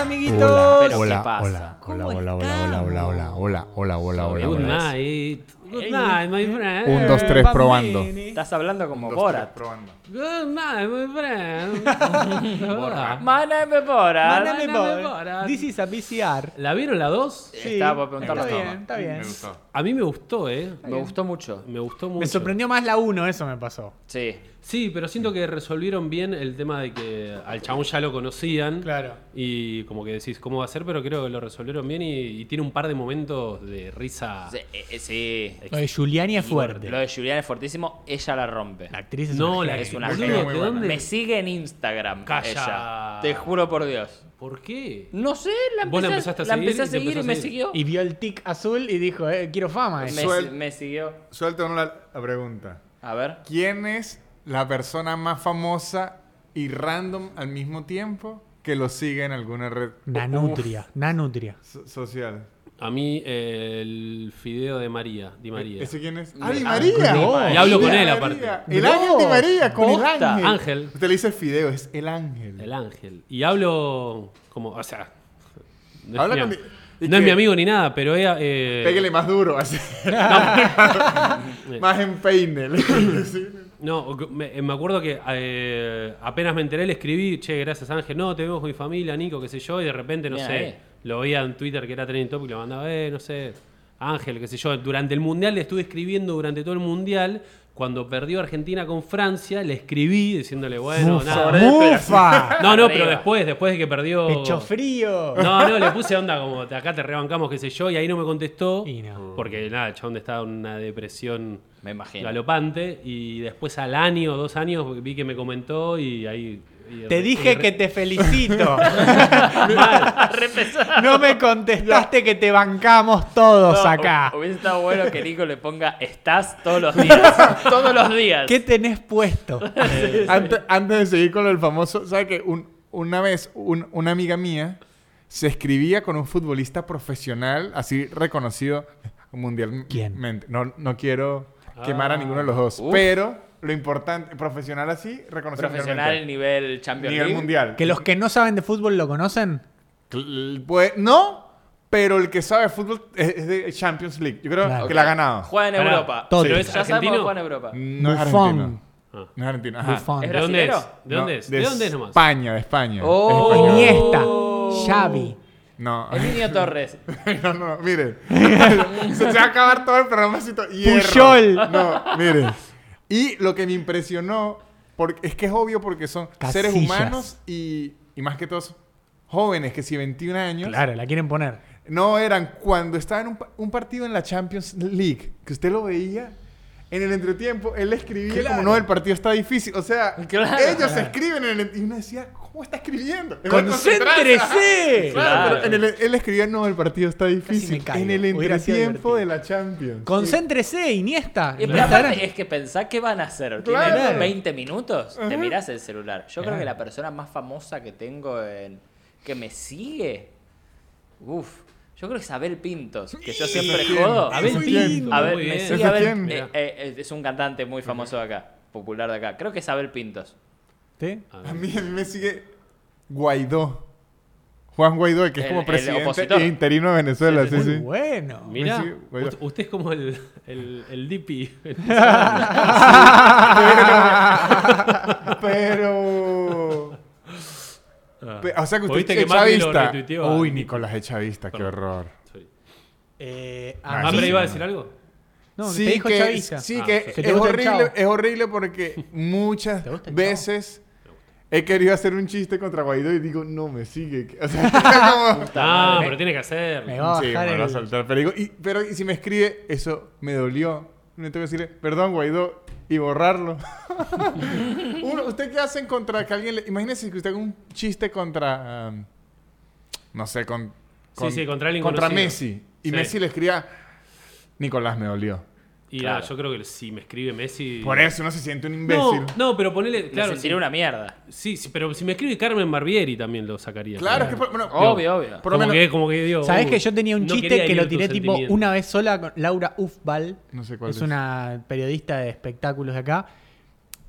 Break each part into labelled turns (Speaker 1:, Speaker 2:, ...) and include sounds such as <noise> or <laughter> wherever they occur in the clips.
Speaker 1: amiguitos.
Speaker 2: Hola,
Speaker 1: Pero, ¿qué
Speaker 2: hola,
Speaker 1: pasa?
Speaker 2: hola, hola,
Speaker 3: ¿Cómo
Speaker 2: hola, hola, hola, hola, hola, hola, hola, hola, hola,
Speaker 1: Good
Speaker 2: hola.
Speaker 4: night. Good night, my friend.
Speaker 2: Un, dos, tres, probando. Ah,
Speaker 1: Estás hablando como
Speaker 2: Dos,
Speaker 1: Borat.
Speaker 2: tres, probando.
Speaker 4: Good night,
Speaker 3: <laughs>
Speaker 4: my friend. Hola.
Speaker 1: My name is Ah, Borat.
Speaker 4: My name is
Speaker 3: Borat.
Speaker 4: Borat.
Speaker 3: eh. This is a VCR.
Speaker 4: ¿La vieron la 2?
Speaker 3: Sí,
Speaker 1: Estaba por preguntarlo
Speaker 3: Está
Speaker 1: todo.
Speaker 3: bien, está bien.
Speaker 2: Me gustó.
Speaker 4: A mí me gustó, ¿eh?
Speaker 1: Me gustó mucho.
Speaker 4: Me gustó mucho.
Speaker 3: Me sorprendió más la 1, eso me pasó.
Speaker 1: Sí.
Speaker 4: Sí, pero siento que resolvieron bien el tema de que al chabón ya lo conocían.
Speaker 3: Claro.
Speaker 4: Y como que decís, ¿cómo va a ser? Pero creo que lo resolvieron bien y, y tiene un par de momentos de risa.
Speaker 1: Sí, eh, eh, sí.
Speaker 3: Lo de Giuliani es fuerte.
Speaker 1: Lo de Julián es fortísimo. Ella la rompe.
Speaker 3: La actriz es
Speaker 4: No, la
Speaker 1: es una
Speaker 4: boludo,
Speaker 1: genia.
Speaker 2: Muy
Speaker 4: ¿de
Speaker 2: buena.
Speaker 4: dónde?
Speaker 1: Me sigue en Instagram.
Speaker 4: Calla.
Speaker 1: Ella. Te juro por Dios.
Speaker 4: ¿Por qué?
Speaker 1: No sé, la empecé,
Speaker 4: Vos la empezaste a
Speaker 1: la
Speaker 4: seguir
Speaker 1: empecé a
Speaker 4: y te
Speaker 1: seguir y,
Speaker 4: empezó a
Speaker 1: me
Speaker 4: seguir.
Speaker 1: siguió.
Speaker 3: Y vio el tic azul y dijo, eh, quiero fama.
Speaker 1: me,
Speaker 3: eso.
Speaker 2: Suel-
Speaker 1: me siguió.
Speaker 2: Suelta una la pregunta.
Speaker 1: A ver.
Speaker 2: ¿Quién es la persona más famosa y random al mismo tiempo que lo sigue en alguna red
Speaker 3: Nanutria, nanutria.
Speaker 2: so- social?
Speaker 4: A mí eh, el fideo de María, Di María.
Speaker 2: ¿Ese quién es? ¡Ah, Di
Speaker 1: Ah,
Speaker 2: María!
Speaker 3: Di María.
Speaker 4: Y hablo con
Speaker 2: Di
Speaker 4: él,
Speaker 2: María.
Speaker 4: aparte.
Speaker 2: El
Speaker 3: No,
Speaker 2: ángel de María, con el
Speaker 1: posta.
Speaker 2: ángel.
Speaker 4: Ángel. Eh.
Speaker 2: Usted le dice fideo, es el ángel.
Speaker 4: El ángel. Y hablo como, o sea... No, es,
Speaker 2: Habla
Speaker 4: mi,
Speaker 2: con
Speaker 4: am-
Speaker 2: di- y
Speaker 4: no es
Speaker 2: que-
Speaker 4: mi amigo ni nada, pero ella... eh,
Speaker 2: Pégale más
Speaker 4: <laughs>
Speaker 2: duro, así. más empeínele.
Speaker 4: No, o que- me, me acuerdo que eh, apenas me enteré, le escribí, che, gracias Ángel, no, te vemos con mi familia, Nico, qué sé yo, y de repente, no
Speaker 1: Bien
Speaker 4: sé,
Speaker 1: ahí.
Speaker 4: lo veía en Twitter que era trending topic, le mandaba, eh, no sé, Ángel, qué sé yo. Durante el Mundial le estuve escribiendo durante todo el Mundial, cuando perdió Argentina con Francia, le escribí diciéndole, bueno, nada.
Speaker 3: <laughs> ¡Mufa!
Speaker 4: No, no, pero
Speaker 1: Arriba.
Speaker 4: después, después de que perdió...
Speaker 3: ¡Pecho frío!
Speaker 4: No, no, le puse onda como "Te- acá te rebancamos, qué sé yo, y ahí no me contestó.
Speaker 3: Y no.
Speaker 4: Porque nada, el chabón estaba en una depresión
Speaker 1: Me imagino. <laughs>
Speaker 4: galopante. Y después al año, dos años, vi que me comentó y ahí. y-
Speaker 3: Te dije que te felicito.
Speaker 1: Repesado.
Speaker 3: No me contestaste que te bancamos todos acá.
Speaker 1: hu- Hubiese estado bueno que Nico le ponga estás todos los días. todos los días.
Speaker 3: ¿Qué tenés puesto?
Speaker 2: antes, antes de seguir con lo del famoso, ¿sabes que Una vez un- una amiga mía se escribía con un futbolista profesional así reconocido mundialmente. No, no quiero
Speaker 3: Ah.
Speaker 2: quemar a ninguno de los dos,
Speaker 1: Uf.
Speaker 2: pero lo importante, profesional así, reconocido
Speaker 1: Profesional
Speaker 2: mundialmente.
Speaker 1: nivel Champions
Speaker 2: nivel
Speaker 1: League.
Speaker 2: mundial.
Speaker 3: ¿Que los que no saben de fútbol lo conocen?
Speaker 2: Cl- Pues, no, pero el que sabe fútbol es, es de Champions League. Yo creo
Speaker 3: Claro.
Speaker 2: que la ha ganado.
Speaker 1: Juega en
Speaker 4: Pará,
Speaker 1: Europa.
Speaker 3: Totti.
Speaker 4: ¿Pero
Speaker 1: Ya
Speaker 4: es
Speaker 1: sabemos que
Speaker 4: argentino?
Speaker 1: juega en Europa.
Speaker 2: No es
Speaker 3: Buffon.
Speaker 2: argentino.
Speaker 4: Ah.
Speaker 2: No es argentino. Ajá.
Speaker 3: Buffon.
Speaker 1: Es
Speaker 4: ¿De dónde es?
Speaker 1: brasilero?
Speaker 4: ¿De
Speaker 2: No,
Speaker 4: dónde es? ¿De dónde es nomás?
Speaker 2: España, de España.
Speaker 1: Oh.
Speaker 2: Es español.
Speaker 3: Iniesta, Xavi.
Speaker 2: No.
Speaker 1: El niño Torres.
Speaker 2: <laughs> No, no, mire. se, se va a acabar todo el programa. si to- Hierro.
Speaker 3: Puyol.
Speaker 2: No, mire. Y lo que me impresionó, porque, es que es obvio porque son
Speaker 3: Casillas.
Speaker 2: seres humanos y, y más que todos jóvenes, que si 21 años,
Speaker 3: Claro, la quieren poner.
Speaker 2: no eran cuando estaba en un, pa- un partido en la Champions League, que usted lo veía. En el entretiempo, él escribía como, no, el partido está difícil. O sea,
Speaker 1: Claro.
Speaker 2: ellos escriben en el... Y uno decía, ¿cómo está escribiendo? Debe concentrarse.
Speaker 3: ¡Concéntrese!
Speaker 2: Claro,
Speaker 1: Claro.
Speaker 2: pero en el- él escribía, no, el partido está
Speaker 3: me
Speaker 2: difícil.
Speaker 3: caigo.
Speaker 2: En el
Speaker 3: Hubiera sido divertido.
Speaker 2: entretiempo de la Champions.
Speaker 3: ¡Concéntrese, Iniesta!
Speaker 1: Y pero
Speaker 3: Iniesta
Speaker 1: aparte
Speaker 3: era-
Speaker 1: es que pensá qué van a hacer.
Speaker 2: Claro.
Speaker 1: ¿Tienen 20 minutos? Te mirás el celular. Yo creo
Speaker 3: Claro.
Speaker 1: que la persona más famosa que tengo en, que me sigue. Uf. Yo creo que es Abel Pintos, que yo siempre
Speaker 2: quién?
Speaker 1: jodo.
Speaker 2: Abel
Speaker 4: Abel
Speaker 2: Pinto.
Speaker 4: Pinto.
Speaker 1: Abel,
Speaker 4: muy
Speaker 1: me
Speaker 4: bien.
Speaker 1: sigue
Speaker 2: ¿Ese
Speaker 1: Abel-
Speaker 2: quién?
Speaker 1: eh, eh, es un cantante muy famoso de acá, popular de acá. Creo que es Abel Pintos.
Speaker 3: ¿Sí?
Speaker 4: Ah,
Speaker 2: A mí, a mí me sigue Guaidó. Juan Guaidó, el que es
Speaker 1: El-
Speaker 2: como
Speaker 1: el
Speaker 2: presidente
Speaker 1: opositor.
Speaker 2: e interino de Venezuela. Sí,
Speaker 3: Muy
Speaker 2: sí.
Speaker 3: <laughs> bueno.
Speaker 4: Mirá,
Speaker 2: Sí, bueno.
Speaker 4: ut- usted es como el, el, el DP.
Speaker 2: Pero...
Speaker 3: Ah.
Speaker 2: pe- o sea que usted
Speaker 4: Viste
Speaker 2: es
Speaker 4: que Macri lo
Speaker 2: chavista.
Speaker 4: retuiteó.
Speaker 2: Uy, Nicolás es chavista, qué
Speaker 4: Perdón.
Speaker 2: horror.
Speaker 4: Sorry.
Speaker 3: Eh,
Speaker 2: Ah,
Speaker 3: a
Speaker 4: Ah,
Speaker 3: mí-
Speaker 4: pero iba a decir algo.
Speaker 3: No,
Speaker 2: sí,
Speaker 3: te dijo
Speaker 2: que,
Speaker 3: Chavista.
Speaker 2: sí,
Speaker 4: Ah,
Speaker 2: que
Speaker 4: ok.
Speaker 3: Que te
Speaker 2: es,
Speaker 3: gusta el
Speaker 2: horrible,
Speaker 3: chavo.
Speaker 2: es
Speaker 3: <laughs>
Speaker 2: horrible porque muchas
Speaker 3: ¿Te gusta el chavo?
Speaker 2: veces he querido hacer un chiste contra Guaidó y digo, no me sigue. <laughs>
Speaker 3: <laughs>
Speaker 2: O sea, es como-
Speaker 4: No, Ah, pero tiene que hacer.
Speaker 3: Me va a
Speaker 2: Sí,
Speaker 3: bajar
Speaker 2: me lo va a
Speaker 3: el-
Speaker 2: saltar. Pero, digo, y, pero y si me escribe, eso me dolió. Le tengo que decirle, perdón, Guaidó, y borrarlo. <laughs> Uno, ¿Usted qué hace en contra que alguien le... Imagínese que usted haga un chiste contra... um, no sé, con...
Speaker 4: Sí, sí, contra alguien conocido.
Speaker 2: Messi. Y
Speaker 4: Sí.
Speaker 2: Messi le escriba, Nicolás me dolió.
Speaker 4: Y
Speaker 1: Claro.
Speaker 4: nada, yo creo que si me escribe Messi.
Speaker 2: Por eso uno se siente un imbécil.
Speaker 4: No, no, pero ponele.
Speaker 1: Claro,
Speaker 4: Claro,
Speaker 1: me
Speaker 4: si-
Speaker 1: sentiré una mierda.
Speaker 4: sí, sí, pero si me escribe Carmen Barbieri también lo sacaría.
Speaker 2: Claro, es que... por- bueno,
Speaker 1: Obvio, obvio.
Speaker 2: por lo
Speaker 4: como,
Speaker 2: menos-
Speaker 4: que, como que digo.
Speaker 3: ¿Sabés
Speaker 4: uy,
Speaker 3: que yo tenía un
Speaker 4: no
Speaker 3: chiste
Speaker 4: quería
Speaker 3: que lo
Speaker 4: herir tus
Speaker 3: tiré tipo
Speaker 4: sentimientos?
Speaker 3: una vez sola con Laura Ufbal?
Speaker 2: No sé cuál
Speaker 3: es.
Speaker 2: es.
Speaker 3: una periodista de espectáculos de acá.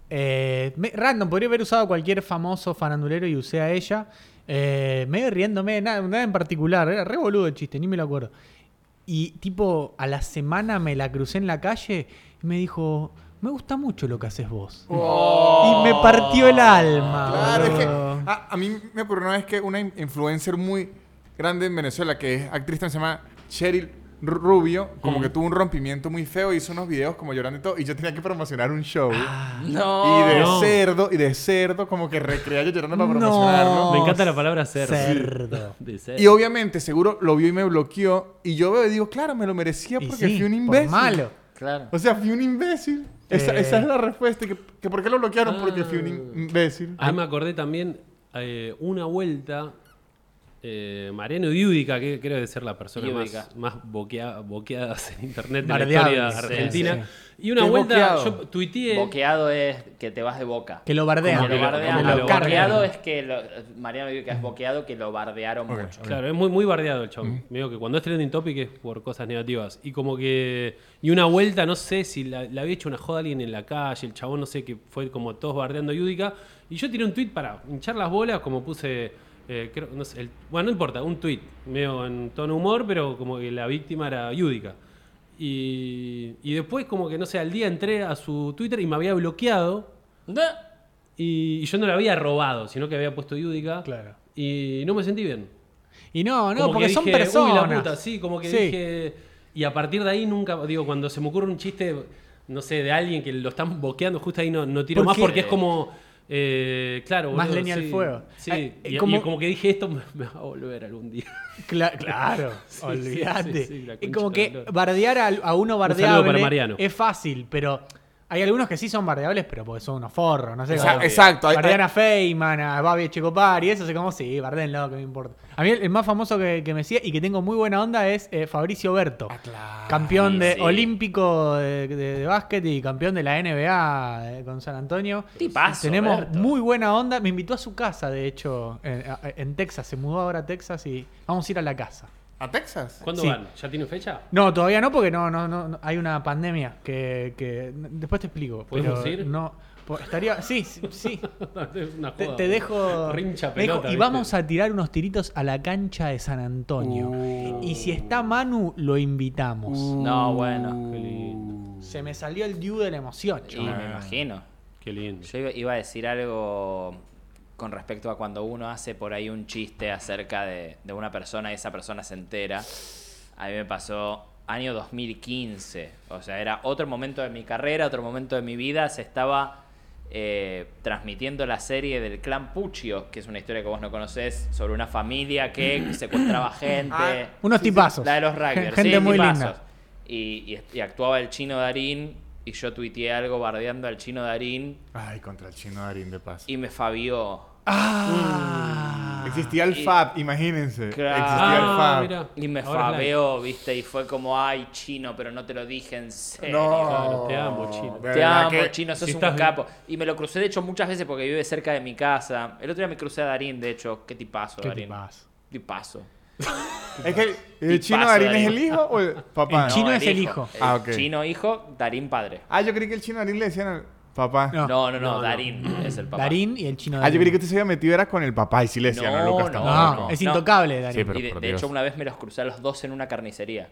Speaker 3: Eh, me- random, podría haber usado cualquier famoso farandulero y usé a ella. eh, medio riéndome, nada, nada en particular, era re boludo el chiste, ni me lo acuerdo. Y tipo, a la semana me la crucé en la calle y me dijo, me gusta mucho lo que haces vos. Y me partió
Speaker 1: Oh.
Speaker 3: el alma.
Speaker 2: Oh. Claro, es que
Speaker 3: boludo.
Speaker 2: a, a mí me ocurrió una vez que una in- influencer muy grande en Venezuela, que es actriz también, se llama Cheryl Ru- Rubio, como que tuvo un rompimiento muy feo, hizo unos videos como llorando y todo, y yo tenía que promocionar un show.
Speaker 3: Ah.
Speaker 1: No.
Speaker 2: Y de
Speaker 4: No.
Speaker 2: cerdo, y de cerdo, como que recrear yo llorando para
Speaker 3: No.
Speaker 2: promocionarlo.
Speaker 4: Me encanta la palabra cerdo.
Speaker 3: Cerdo.
Speaker 4: De cerdo.
Speaker 2: Y obviamente, seguro lo vio y me bloqueó. Y yo veo y digo, claro, me lo merecía
Speaker 3: Y
Speaker 2: porque
Speaker 3: sí,
Speaker 2: fui un
Speaker 3: por
Speaker 2: imbécil.
Speaker 3: malo.
Speaker 1: Claro.
Speaker 2: O sea, fui un imbécil. Esa,
Speaker 3: Eh.
Speaker 2: esa es la respuesta. Que, que ¿Por qué lo bloquearon? Porque
Speaker 4: Ah.
Speaker 2: fui un im- imbécil.
Speaker 3: Ah.
Speaker 4: Ahí Ah, me acordé también eh, una vuelta. Eh, Mariano Diúdica, que creo de ser la persona
Speaker 1: Iudica.
Speaker 4: más, más boquea- boqueadas en internet de la
Speaker 3: Bardeable,
Speaker 4: historia
Speaker 3: sí,
Speaker 4: argentina. Y
Speaker 2: ¿Qué
Speaker 4: una
Speaker 2: es
Speaker 4: vuelta,
Speaker 2: boqueado?
Speaker 4: yo tuiteé.
Speaker 1: Boqueado es que te vas de boca.
Speaker 3: Que lo bardean.
Speaker 1: Como
Speaker 4: Que
Speaker 1: lo
Speaker 4: lo-
Speaker 1: bardean.
Speaker 4: como lo
Speaker 1: Lo
Speaker 4: cargan.
Speaker 1: bardeado es que lo, Mariano dijo que es boqueado que lo bardearon mucho.
Speaker 4: Claro, es muy, muy bardeado el chabón. Me digo que cuando es trending topic es por cosas negativas. Y como que. Y una vuelta, no sé si la, la había hecho una joda a alguien en la calle, el chabón, no sé, que fue como todos bardeando a Yudica. Y yo tiré un tweet para hinchar las bolas, como puse. eh, creo- no sé, el- bueno, no importa, un tweet, medio en tono humor, pero como que la víctima era Yudica. Y, y después, como que no sé, al día entré a su Twitter y me había bloqueado. Y, y yo no la había robado, sino que había puesto Yudica.
Speaker 3: Claro.
Speaker 4: Y no me sentí bien.
Speaker 3: Y Ah, no, no,
Speaker 4: Como
Speaker 3: porque
Speaker 4: que
Speaker 3: son
Speaker 4: dije, "Uy, la
Speaker 3: personas.
Speaker 4: puta", sí, como que
Speaker 3: Sí.
Speaker 4: dije. Y a partir de ahí nunca, digo, cuando se me ocurre un chiste, no sé, de alguien que lo están boqueando, justo ahí no, no tiro
Speaker 3: Porque-
Speaker 4: más porque es como. eh, claro,
Speaker 3: Más
Speaker 4: boludo,
Speaker 3: leña al
Speaker 4: sí.
Speaker 3: fuego.
Speaker 4: Sí,
Speaker 3: Ay, eh,
Speaker 4: y, y como...
Speaker 3: como-
Speaker 4: que dije, esto me, me va a volver algún día.
Speaker 3: Cla- claro,
Speaker 4: <laughs> sí,
Speaker 3: olvídate.
Speaker 4: sí, sí, la
Speaker 3: Es
Speaker 4: concha
Speaker 3: como
Speaker 4: de la
Speaker 3: que
Speaker 4: lora.
Speaker 3: bardear a, a uno
Speaker 4: saludo para
Speaker 3: bardeable
Speaker 4: Mariano.
Speaker 3: es fácil, pero hay algunos que sí son bardeables, pero porque son unos forros, no sé.
Speaker 2: Exa-
Speaker 3: como-
Speaker 2: exacto, hay-
Speaker 3: Bardean
Speaker 2: hay-
Speaker 3: a Feynman, a Babi Checopar y eso, así como, sí, bardenlo, que me importa. A mí el, el más famoso que, que me sigue y que tengo muy buena onda es eh, Fabricio Berto.
Speaker 2: Ah,
Speaker 3: Campeón de
Speaker 1: sí.
Speaker 3: olímpico de, de- de básquet y campeón de la NBA eh, con San Antonio.
Speaker 1: Tipazo,
Speaker 3: Tenemos
Speaker 1: Berto.
Speaker 3: muy buena onda. Me invitó a su casa, de hecho, en, a- en Texas. Se mudó ahora a Texas y vamos a ir a la casa.
Speaker 2: ¿A Texas?
Speaker 4: ¿Cuándo
Speaker 3: Sí.
Speaker 4: van? ¿Ya tiene fecha? <laughs>
Speaker 3: No, todavía no, porque no, no, no, no, hay una pandemia que, que- después te explico.
Speaker 4: ¿Podemos
Speaker 3: pero
Speaker 4: ir?
Speaker 3: No, po- estaría, sí, sí, sí.
Speaker 4: Es
Speaker 3: Te,
Speaker 4: una joda,
Speaker 3: te
Speaker 4: boludo.
Speaker 3: dejo.
Speaker 4: Rincha
Speaker 3: me dijo,
Speaker 4: pelota,
Speaker 3: y
Speaker 4: ¿viste?
Speaker 3: vamos a tirar unos tiritos a la cancha de San Antonio.
Speaker 1: Uh.
Speaker 3: Y si está Manu, lo invitamos.
Speaker 1: No, bueno.
Speaker 4: Qué lindo.
Speaker 3: Se me salió el due de la emoción.
Speaker 1: Y
Speaker 3: chaval.
Speaker 1: me imagino.
Speaker 4: Qué lindo.
Speaker 1: Yo iba- iba a decir algo con respecto a cuando uno hace por ahí un chiste acerca de, de una persona y esa persona se entera. A mí me pasó año 2015. O sea, era otro momento de mi carrera, otro momento de mi vida. Se estaba eh, transmitiendo la serie del clan Puccio, que es una historia que vos no conocés, sobre una familia que secuestraba gente.
Speaker 2: Ah,
Speaker 3: Unos tipazos.
Speaker 1: La de los Rackers.
Speaker 3: Gente
Speaker 1: sí,
Speaker 3: muy
Speaker 1: tipazos.
Speaker 3: linda.
Speaker 1: Y, y- y actuaba el chino Darín. Y yo tuiteé algo bardeando al chino Darín.
Speaker 2: Ay, contra el chino Darín de paz.
Speaker 1: Y me fabió.
Speaker 3: Ah.
Speaker 2: Existía el
Speaker 1: y-
Speaker 2: FAB, imagínense.
Speaker 1: Claro.
Speaker 2: Existía el
Speaker 4: Ah,
Speaker 2: FAB.
Speaker 4: mirá.
Speaker 1: Y me
Speaker 4: Ahora es live.
Speaker 1: fabeó, viste. Y fue como, ay, chino, pero no te lo dije en serio.
Speaker 2: No,
Speaker 4: te amo, chino.
Speaker 2: De
Speaker 1: Eh, Te
Speaker 2: verdad
Speaker 1: amo,
Speaker 2: que-
Speaker 1: chino, sos
Speaker 4: si
Speaker 1: un
Speaker 4: estás-
Speaker 1: capo. Y me lo crucé, de hecho, muchas veces porque vive cerca de mi casa. El otro día me crucé a Darín, de hecho. Qué tipazo,
Speaker 3: Qué
Speaker 1: Darín.
Speaker 3: tipazo.
Speaker 1: Tipazo.
Speaker 2: Es que el
Speaker 1: Tipazo,
Speaker 2: chino Darín es
Speaker 1: Darín.
Speaker 2: el hijo
Speaker 1: <laughs>
Speaker 2: o el papá.
Speaker 3: El chino- es el hijo.
Speaker 2: Ah, ok.
Speaker 1: Eh, Chino hijo, Darín padre.
Speaker 2: Ah, yo creí que el chino Darín le decían al papá.
Speaker 3: No.
Speaker 1: No, no, no,
Speaker 4: No, no.
Speaker 1: Darín es el papá.
Speaker 3: Darín y el chino.
Speaker 2: Ah, yo
Speaker 3: Darín.
Speaker 2: creí que usted se había metido era con el papá y sí le decían a
Speaker 1: No,
Speaker 2: Lucas
Speaker 1: no,
Speaker 3: No,
Speaker 4: Ah,
Speaker 2: tampoco.
Speaker 1: no.
Speaker 3: Ah, es intocable, Darín.
Speaker 2: Sí, pero
Speaker 1: y de,
Speaker 2: por
Speaker 1: de
Speaker 2: Dios.
Speaker 1: hecho una vez me los crucé a los dos en una carnicería.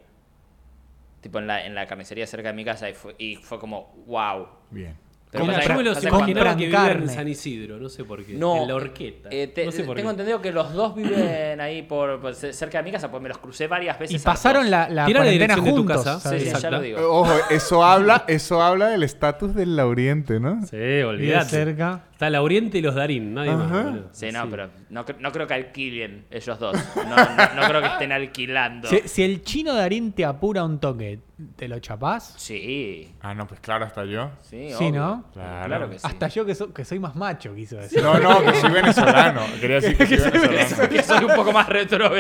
Speaker 1: Tipo en la, en la carnicería cerca de mi casa y fue, y fue como, wow.
Speaker 2: Bien.
Speaker 1: Pero
Speaker 4: Mira,
Speaker 1: pasa
Speaker 4: yo
Speaker 1: que-
Speaker 4: me los
Speaker 1: pasa que
Speaker 4: imaginaba
Speaker 3: compran
Speaker 4: que vivían
Speaker 3: carne.
Speaker 4: en San Isidro, no sé por qué.
Speaker 1: No,
Speaker 4: en la horqueta.
Speaker 1: eh, te-
Speaker 4: no sé por
Speaker 1: tengo
Speaker 4: qué.
Speaker 1: entendido que los dos viven ahí por, por ce- cerca de mi casa, pues me los crucé varias veces.
Speaker 3: Y
Speaker 1: a los
Speaker 3: pasaron
Speaker 1: dos.
Speaker 3: la, la
Speaker 4: Tira la
Speaker 3: cuarentena
Speaker 4: dirección de tu
Speaker 3: juntos.
Speaker 4: casa.
Speaker 1: Sí,
Speaker 3: ¿sabes?
Speaker 1: sí, ya
Speaker 4: Exacto.
Speaker 1: lo
Speaker 2: Eh,
Speaker 1: digo.
Speaker 2: Ojo, eso habla, eso habla del estatus del Lauriente, ¿no?
Speaker 4: Sí,
Speaker 3: Y de
Speaker 4: olvidate.
Speaker 3: cerca.
Speaker 4: Está la Oriente y los Darín, nadie
Speaker 2: Ajá.
Speaker 4: más. boludo.
Speaker 1: Sí, no, pero no, cre- no creo que alquilen ellos dos. No, no- no creo que estén alquilando.
Speaker 3: Si, si el chino Darín te apura un toque, ¿te lo chapás?
Speaker 1: Sí,
Speaker 2: Ah, no, pues claro, hasta yo.
Speaker 1: sí,
Speaker 3: Sí,
Speaker 1: obvio.
Speaker 3: ¿no?
Speaker 1: Claro.
Speaker 2: Claro
Speaker 1: que sí.
Speaker 3: Hasta <laughs> yo que, so- que soy más macho, quiso decir.
Speaker 2: No, no, que soy venezolano. Quería
Speaker 4: <laughs>
Speaker 2: decir que soy venezolano.
Speaker 1: Que soy un poco más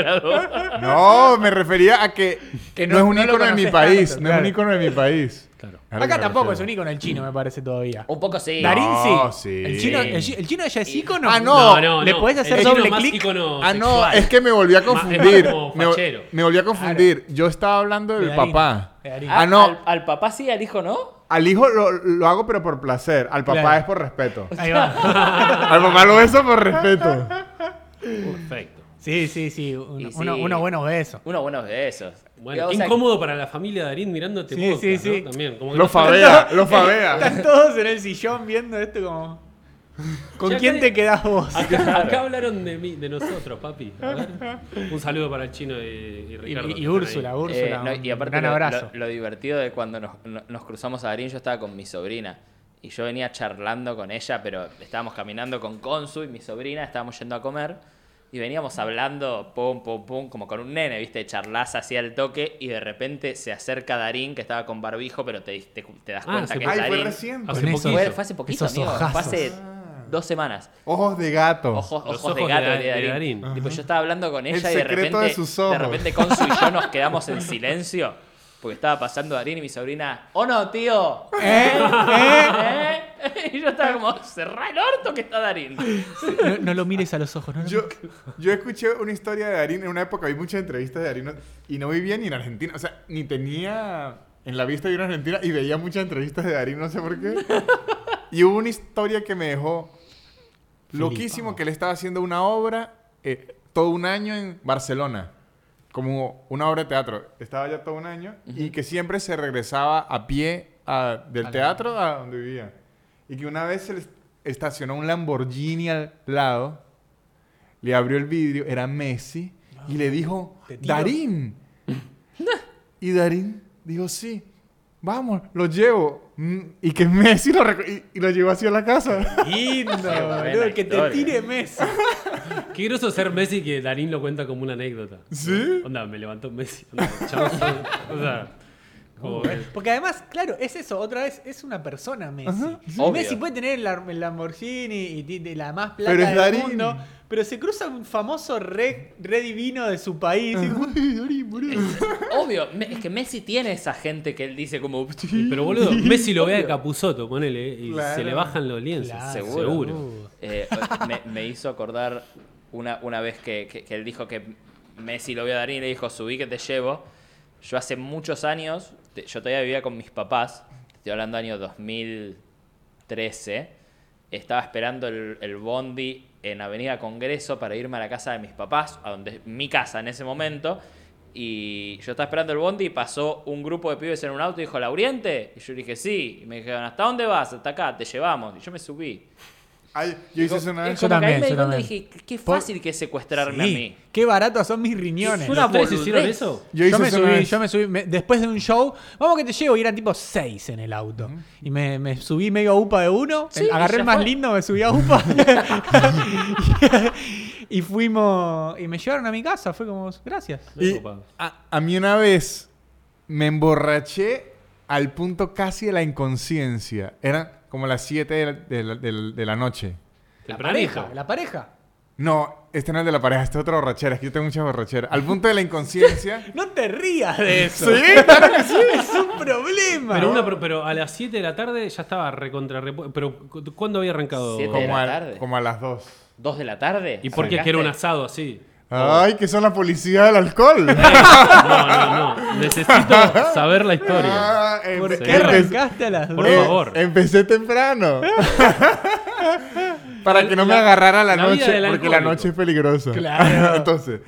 Speaker 1: retrógrado.
Speaker 2: No, me refería a que,
Speaker 3: Que
Speaker 2: no,
Speaker 3: no-
Speaker 2: es un
Speaker 3: no lo
Speaker 2: ícono de mi
Speaker 3: conoces
Speaker 2: país.
Speaker 3: tanto,
Speaker 2: no es
Speaker 3: claro.
Speaker 2: un ícono de mi país.
Speaker 4: Claro.
Speaker 2: A lo que
Speaker 3: Acá
Speaker 2: me
Speaker 3: tampoco es
Speaker 2: refiero.
Speaker 3: un ícono el chino, me parece todavía.
Speaker 1: Un poco sí.
Speaker 3: Darín sí.
Speaker 2: No, sí.
Speaker 3: El, chino, el, chi- el chino ya es ícono.
Speaker 2: Ah, no.
Speaker 3: ¿Le podés hacer
Speaker 4: El chino
Speaker 3: doble
Speaker 4: más
Speaker 3: clic?
Speaker 4: ícono
Speaker 2: Ah, no,
Speaker 4: sexual.
Speaker 2: es que me volví a
Speaker 4: más
Speaker 2: confundir.
Speaker 4: como
Speaker 2: Me, vo-
Speaker 4: fachero.
Speaker 2: me volví a confundir. Yo estaba hablando del
Speaker 3: De Darín.
Speaker 2: papá.
Speaker 3: De Darín.
Speaker 2: Ah,
Speaker 1: Al,
Speaker 2: no.
Speaker 1: al papá sí, al hijo no.
Speaker 2: Al hijo lo, lo hago, pero por placer. Al papá
Speaker 3: Claro. <laughs>
Speaker 2: es por respeto.
Speaker 3: Ahí va.
Speaker 2: al papá lo beso por respeto.
Speaker 4: Perfecto.
Speaker 3: Sí, sí, sí. un-
Speaker 1: Y
Speaker 3: uno-
Speaker 1: sí.
Speaker 3: unos buenos besos.
Speaker 1: Uno bueno de esos.
Speaker 4: Bueno,
Speaker 1: O
Speaker 4: qué
Speaker 1: sea,
Speaker 4: incómodo para la familia de Darín mirándote
Speaker 3: Sí,
Speaker 4: podcast,
Speaker 3: sí, sí.
Speaker 4: ¿no? También. Como que
Speaker 2: Lo
Speaker 4: no sabe-
Speaker 2: fabea,
Speaker 3: <laughs>
Speaker 2: lo fabea.
Speaker 3: Están todos en el sillón viendo esto como. ¿Con
Speaker 4: Ya Ah,
Speaker 3: quién
Speaker 4: que-
Speaker 3: te quedás vos?
Speaker 4: Acá, acá hablaron de mí, de nosotros, papi. A ver. Un saludo para el chino y, y
Speaker 3: Y, y
Speaker 4: Ricardo. que están ahí.
Speaker 3: Úrsula,
Speaker 1: Eh,
Speaker 3: Úrsula.
Speaker 1: no,
Speaker 3: un
Speaker 1: y aparte
Speaker 3: gran
Speaker 1: lo,
Speaker 3: abrazo.
Speaker 1: lo- lo divertido de cuando nos, no- nos cruzamos a Darín, yo estaba con mi sobrina y yo venía charlando con ella, pero estábamos caminando con Consu y mi sobrina, estábamos yendo a comer y veníamos hablando pum, pum, pum, como con un nene, viste, charlas hacia el toque y de repente se acerca Darín que estaba con barbijo, pero te, te- te das
Speaker 4: Ah,
Speaker 1: cuenta
Speaker 4: se
Speaker 1: que es
Speaker 2: Ay, fue
Speaker 1: Darín.
Speaker 2: recién.
Speaker 4: Hace
Speaker 3: Con eso-
Speaker 4: poquito.
Speaker 1: Fue, fue hace poquito,
Speaker 3: Esos
Speaker 1: amigo, fue
Speaker 3: ojazos.
Speaker 1: hace dos semanas.
Speaker 2: Ojos de gato.
Speaker 1: Ojos,
Speaker 4: Los
Speaker 1: ojos de
Speaker 4: ojos
Speaker 1: gato
Speaker 4: de-
Speaker 1: de,
Speaker 4: de
Speaker 1: Darín.
Speaker 4: Darín.
Speaker 1: Tipo, yo estaba hablando con ella y de
Speaker 2: secreto
Speaker 1: repente,
Speaker 2: de sus
Speaker 1: de
Speaker 2: ojos.
Speaker 1: repente Consu y yo nos quedamos en silencio porque estaba pasando Darín y mi sobrina, ¡Oh no, tío! ¿Eh? ¿Eh? <laughs> Y yo estaba como, cerrá el orto que está Darín.
Speaker 3: No, no lo mires a los ojos, <laughs> no lo
Speaker 2: Yo, yo escuché una historia de Darín en una época, vi muchas entrevistas de Darín y no vivía ni en Argentina, o sea, ni tenía en la vista de una Argentina y veía muchas entrevistas de Darín, no sé por qué. <laughs> Y hubo una historia que me dejó loquísimo, que él estaba haciendo una obra eh, todo un año en Barcelona, como una obra de teatro. Estaba allá todo un año y que siempre se regresaba a pie a- del teatro a donde vivía. Y que una vez se le estacionó un Lamborghini al lado le abrió el vidrio, era Messi, y le dijo,
Speaker 3: Te tiro.
Speaker 2: Darín. y Darín dijo, sí, vamos, lo llevo. Mm, Y que Messi lo, reco- y, y lo llevó así a la casa.
Speaker 3: Lindo,
Speaker 1: buena
Speaker 3: boludo, que te
Speaker 1: historia.
Speaker 3: tire Messi.
Speaker 4: Qué groso ser Messi que Darín lo cuenta como una anécdota.
Speaker 2: ¿Sí?
Speaker 4: Onda, me levantó Messi. Onda, chao. <laughs> o sea, como que-
Speaker 3: Porque además, claro, es eso, otra vez, es una persona Messi.
Speaker 2: Ajá,
Speaker 1: sí. Obvio.
Speaker 3: Messi puede tener el, Lam- el Lamborghini y ti- de la más plata
Speaker 2: Pero es
Speaker 3: del
Speaker 2: Darín.
Speaker 3: mundo, pero se cruza un famoso re, re divino de su país. y digo,
Speaker 2: Ay, Darín, boludo.
Speaker 1: Obvio, me- es que Messi tiene esa gente que él dice como,
Speaker 4: Pero boludo, Messi lo ve a Capuzoto, ponele, y
Speaker 2: Claro.
Speaker 4: se le bajan los lienzos.
Speaker 3: Claro.
Speaker 4: seguro.
Speaker 3: Uh.
Speaker 1: Eh, me, me hizo acordar una, una vez que, que- que él dijo que Messi lo vio a Darín y le dijo, subí que te llevo. Yo hace muchos años, te- yo todavía vivía con mis papás, te estoy hablando año 2013, estaba esperando el, el bondi en Avenida Congreso para irme a la casa de mis papás, a donde mi casa en ese momento. Y yo estaba esperando el bondi y pasó un grupo de pibes en un auto y dijo, ¿Lauriente? Y yo dije, sí. Y me dijeron, ¿hasta dónde vas? Hasta acá, te llevamos. Y yo me subí.
Speaker 2: <laughs> Ay, yo hice eso una
Speaker 1: Es
Speaker 2: vez.
Speaker 3: Yo
Speaker 1: eh, como que ahí
Speaker 3: también,
Speaker 1: me di
Speaker 3: yo
Speaker 1: cuenta y
Speaker 3: también.
Speaker 1: dije, qué- qué fácil que es secuestrarme
Speaker 3: Sí,
Speaker 1: a mí.
Speaker 3: Qué baratos son mis riñones.
Speaker 1: Es una
Speaker 4: ¿Los tres
Speaker 1: boludez.
Speaker 4: hicieron eso?
Speaker 2: Yo hice
Speaker 3: Yo me
Speaker 2: eso una
Speaker 3: subí,
Speaker 2: vez.
Speaker 3: yo me subí, me- después de un show, vamos que te llevo, y eran tipo seis en el auto. Y me, me subí medio a UPA de uno,
Speaker 1: Sí,
Speaker 3: el- agarré
Speaker 1: ya
Speaker 3: el más
Speaker 1: fue.
Speaker 3: lindo, me subí a UPA. <laughs> y, fuimos, y me llevaron a mi casa, fue como, gracias.
Speaker 2: Y
Speaker 4: Copado.
Speaker 2: a, a mí una vez me emborraché al punto casi de la inconsciencia. Eran como las 7 de la, de la- de la- de la noche.
Speaker 3: La
Speaker 4: Tempranito.
Speaker 3: pareja, la pareja.
Speaker 2: No, este no es el de la pareja, este es otra borrachera. Es que yo tengo muchas borracheras. Al punto de
Speaker 3: <laughs>
Speaker 2: la inconsciencia.
Speaker 3: No te rías
Speaker 2: <laughs>
Speaker 3: de eso. <laughs>
Speaker 2: Sí,
Speaker 3: es un problema.
Speaker 4: Pero, una, pro- pero a las 7 de la tarde ya estaba recontra. repu- Pero cu- ¿cuándo había arrancado?
Speaker 1: Siete.
Speaker 2: como,
Speaker 1: la
Speaker 2: al-
Speaker 1: tarde.
Speaker 2: como a las dos.
Speaker 1: ¿Dos de la tarde?
Speaker 4: ¿Y por qué es que era un asado así? <laughs>
Speaker 3: Oh.
Speaker 2: Ay, que son la policía del alcohol.
Speaker 4: No, no, no. Necesito saber la historia.
Speaker 2: <laughs> Ah, em-
Speaker 3: ¿Por
Speaker 2: em-
Speaker 3: qué
Speaker 4: Empe-
Speaker 3: arrancaste a las
Speaker 4: Por
Speaker 3: dos?
Speaker 4: favor.
Speaker 2: Eh,
Speaker 4: <laughs>
Speaker 2: Empecé temprano. Para que no me
Speaker 4: La-
Speaker 2: agarrara la,
Speaker 4: la vida
Speaker 2: noche,
Speaker 4: del
Speaker 2: porque la
Speaker 4: alcohólico.
Speaker 2: noche es peligrosa.
Speaker 3: Claro.
Speaker 2: <laughs> Entonces,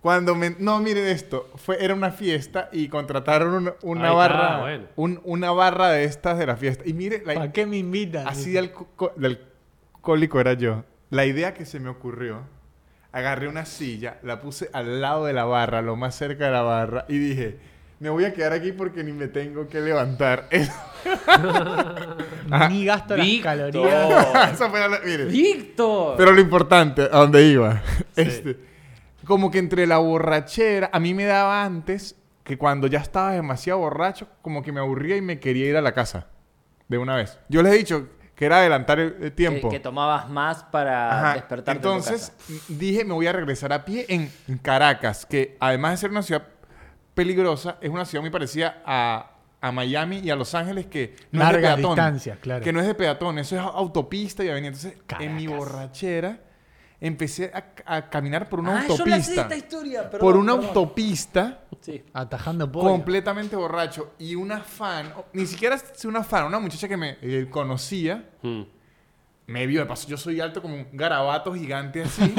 Speaker 2: cuando me... No, miren esto. Fue, era una fiesta y contrataron un- una
Speaker 4: Ahí está,
Speaker 2: barra...
Speaker 4: bueno.
Speaker 2: un- una barra de estas de la fiesta. Y mire, la,
Speaker 3: ¿Para qué me invitan?
Speaker 2: Así de, alco- de alcohólico era yo. La idea que se me ocurrió, agarré una silla, la puse al lado de la barra, lo más cerca de la barra, y dije, me voy a quedar aquí porque ni me tengo que levantar. <laughs> Esa
Speaker 3: Ni gasto las
Speaker 1: Víctor.
Speaker 3: calorías.
Speaker 2: Ah,
Speaker 1: <laughs>
Speaker 2: <laughs> fue la- mire.
Speaker 1: ¡Víctor!
Speaker 2: Pero lo importante, a dónde
Speaker 1: <laughs>
Speaker 2: iba. Este, como que entre la borrachera, a mí me daba antes que cuando ya estaba demasiado borracho, como que me aburría y me quería ir a la casa. De una vez. Yo les he dicho que era adelantar el, el
Speaker 1: Que-
Speaker 2: tiempo.
Speaker 1: que, tomabas más para
Speaker 2: Ajá,
Speaker 1: despertarte
Speaker 2: Entonces
Speaker 1: en tu casa.
Speaker 2: dije, me voy a regresar a pie en Caracas, que además de ser una ciudad peligrosa, es una ciudad muy parecida a, a Miami y a Los Ángeles, que no es de
Speaker 3: Largas
Speaker 2: peatón.
Speaker 3: distancias, claro.
Speaker 2: Que no es de peatón, eso es autopista y avenida. Entonces, en mi
Speaker 3: Caracas.
Speaker 2: borrachera, empecé a, a caminar por una
Speaker 1: Ah, yo la sé
Speaker 2: autopista.
Speaker 1: esta historia, perdón,
Speaker 2: por una
Speaker 1: perdón.
Speaker 2: autopista
Speaker 1: Sí.
Speaker 3: Atajando pollo.
Speaker 2: completamente borracho y una fan, o- ni siquiera es una fan, una muchacha que me eh, conocía
Speaker 4: Mm.
Speaker 2: me vio, de paso, yo soy alto como un garabato gigante así.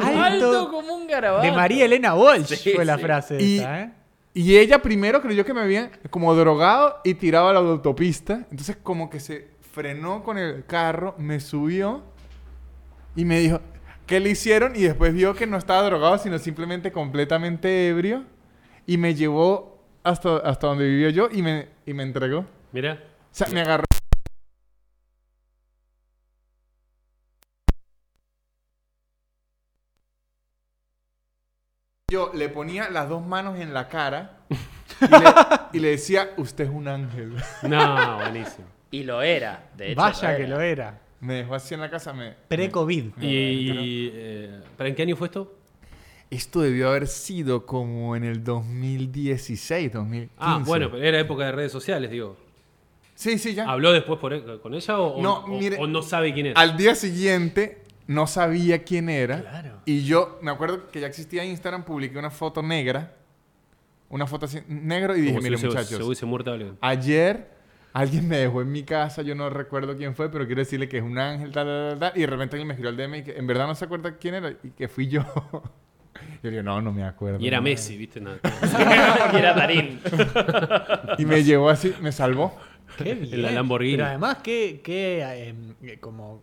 Speaker 1: Alto, como un garabato.
Speaker 3: De María Elena Walsh
Speaker 1: Sí,
Speaker 3: fue la
Speaker 1: sí.
Speaker 3: frase
Speaker 2: Y-
Speaker 3: esa, ¿eh?
Speaker 2: Y ella primero creyó que me habían como drogado y tirado a la autopista. Entonces como que se frenó con el carro, me subió y me dijo, ¿qué le hicieron? Y después vio que no estaba drogado, sino simplemente completamente ebrio. Y me llevó hasta, hasta donde vivía yo y me, y me entregó. O
Speaker 4: Mirá.
Speaker 2: sea, me agarró. Yo le ponía las dos manos en la cara y
Speaker 4: <laughs>
Speaker 2: le, y le decía, usted es un ángel.
Speaker 4: No, buenísimo.
Speaker 1: Y lo era, de hecho.
Speaker 3: Vaya que lo era.
Speaker 2: Me dejó así en la casa. Me,
Speaker 3: Pre-COVID.
Speaker 4: Y, y, eh, ¿Para en qué año fue esto?
Speaker 2: Esto debió haber sido como en el 2016, 2015.
Speaker 4: Ah, bueno, pero era época de redes sociales, digo.
Speaker 2: Sí, sí, ya.
Speaker 4: ¿Habló después por- e, con ella o o-
Speaker 2: ¿Eh? No,
Speaker 4: o-
Speaker 2: mire-
Speaker 4: o no sabe quién es?
Speaker 2: Al día siguiente no sabía quién era.
Speaker 3: Claro.
Speaker 2: Y yo me acuerdo que ya existía Instagram, publiqué una foto negra. Una foto así negro y dije,
Speaker 4: Como si
Speaker 2: miren
Speaker 4: se- Se
Speaker 2: muchachos,
Speaker 4: hubiese muerto alguien.
Speaker 2: ayer alguien me dejó en mi casa, yo no recuerdo quién fue, pero quiero decirle que es un ángel, tal, tal, tal, tal", Y de repente alguien me escribió al DM y que en verdad no se acuerda quién era y que fui yo. <laughs> yo le digo, no, no me acuerdo.
Speaker 4: Y era
Speaker 2: no".
Speaker 4: Messi, ¿viste? Nada.
Speaker 1: era. y era Darín.
Speaker 2: Y me llevó así, me salvó.
Speaker 3: Qué bien.
Speaker 4: la Lamborghini.
Speaker 3: Pero además, qué, qué, eh, eh, como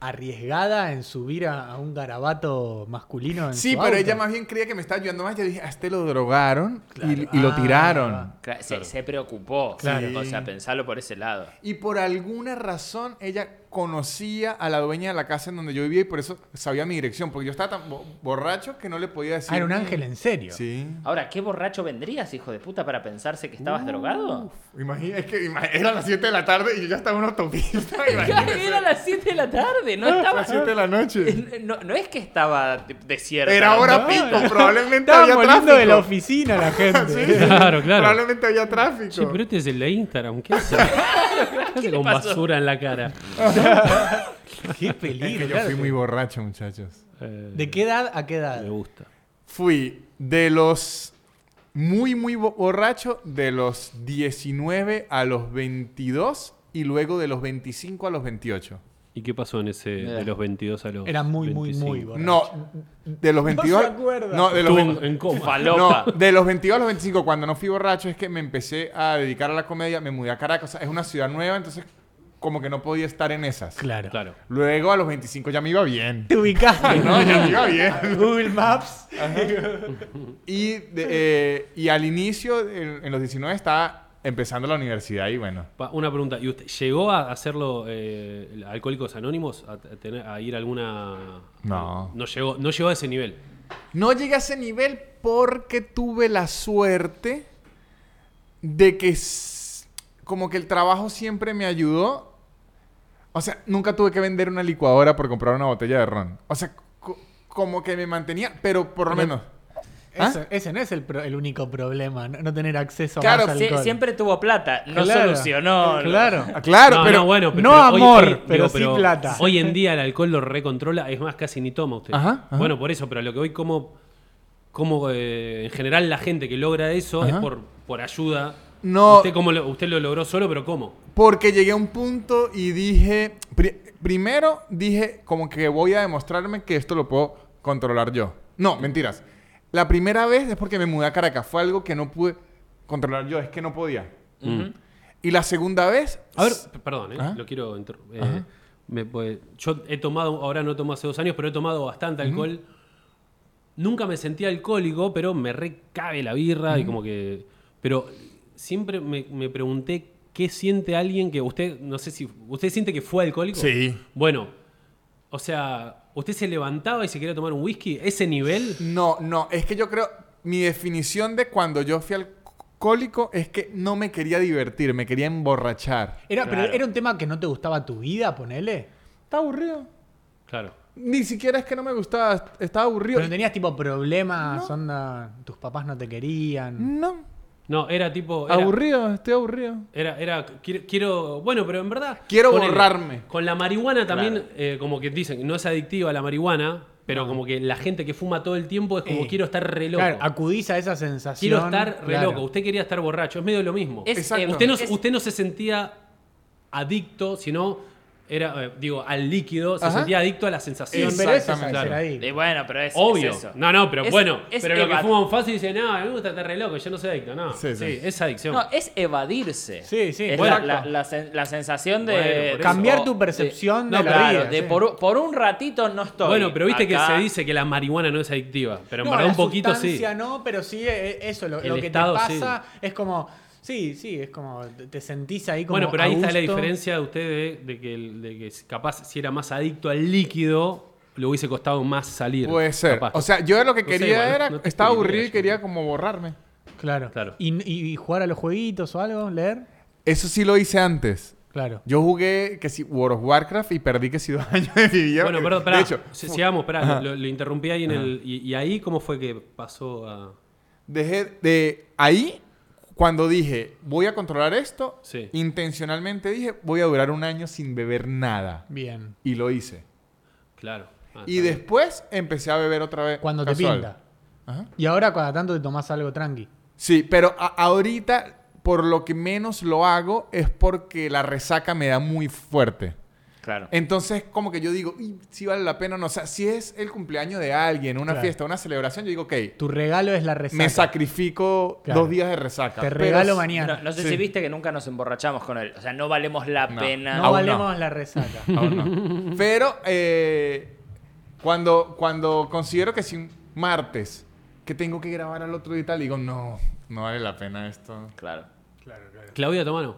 Speaker 3: arriesgada en subir a, a un garabato masculino. En
Speaker 2: Sí,
Speaker 3: su
Speaker 2: pero
Speaker 3: auto.
Speaker 2: ella más bien creía que me estaba ayudando más. Yo dije, a este lo drogaron y- y,
Speaker 3: Ah,
Speaker 2: lo tiraron.
Speaker 3: va.
Speaker 1: Claro, Se, se preocupó.
Speaker 3: Claro.
Speaker 1: O sea, pensarlo por ese lado.
Speaker 2: Y por alguna razón ella conocía a la dueña de la casa en donde yo vivía y por eso sabía mi dirección. Porque yo estaba tan bo- borracho que no le podía decir.
Speaker 3: Ah, era un ángel en serio.
Speaker 2: Sí.
Speaker 1: Ahora, ¿qué borracho vendrías, hijo de puta, para pensarse que estabas drogado?
Speaker 2: Ah, Imagina, es que ima- era las 7 de la tarde y yo ya estaba en una <laughs> autopista.
Speaker 1: <laughs>
Speaker 2: imagínate.
Speaker 1: Era las 7 de la tarde, no estaba.
Speaker 2: las 7 de la noche.
Speaker 1: No, no es que estaba desierto.
Speaker 2: Era hora
Speaker 1: ¿no?
Speaker 2: pico, probablemente
Speaker 3: Estaba
Speaker 2: había
Speaker 3: moliendo
Speaker 2: tráfico.
Speaker 3: de la oficina <laughs> la gente.
Speaker 2: Sí.
Speaker 4: Claro, claro.
Speaker 2: Probablemente había tráfico.
Speaker 4: Che, pero este es el de Instagram. ¿Qué hace? ¿Qué hace con
Speaker 1: pasó?
Speaker 4: basura en la cara?
Speaker 3: Qué
Speaker 2: Es
Speaker 3: peligro.
Speaker 2: que yo
Speaker 3: claro.
Speaker 2: fui muy borracho, muchachos.
Speaker 4: Eh,
Speaker 3: ¿De qué edad a qué edad?
Speaker 4: Me gusta.
Speaker 2: Fui de los muy, muy bo- borracho, de los 19 a los 22 y luego de los 25 a los 28.
Speaker 4: ¿Y qué pasó en ese de los 22 a los
Speaker 3: Era muy, muy,
Speaker 4: 25?
Speaker 3: muy borracho.
Speaker 2: No,
Speaker 3: <laughs>
Speaker 2: de los 22.
Speaker 3: se acuerda.
Speaker 2: No, de los,
Speaker 4: Estuvo en,
Speaker 2: ve-
Speaker 4: en coma.
Speaker 1: Falopa.
Speaker 2: no, de los 22 a los 25, cuando no fui borracho, es que me empecé a dedicar a la comedia, me mudé a Caracas, o sea, es una ciudad nueva, entonces como que no podía estar en esas.
Speaker 3: Claro.
Speaker 4: Claro.
Speaker 2: Luego a los 25 ya me iba bien.
Speaker 3: Te ubicaste
Speaker 2: No, ya me
Speaker 3: <laughs>
Speaker 2: iba bien.
Speaker 3: Google Maps.
Speaker 2: Y, de- eh, y al inicio, en, en los 19, estaba empezando la universidad y bueno.
Speaker 4: Pa- Una pregunta. ¿Y usted llegó a hacerlo eh, el Alcohólicos Anónimos? A, t- a tener, a ir a alguna.
Speaker 2: No.
Speaker 4: No llegó, no llegó a ese nivel.
Speaker 2: No llegué a ese nivel porque tuve la suerte de que s- como que el trabajo siempre me ayudó. O sea, nunca tuve que vender una licuadora por comprar una botella de ron. O sea, co- como que me mantenía, pero por lo
Speaker 3: Pero-
Speaker 2: menos. ¿Ah?
Speaker 3: Eso- ese no es el, pro- el único problema, no, no tener acceso
Speaker 2: Claro,
Speaker 3: a más
Speaker 1: Sí,
Speaker 3: alcohol.
Speaker 1: siempre tuvo plata, no
Speaker 3: Claro.
Speaker 1: solucionó. lo-
Speaker 3: Claro.
Speaker 4: <laughs>
Speaker 2: Ah, Claro,
Speaker 4: no,
Speaker 2: pero,
Speaker 4: no, bueno, pero,
Speaker 3: no
Speaker 4: pero hoy-
Speaker 3: amor,
Speaker 4: hoy-
Speaker 3: pero
Speaker 4: digo,
Speaker 3: sí plata.
Speaker 4: Hoy en día el alcohol lo recontrola, es más, casi ni toma usted.
Speaker 2: Ajá, ajá.
Speaker 4: Bueno, por eso, pero a lo que hoy como, como eh, en general la gente que logra eso es
Speaker 2: Ajá.
Speaker 4: por, por ayuda.
Speaker 2: No.
Speaker 4: Usted, cómo lo, usted lo logró solo, pero ¿cómo?
Speaker 2: Porque llegué a un punto y dije, pri- primero dije como que voy a demostrarme que esto lo puedo controlar yo. No, mentiras. La primera vez es porque me mudé a Caracas, fue algo que no pude controlar yo, es que no podía. Y la segunda vez...
Speaker 4: A ver, p- perdón, ¿eh?
Speaker 2: Ajá.
Speaker 4: lo quiero. inter- eh, me puede- yo he tomado, ahora no tomo hace dos años, pero he tomado bastante alcohol. Nunca me sentí alcohólico, pero me recabe la birra y como que. Pero siempre me, me pregunté qué siente alguien que. Usted, no sé si. ¿Usted siente que fue alcohólico?
Speaker 2: Sí.
Speaker 4: Bueno, o sea, ¿usted se levantaba y se quería tomar un whisky? ¿Ese nivel?
Speaker 2: No, no, es que yo creo, mi definición de cuando yo fui alcohólico es que no me quería divertir, me quería emborrachar.
Speaker 3: Era,
Speaker 4: Claro.
Speaker 3: pero era un tema que no te gustaba tu vida, ponele.
Speaker 2: Está aburrido.
Speaker 4: Claro.
Speaker 2: Ni siquiera es que no me gustaba, estaba aburrido.
Speaker 3: Pero no tenías tipo problemas, onda, tus papás no te querían.
Speaker 2: No,
Speaker 4: No, era tipo. era-
Speaker 2: aburrido, estoy aburrido.
Speaker 4: Era, era quiero, quiero- bueno, pero en verdad.
Speaker 2: Quiero
Speaker 4: ponele,
Speaker 2: borrarme.
Speaker 4: con la marihuana también,
Speaker 1: Claro.
Speaker 4: eh, como que dicen, no es adictiva la marihuana, pero como que la gente que fuma todo el tiempo es como
Speaker 3: Eh,
Speaker 4: quiero estar re loco.
Speaker 3: Claro, acudís a esa sensación.
Speaker 4: quiero estar re
Speaker 3: claro.
Speaker 4: loco. Usted quería estar borracho, es medio lo mismo.
Speaker 1: Es,
Speaker 2: Exacto.
Speaker 1: eh,
Speaker 4: usted, no,
Speaker 1: es-
Speaker 4: usted no se sentía adicto, sino Era, eh, digo, al líquido, se
Speaker 2: Ajá.
Speaker 4: sentía adicto a la sensación.
Speaker 2: Sí,
Speaker 3: pero eso es
Speaker 2: Exactamente.
Speaker 3: hacer ahí.
Speaker 1: Y bueno, pero es.
Speaker 4: Obvio.
Speaker 1: es eso.
Speaker 4: No, no, pero
Speaker 1: Es-
Speaker 4: bueno.
Speaker 1: es
Speaker 4: pero lo que
Speaker 1: evad-
Speaker 4: fuma un fácil dice, no, a mí me gusta estar re loco, yo no soy adicto. No,
Speaker 2: Sí,
Speaker 4: sí,
Speaker 2: sí.
Speaker 4: es adicción.
Speaker 1: No, es evadirse.
Speaker 3: Sí, sí,
Speaker 1: Es
Speaker 4: bueno.
Speaker 1: la, la- la sen- la sensación de.
Speaker 4: Bueno, por eso.
Speaker 3: Cambiar
Speaker 1: o-
Speaker 3: tu
Speaker 1: de-
Speaker 3: percepción de,
Speaker 1: no,
Speaker 3: la
Speaker 1: claro,
Speaker 3: vida.
Speaker 1: de
Speaker 3: sí.
Speaker 1: por, u- por un ratito no estoy.
Speaker 4: bueno, pero viste
Speaker 1: acá.
Speaker 4: que se dice que la marihuana no es adictiva. Pero en
Speaker 3: No,
Speaker 4: verdad
Speaker 3: la
Speaker 4: un poquito sí.
Speaker 3: sustancia no, pero sí, eh, eso, lo,
Speaker 4: El
Speaker 3: lo que
Speaker 4: estado,
Speaker 3: te pasa es como... Sí, sí, es como... te- Te sentís ahí como
Speaker 4: Bueno, pero ahí
Speaker 3: a
Speaker 4: está la
Speaker 3: gusto.
Speaker 4: diferencia de usted de, de que, el- de que capaz si era más adicto al líquido, le hubiese costado más salir.
Speaker 2: Puede ser.
Speaker 4: capaz.
Speaker 2: O sea, yo lo que
Speaker 4: No sé,
Speaker 2: quería
Speaker 4: igual,
Speaker 2: era.
Speaker 4: no te
Speaker 2: estaba
Speaker 4: estoy
Speaker 2: aburrido y
Speaker 4: viendo,
Speaker 2: quería
Speaker 4: yo.
Speaker 2: como borrarme.
Speaker 3: Claro.
Speaker 4: Claro.
Speaker 3: Y, y- y jugar a los jueguitos o algo, leer.
Speaker 2: Eso sí lo hice antes.
Speaker 3: Claro.
Speaker 2: Yo jugué que si World of Warcraft y perdí que si dos <laughs> años de mi vida.
Speaker 4: bueno,
Speaker 2: porque-
Speaker 4: perdón, pará.
Speaker 2: De hecho,
Speaker 4: Si- sigamos, pará. Lo, lo interrumpí ahí en el. Y, y ahí cómo fue que pasó a.
Speaker 2: dejé de. Ahí, cuando dije, voy a controlar esto,
Speaker 4: Sí.
Speaker 2: intencionalmente dije, voy a durar un año sin beber nada.
Speaker 3: Bien.
Speaker 2: Y lo hice.
Speaker 4: Claro. Ah,
Speaker 2: y
Speaker 4: está bien.
Speaker 2: después empecé a beber otra vez.
Speaker 3: Cuando te
Speaker 2: casual.
Speaker 3: pinta.
Speaker 2: Ajá.
Speaker 3: Y ahora cada tanto te tomás algo tranqui.
Speaker 2: Sí, pero a- ahorita por lo que menos lo hago es porque la resaca me da muy fuerte.
Speaker 1: Claro.
Speaker 2: Entonces, como que yo digo, si vale la pena o no. O sea, si es el cumpleaños de alguien, una
Speaker 3: Claro.
Speaker 2: fiesta, una celebración, yo digo, ok,
Speaker 3: Tu regalo es la resaca.
Speaker 2: me sacrifico
Speaker 3: Claro.
Speaker 2: dos días de resaca.
Speaker 3: Te
Speaker 2: Pero
Speaker 3: regalo
Speaker 2: s-
Speaker 1: No,
Speaker 3: mañana.
Speaker 1: no sé
Speaker 2: Sí.
Speaker 1: si viste que nunca nos emborrachamos con él. O sea, no valemos la
Speaker 2: No.
Speaker 1: pena.
Speaker 3: No,
Speaker 2: Aún
Speaker 3: valemos la
Speaker 4: <laughs>
Speaker 3: resaca.
Speaker 2: Aún
Speaker 3: <laughs>
Speaker 2: no. Pero eh, cuando, cuando considero que si un martes que tengo que grabar al otro día y tal, digo, no, no vale la pena esto.
Speaker 1: Claro.
Speaker 4: Claudia Tomano,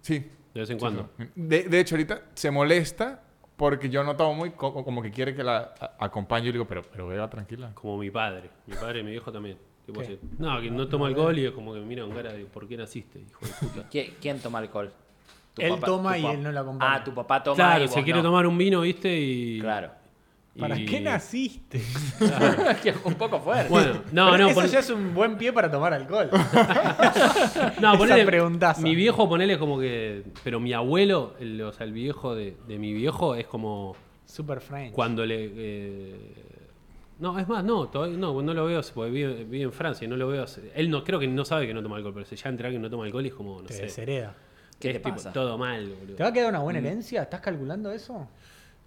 Speaker 2: Sí.
Speaker 4: de vez en cuando.
Speaker 2: De, de hecho, ahorita se molesta porque yo no tomo y co- como que quiere que la a- acompañe. Y le digo, pero, pero beba tranquila.
Speaker 4: Como mi padre. Mi padre y mi viejo también. Tipo
Speaker 3: ¿Qué?
Speaker 4: así, no, que no toma alcohol y es como que me mira con cara de ¿por qué naciste, hijo de puta?
Speaker 1: ¿Qui- ¿Quién toma alcohol?
Speaker 3: Él toma
Speaker 1: tu
Speaker 3: y
Speaker 1: pa-
Speaker 3: él no lo acompaña.
Speaker 1: Ah, tu papá toma.
Speaker 4: claro,
Speaker 1: y vos
Speaker 4: se quiere
Speaker 1: no.
Speaker 4: tomar un vino, ¿viste? Y,
Speaker 1: Claro.
Speaker 4: y-
Speaker 3: ¿Para qué naciste?
Speaker 4: <laughs>
Speaker 1: un poco fuerte.
Speaker 4: Bueno, no,
Speaker 3: Pero
Speaker 4: no,
Speaker 3: eso
Speaker 4: pon-
Speaker 3: ya es un buen pie para tomar alcohol.
Speaker 4: no,
Speaker 3: esa
Speaker 4: ponele-
Speaker 3: preguntaza.
Speaker 4: Mi viejo, ponele como que. Pero mi abuelo, el, o sea, el viejo de, de mi viejo, es como
Speaker 3: <laughs> Super French.
Speaker 4: cuando le. eh, no, es más, no, todavía no, no lo veo, porque vive, vive en Francia y no lo veo. hacer- Él no, creo que no sabe que no toma alcohol, pero se ya entra que no toma alcohol y es como, no
Speaker 3: Te
Speaker 4: sé.
Speaker 3: deshereda.
Speaker 1: ¿Qué
Speaker 4: es
Speaker 1: te
Speaker 4: tipo
Speaker 1: pasa?
Speaker 4: todo mal, boludo.
Speaker 3: ¿Te va a quedar una buena
Speaker 4: Mm.
Speaker 3: herencia? ¿Estás calculando eso?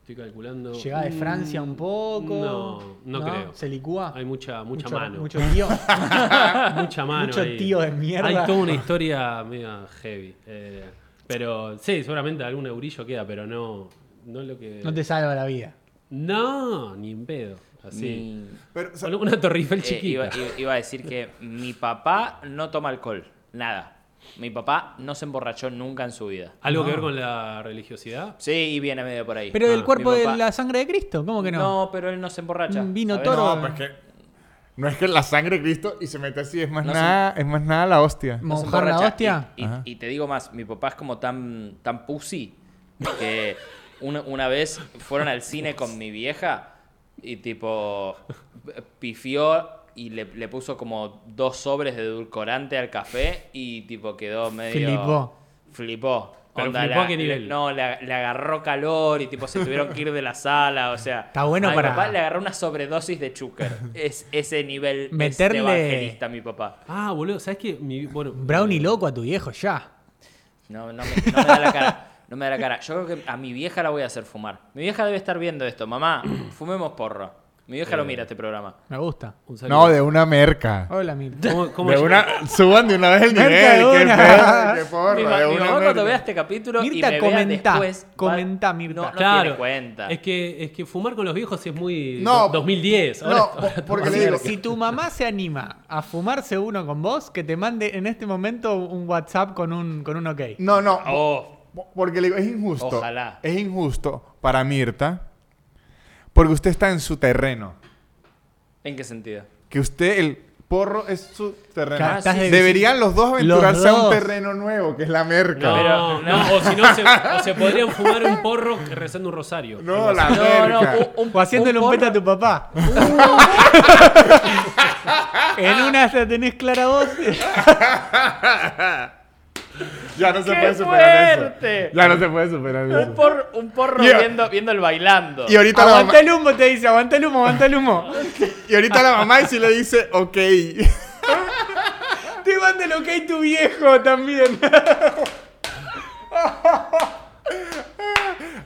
Speaker 4: Estoy calculando.
Speaker 3: Llegá de Francia un poco.
Speaker 4: Mm, No, no, creo.
Speaker 3: ¿Se licúa?
Speaker 4: Hay mucha, mucha
Speaker 3: Mucho-
Speaker 4: mano.
Speaker 3: Mucho
Speaker 4: <laughs>
Speaker 3: tío. <laughs>
Speaker 4: mucha mano.
Speaker 3: mucho
Speaker 4: ahí.
Speaker 3: tío de mierda.
Speaker 4: Hay toda una historia media heavy. eh, pero sí, seguramente algún eurillo queda, pero no. No lo que.
Speaker 3: no te salva la vida.
Speaker 4: No, ni en pedo. Así.
Speaker 1: Mi-
Speaker 2: Pero, o sea,
Speaker 4: Con Una torrifel
Speaker 1: eh, iba,
Speaker 4: chiquita.
Speaker 1: i- iba a decir que mi papá no toma alcohol. Nada. Mi papá no se emborrachó nunca en su vida.
Speaker 4: ¿Algo que ver con la religiosidad?
Speaker 1: Sí, y viene medio por ahí.
Speaker 3: Pero
Speaker 4: Ah,
Speaker 3: el cuerpo
Speaker 1: mi
Speaker 3: de
Speaker 1: papá-
Speaker 3: la sangre de Cristo, ¿cómo que no?
Speaker 1: No, pero él no se emborracha.
Speaker 3: Un vino
Speaker 1: ¿sabés?
Speaker 3: toro.
Speaker 2: no, pues que no es que la sangre de Cristo y se mete así, es más
Speaker 1: No,
Speaker 2: nada, es más nada la hostia.
Speaker 3: No.
Speaker 1: No se
Speaker 3: ¿Monjar la
Speaker 1: emborracha.
Speaker 3: hostia?
Speaker 1: Y, y-
Speaker 2: Ajá.
Speaker 1: y te digo más, mi papá es como tan, tan pussy que una, una vez fueron al cine con mi vieja y tipo pifió y le, le puso como dos sobres de edulcorante al café y tipo quedó medio...
Speaker 3: Flipó.
Speaker 1: Flipó.
Speaker 4: Pero flipó
Speaker 1: la-
Speaker 4: a qué nivel.
Speaker 1: le- no, le, ag- le agarró calor y tipo se tuvieron que ir de la sala, o sea...
Speaker 3: Está bueno
Speaker 1: a mi
Speaker 3: para-
Speaker 1: papá le agarró una sobredosis de chúcar. Es ese nivel es
Speaker 3: Meterle-
Speaker 1: evangelista mi papá.
Speaker 4: Ah, boludo, ¿sabes qué? Mi, bueno, eh,
Speaker 3: Brownie loco a tu viejo, ya.
Speaker 1: No, no me, no me da la cara. No me da la cara. Yo creo que a mi vieja la voy a hacer fumar. Mi vieja debe estar viendo esto. Mamá, <clears throat> fumemos porro. Mi vieja
Speaker 3: Eh.
Speaker 1: lo mira este programa.
Speaker 3: Me gusta.
Speaker 4: Un saludo.
Speaker 2: No, de una merca.
Speaker 3: Hola,
Speaker 4: <laughs>
Speaker 3: Mirta.
Speaker 4: ¿Cómo, cómo
Speaker 2: De
Speaker 4: lleg-
Speaker 2: una, suban de una vez el nivel.
Speaker 3: Merca de
Speaker 2: qué
Speaker 3: una.
Speaker 1: <laughs>
Speaker 2: pedo, qué porra,
Speaker 1: mi, ma-
Speaker 2: de
Speaker 1: mi
Speaker 2: una
Speaker 1: mamá cuando
Speaker 2: merca.
Speaker 1: vea este capítulo
Speaker 3: Mirta,
Speaker 1: y me
Speaker 3: comentá,
Speaker 1: vea después... va-
Speaker 3: comentá, Mirta.
Speaker 1: No, no
Speaker 4: Claro.
Speaker 1: tiene cuenta.
Speaker 4: Es que, es que fumar con los viejos es muy.
Speaker 2: No.
Speaker 4: do- 2010. ahora
Speaker 2: No,
Speaker 4: está-
Speaker 2: po- porque le
Speaker 3: Si-
Speaker 2: digo,
Speaker 3: si tu mamá se anima a fumarse uno con vos, que te mande en este momento un WhatsApp con un, con un ok.
Speaker 2: no, no,
Speaker 1: Oh,
Speaker 2: po- porque le digo, es injusto.
Speaker 1: Ojalá.
Speaker 2: Es injusto para Mirta, porque usted está en su terreno.
Speaker 1: ¿en qué sentido?
Speaker 2: Que usted, el porro es su terreno.
Speaker 3: Claro, estás de
Speaker 2: Deberían los dos aventurarse
Speaker 3: Los
Speaker 2: a un
Speaker 3: dos.
Speaker 2: terreno nuevo, que es la merca.
Speaker 4: No,
Speaker 1: Pero-
Speaker 4: no, o si no, se, o se
Speaker 2: <laughs>
Speaker 4: podrían fumar un porro que rezando un rosario.
Speaker 2: No, la
Speaker 1: No, no,
Speaker 2: merca.
Speaker 1: un- un,
Speaker 3: O haciéndole un,
Speaker 1: porro-
Speaker 3: peta a tu <laughs> papá. en una la tenés clara vos.
Speaker 2: Ya no se
Speaker 1: ¡Qué
Speaker 2: puede superar
Speaker 1: fuerte!
Speaker 2: eso. Ya no se puede superar
Speaker 1: un
Speaker 2: eso.
Speaker 1: porro, un porro
Speaker 2: Yeah.
Speaker 1: viendo, viendo el bailando.
Speaker 2: Y ahorita, la mamá,
Speaker 3: Aguanta el humo, te dice. Aguanta el humo, aguanta el humo.
Speaker 2: y ahorita la mamá y sí le dice, ok. <laughs>
Speaker 3: te manda el ok tu viejo también.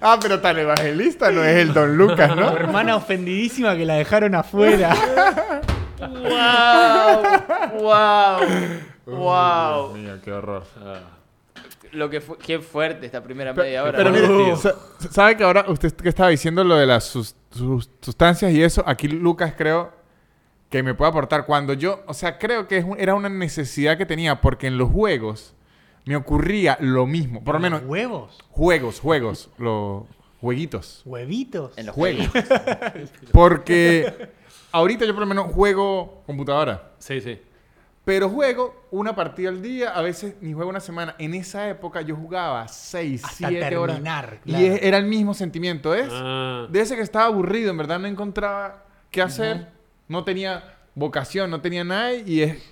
Speaker 2: Ah, pero tan evangelista no es el Don Lucas,
Speaker 3: Tu
Speaker 2: ¿no?
Speaker 3: hermana ofendidísima que la dejaron afuera.
Speaker 1: ¡Wow! ¡Wow! ¡Wow!
Speaker 2: Mira, qué horror.
Speaker 1: Lo que fu- qué fuerte esta primera media hora.
Speaker 2: Pero
Speaker 1: boludo.
Speaker 2: mire, sa- ¿sabe que ahora usted que estaba diciendo lo de las sus- sus- sustancias y eso? Aquí Lucas creo que me puede aportar. Cuando yo, o sea, creo que es un- era una necesidad que tenía porque en los juegos me ocurría lo mismo. Por lo menos
Speaker 3: Huevos,
Speaker 2: juegos, juegos, los jueguitos.
Speaker 3: huevitos.
Speaker 1: en los
Speaker 2: Juego.
Speaker 1: juegos.
Speaker 4: <laughs>
Speaker 2: Porque ahorita yo por lo menos juego computadora.
Speaker 4: Sí, sí.
Speaker 2: Pero juego una partida al día, a veces ni juego una semana. En esa época yo jugaba 6,
Speaker 3: Hasta
Speaker 2: 7 horas.
Speaker 3: terminar,
Speaker 2: Y
Speaker 3: claro.
Speaker 2: es- era el mismo sentimiento, ¿es?
Speaker 4: Ah,
Speaker 2: De ese que estaba aburrido, en verdad no encontraba qué hacer, no tenía vocación, no tenía nada y es,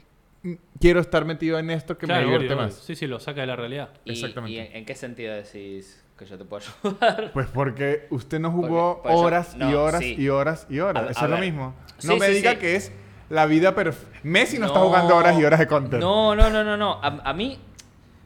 Speaker 2: "Mm, quiero estar metido en esto que
Speaker 4: claro,
Speaker 2: me divierte
Speaker 4: obvio,
Speaker 2: más.
Speaker 4: obvio. Sí, sí, lo saca de la realidad.
Speaker 1: Y-
Speaker 2: Exactamente.
Speaker 1: ¿Y, en, en qué sentido decís que yo te puedo ayudar?
Speaker 2: Pues porque usted no jugó
Speaker 1: Porque- porque yo-
Speaker 2: horas y
Speaker 1: no,
Speaker 2: horas
Speaker 1: sí.
Speaker 2: y horas y horas.
Speaker 1: A-
Speaker 2: Eso
Speaker 1: a
Speaker 2: es lo
Speaker 1: ver.
Speaker 2: mismo.
Speaker 1: Sí,
Speaker 2: No me
Speaker 1: sí,
Speaker 2: diga
Speaker 1: sí.
Speaker 2: que es la vida perfecta. Messi no, está jugando horas y horas de content.
Speaker 1: No, no, no, no, no. A, a mí,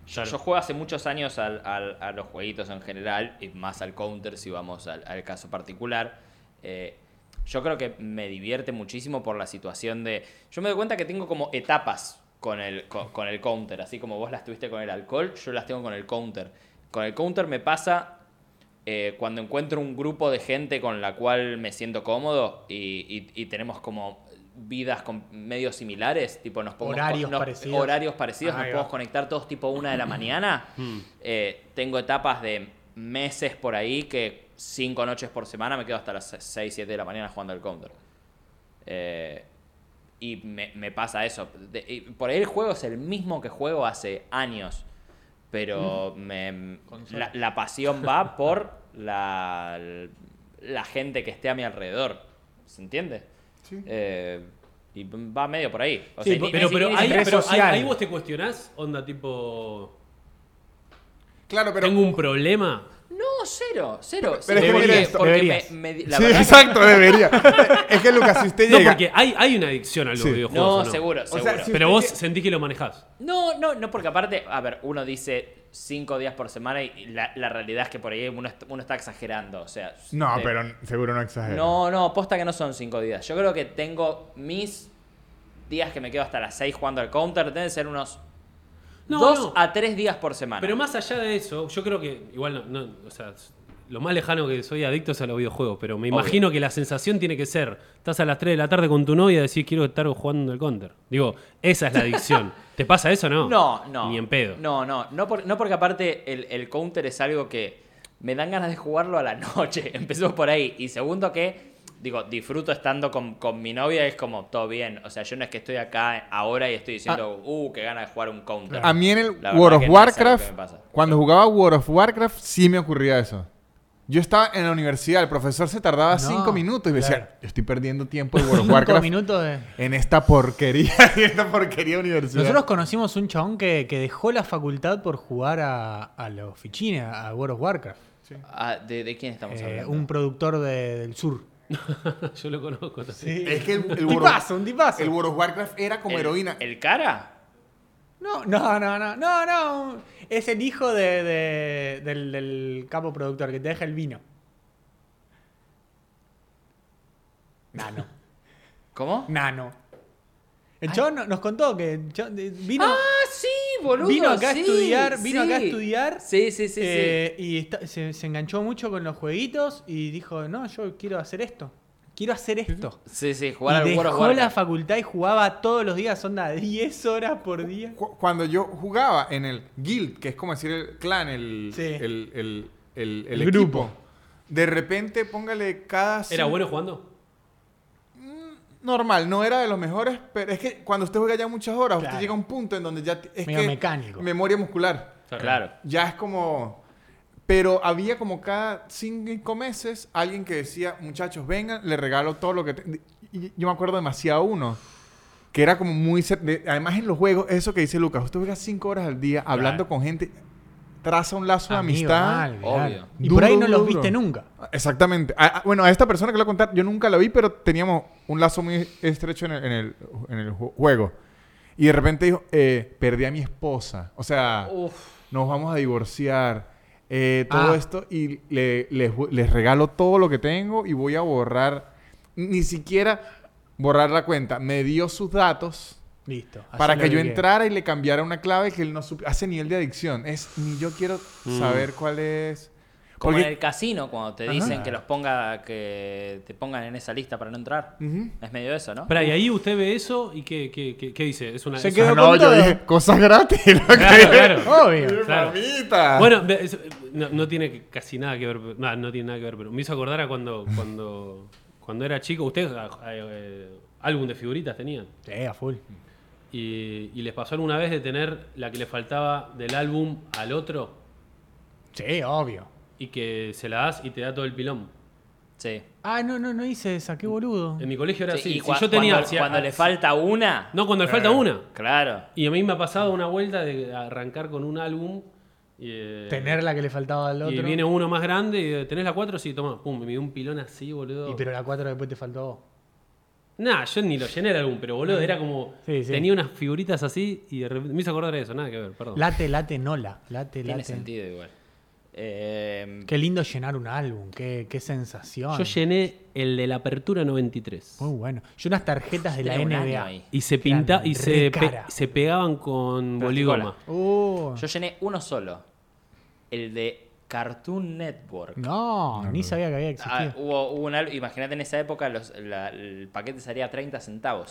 Speaker 1: yo,
Speaker 4: Claro.
Speaker 1: yo juego hace muchos años al- al- a los jueguitos en general, y más al counter si vamos al, al caso particular. Eh, yo creo que me divierte muchísimo por la situación de... Yo me doy cuenta que tengo como etapas con el, co- con el counter, así como vos las tuviste con el alcohol, yo las tengo con el counter. Con el counter me pasa eh, cuando encuentro un grupo de gente con la cual me siento cómodo y, y- y tenemos como vidas con medios similares, tipo nos podemos-
Speaker 3: Horarios
Speaker 1: nos-
Speaker 3: parecidos.
Speaker 1: horarios parecidos, nos
Speaker 3: Ahí va. Hmm.
Speaker 1: podemos conectar todos tipo una
Speaker 3: <clears throat>
Speaker 1: de la mañana. Eh, tengo etapas de meses por ahí que cinco noches por semana me quedo hasta las 6, 7 de la mañana jugando al counter. Eh, y me, me pasa eso. De- y por ahí el juego es el mismo que juego hace años. Pero
Speaker 2: Mm.
Speaker 1: me, la, la pasión
Speaker 2: <laughs>
Speaker 1: va por la, la gente que esté a mi alrededor. ¿Se entiende?
Speaker 2: Sí.
Speaker 1: Eh, y va medio por ahí. O
Speaker 4: Sí,
Speaker 1: sea, ni-
Speaker 4: pero,
Speaker 1: ni
Speaker 4: pero,
Speaker 1: siquiera-
Speaker 4: ahí,
Speaker 3: red
Speaker 4: pero ahí-
Speaker 3: social.
Speaker 4: ahí vos te cuestionás, onda tipo.
Speaker 2: Claro, pero.
Speaker 4: Tengo un problema.
Speaker 1: No, cero, cero.
Speaker 2: Pero es que
Speaker 1: porque-
Speaker 2: mira esto.
Speaker 1: porque
Speaker 3: Deberías.
Speaker 1: me- me di- la
Speaker 2: sí,
Speaker 1: verdad que-
Speaker 2: exacto, debería. es que Lucas, si usted
Speaker 4: No,
Speaker 2: llega.
Speaker 4: porque hay, hay una adicción a los
Speaker 2: Sí.
Speaker 4: videojuegos.
Speaker 1: No,
Speaker 4: ¿o
Speaker 1: seguro,
Speaker 2: sea,
Speaker 1: seguro.
Speaker 2: si-
Speaker 4: Pero vos sentís que lo manejás.
Speaker 1: No, no, no, porque aparte, a ver, uno dice cinco días por semana y la, la realidad es que por ahí uno, est- uno está exagerando. O sea,
Speaker 2: No,
Speaker 1: te-
Speaker 2: pero seguro no exagero.
Speaker 1: No, no, posta que no son cinco días. Yo creo que tengo mis días que me quedo hasta las seis jugando al counter, deben ser unos
Speaker 4: No,
Speaker 1: dos
Speaker 4: no.
Speaker 1: a tres días por semana.
Speaker 4: Pero más allá de eso, yo creo que. Igual no. no, o sea, lo más lejano que soy adicto es a los videojuegos. Pero me
Speaker 1: Obvio.
Speaker 4: imagino que la sensación tiene que ser. Estás a las 3 de la tarde con tu novia y decís quiero estar jugando al counter. Digo, esa es
Speaker 1: <laughs>
Speaker 4: la adicción. ¿Te pasa eso o no?
Speaker 1: No, no.
Speaker 4: Ni en pedo.
Speaker 1: No, no. No, por- no porque aparte el, el counter es algo que me dan ganas de jugarlo a la <laughs> noche. Empezó por ahí. Y segundo que, digo, disfruto estando con, con mi novia. Es como, todo bien. O sea, yo no es que estoy acá ahora y estoy diciendo, uh, qué ganas de jugar un counter.
Speaker 2: A mí en el
Speaker 1: La verdad
Speaker 2: World of
Speaker 1: que no es algo que
Speaker 2: Warcraft,
Speaker 1: me pasa.
Speaker 2: cuando jugaba World of Warcraft, sí me ocurría eso. Yo estaba en la universidad, el profesor se tardaba
Speaker 3: No,
Speaker 2: cinco minutos y me
Speaker 3: claro.
Speaker 2: decía, yo estoy perdiendo tiempo en World of
Speaker 3: Cinco
Speaker 2: Pues Warcraft
Speaker 3: minutos de...
Speaker 2: en esta porquería, <laughs> en esta porquería universidad.
Speaker 3: Nosotros conocimos un chabón que, que dejó la facultad por jugar a, a los fichines, a World of Warcraft.
Speaker 1: Ah, ¿de, de quién estamos
Speaker 3: Eh,
Speaker 1: hablando?
Speaker 3: un productor de- del sur.
Speaker 4: <laughs>
Speaker 3: Eh,
Speaker 4: yo lo conozco también.
Speaker 2: Es que el, el
Speaker 3: un
Speaker 2: World
Speaker 3: tipazo,
Speaker 2: of-
Speaker 3: un tipazo.
Speaker 2: el World of Warcraft era como
Speaker 1: ¿El-
Speaker 2: heroína.
Speaker 1: ¿El cara?
Speaker 3: No, no, no, no, no, no. Es el hijo de, de- del, del capo productor que te deja el vino. Nano.
Speaker 1: ¿Cómo?
Speaker 3: Nano. El chabón no- nos contó que el chabón de- vino.
Speaker 1: Ah, sí, boludo.
Speaker 3: Vino acá a
Speaker 1: sí,
Speaker 3: estudiar, vino
Speaker 1: sí.
Speaker 3: acá a estudiar.
Speaker 1: Sí, sí, sí, sí.
Speaker 3: Eh, y está- se, se enganchó mucho con los jueguitos y dijo, no, yo quiero hacer esto. Quiero hacer esto.
Speaker 1: Sí, sí,
Speaker 3: Y
Speaker 1: jugar al World of
Speaker 3: dejó la
Speaker 1: Warcraft.
Speaker 3: facultad y jugaba todos los días, <laughs> onda 10 horas por día.
Speaker 2: Cu- Cuando yo jugaba en el guild, que es como decir el clan, el,
Speaker 3: Sí.
Speaker 2: el, el- el- el
Speaker 3: El grupo.
Speaker 2: equipo, de repente póngale cada...
Speaker 4: ¿Era
Speaker 2: cinco-
Speaker 4: bueno jugando?
Speaker 2: normal, no era de los mejores, pero es que cuando usted juega ya muchas horas,
Speaker 3: Claro.
Speaker 2: usted llega a un punto en donde ya t- es
Speaker 3: Medio
Speaker 2: que
Speaker 3: mecánico.
Speaker 2: memoria muscular,
Speaker 1: Claro.
Speaker 2: ya es como pero había como cada cinco meses alguien que decía, muchachos, vengan, le regalo todo lo que... te-". Y yo me acuerdo demasiado uno, que era como muy... cer- de- Además en los juegos, eso que dice Lucas, usted juega cinco horas al día hablando con gente, traza un lazo de
Speaker 3: Amigo,
Speaker 2: amistad.
Speaker 3: mal, claro.
Speaker 1: obvio.
Speaker 3: Y
Speaker 2: Duro,
Speaker 3: por ahí no
Speaker 2: duro,
Speaker 3: los
Speaker 2: duro.
Speaker 3: viste nunca.
Speaker 2: Exactamente. A- a- bueno, a esta persona que le voy a contar, yo nunca la vi, pero teníamos un lazo muy estrecho en el, en el- en el ju- juego. Y de repente dijo, eh, perdí a mi esposa. O sea,
Speaker 1: Uf.
Speaker 2: nos vamos a divorciar. eh, todo
Speaker 3: Ah.
Speaker 2: esto y le- les, vo- les regalo todo lo que tengo y voy a borrar, ni siquiera borrar la cuenta. Me dio sus datos
Speaker 3: Listo. así
Speaker 2: para
Speaker 3: lo
Speaker 2: que yo
Speaker 3: ubiqué.
Speaker 2: entrara y le cambiara una clave que él no supiera. Hace nivel de adicción. Es ni yo quiero saber cuál es.
Speaker 1: Como en
Speaker 2: Porque-
Speaker 1: el casino, cuando te
Speaker 2: Ajá.
Speaker 1: dicen que los ponga, que te pongan en esa lista para no entrar.
Speaker 2: Ujú.
Speaker 1: Es medio eso, ¿no?
Speaker 4: Espera, y ahí usted ve eso y ¿qué, qué, qué- qué dice? Es una,
Speaker 3: Se
Speaker 4: es-
Speaker 3: quedó-
Speaker 2: Ah,
Speaker 3: Pero
Speaker 2: no,
Speaker 3: con
Speaker 2: yo
Speaker 3: todo.
Speaker 2: dije cosas gratis. lo que- <laughs>
Speaker 4: Claro, claro.
Speaker 3: Obvio.
Speaker 4: Claro.
Speaker 2: Mamita.
Speaker 4: Bueno, ve- es- no, no tiene que- casi nada que ver, nada, no tiene nada que ver, pero me hizo acordar a cuando cuando cuando era chico, ustedes a- a- eh, álbum de figuritas tenían
Speaker 3: Sí, a full.
Speaker 4: y, y les pasó alguna vez de tener la que le faltaba del álbum al otro
Speaker 3: Sí, obvio.
Speaker 4: y que se la das y te da todo el pilón.
Speaker 1: Sí.
Speaker 3: Ah, no, no, no hice esa, qué boludo.
Speaker 4: En mi colegio era
Speaker 1: Sí,
Speaker 4: así.
Speaker 1: y
Speaker 4: Si
Speaker 1: cua-
Speaker 4: yo tenía
Speaker 1: cuando,
Speaker 4: si-
Speaker 1: cuando le falta una,
Speaker 4: no cuando le
Speaker 3: Eh.
Speaker 4: falta una.
Speaker 1: claro.
Speaker 4: Y a mí me ha pasado una vuelta de arrancar con un álbum. Y, eh,
Speaker 3: Tener la que le faltaba al otro.
Speaker 4: Y viene uno más grande y eh, tenés la 4, sí, toma, pum, me dio un pilón así, boludo.
Speaker 3: Y pero la 4 después te faltó a vos.
Speaker 4: Nah, yo ni lo llené el álbum, pero boludo, era como.
Speaker 3: Ah. Sí, sí.
Speaker 4: Tenía unas figuritas así y de repente- me hizo acordar de eso, nada que ver, perdón.
Speaker 3: Late, late, nola. Late,
Speaker 1: Oh. Tiene
Speaker 3: late.
Speaker 1: sentido igual. Eh,
Speaker 3: Qué lindo llenar un álbum, qué, qué sensación.
Speaker 4: Yo llené el de la apertura 93.
Speaker 3: Muy bueno. Yo unas tarjetas de la
Speaker 1: Tenía un año
Speaker 3: NBA.
Speaker 1: ahí.
Speaker 4: Y se pinta
Speaker 3: Eran
Speaker 4: y
Speaker 3: re
Speaker 4: se, pe-
Speaker 3: cara.
Speaker 4: se pegaban con bolígoma.
Speaker 3: Oh,
Speaker 1: yo llené uno solo. El de Cartoon Network.
Speaker 3: no, ni sabía que había existido.
Speaker 1: Ah, hubo, hubo un al- imagínate en esa época los- la- el paquete salía 30 centavos.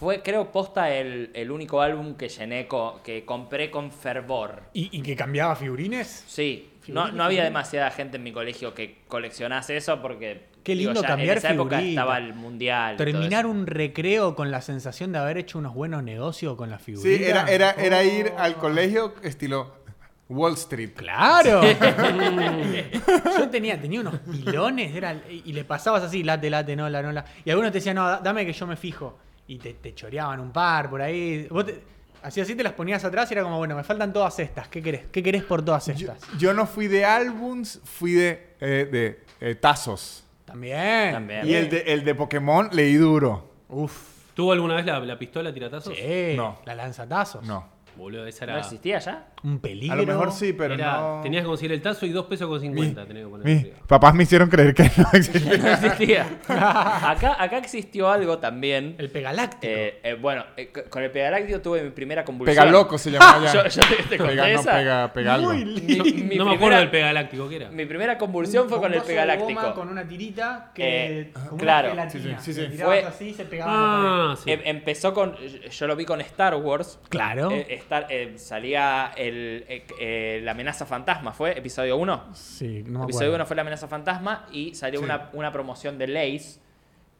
Speaker 1: Fue, creo, posta el, el único álbum que llené, co- que compré con fervor.
Speaker 3: ¿Y, y que cambiaba figurines?
Speaker 1: Sí, no, no había demasiada gente en mi colegio que coleccionase eso porque.
Speaker 3: Qué lindo cambiar
Speaker 1: En esa época
Speaker 3: figuritas.
Speaker 1: estaba el mundial. y todo
Speaker 3: Terminar
Speaker 1: eso.
Speaker 3: un recreo con la sensación de haber hecho unos buenos negocios con las figuritas.
Speaker 2: Sí, era, era, era
Speaker 3: Oh.
Speaker 2: ir al colegio estilo Wall Street.
Speaker 3: ¡Claro! <laughs>
Speaker 1: <laughs>
Speaker 3: Yo tenía, tenía unos pilones era- y le pasabas así, late, late, nola, nola. Y algunos te decían, no, da- dame que yo me fijo. Y te, te choreaban un par por ahí. Vos te- así así te las ponías atrás y era como, bueno, me faltan todas estas. ¿Qué querés? ¿Qué querés por todas
Speaker 2: Yo,
Speaker 3: estas?
Speaker 2: yo no fui de álbums, fui de, eh, de eh, tazos.
Speaker 3: También.
Speaker 1: También.
Speaker 2: Y el de, el de Pokémon leí duro.
Speaker 3: Uf.
Speaker 4: ¿Tuvo alguna vez la, la pistola tiratazos?
Speaker 3: Sí,
Speaker 2: No.
Speaker 3: La lanzatazos.
Speaker 2: No.
Speaker 4: Boludo, esa
Speaker 1: ¿No
Speaker 4: era.
Speaker 1: existía ya?
Speaker 3: <laughs> Un peligro.
Speaker 2: A lo mejor sí, pero
Speaker 4: era-
Speaker 2: no.
Speaker 4: Tenías que conseguir el tazo y 2 pesos con 50. tenías que poner
Speaker 2: Mis
Speaker 3: <laughs>
Speaker 4: arriba.
Speaker 2: papás me hicieron creer que no existía.
Speaker 1: <laughs> No existía. acá, acá existió algo también.
Speaker 3: El pegaláctico.
Speaker 1: Eh, eh, bueno, eh, c- con el Pegaláctico tuve mi primera convulsión.
Speaker 2: Pegaloco se llamaba
Speaker 1: <laughs>
Speaker 2: ya.
Speaker 1: Yo- yo te- te conté
Speaker 2: Pega- no,
Speaker 1: esa.
Speaker 2: pega, pega algo.
Speaker 3: Muy lindo.
Speaker 1: <laughs> Mi- mi
Speaker 4: No me acuerdo
Speaker 1: primera-
Speaker 4: del pegaláctico que era.
Speaker 1: Mi primera convulsión fue
Speaker 3: Un
Speaker 1: con el
Speaker 3: coso de goma
Speaker 1: Pegaláctico.
Speaker 3: Con una tirita que.
Speaker 1: Eh,
Speaker 3: como una
Speaker 1: claro.
Speaker 3: gelatina.
Speaker 2: Sí, sí, sí, sí.
Speaker 3: Le tirabas
Speaker 1: Fue-
Speaker 3: así y se pegaba en la pared.
Speaker 4: Ah, sí.
Speaker 1: Em- empezó con. yo- Yo lo vi con Star Wars.
Speaker 3: Claro.
Speaker 1: Eh, Star- eh, salía el, eh, eh, la amenaza fantasma, ¿fue? Episodio 1.
Speaker 3: Sí, no me
Speaker 1: episodio
Speaker 3: acuerdo.
Speaker 1: 1 fue la amenaza fantasma y salió una, una promoción de Lays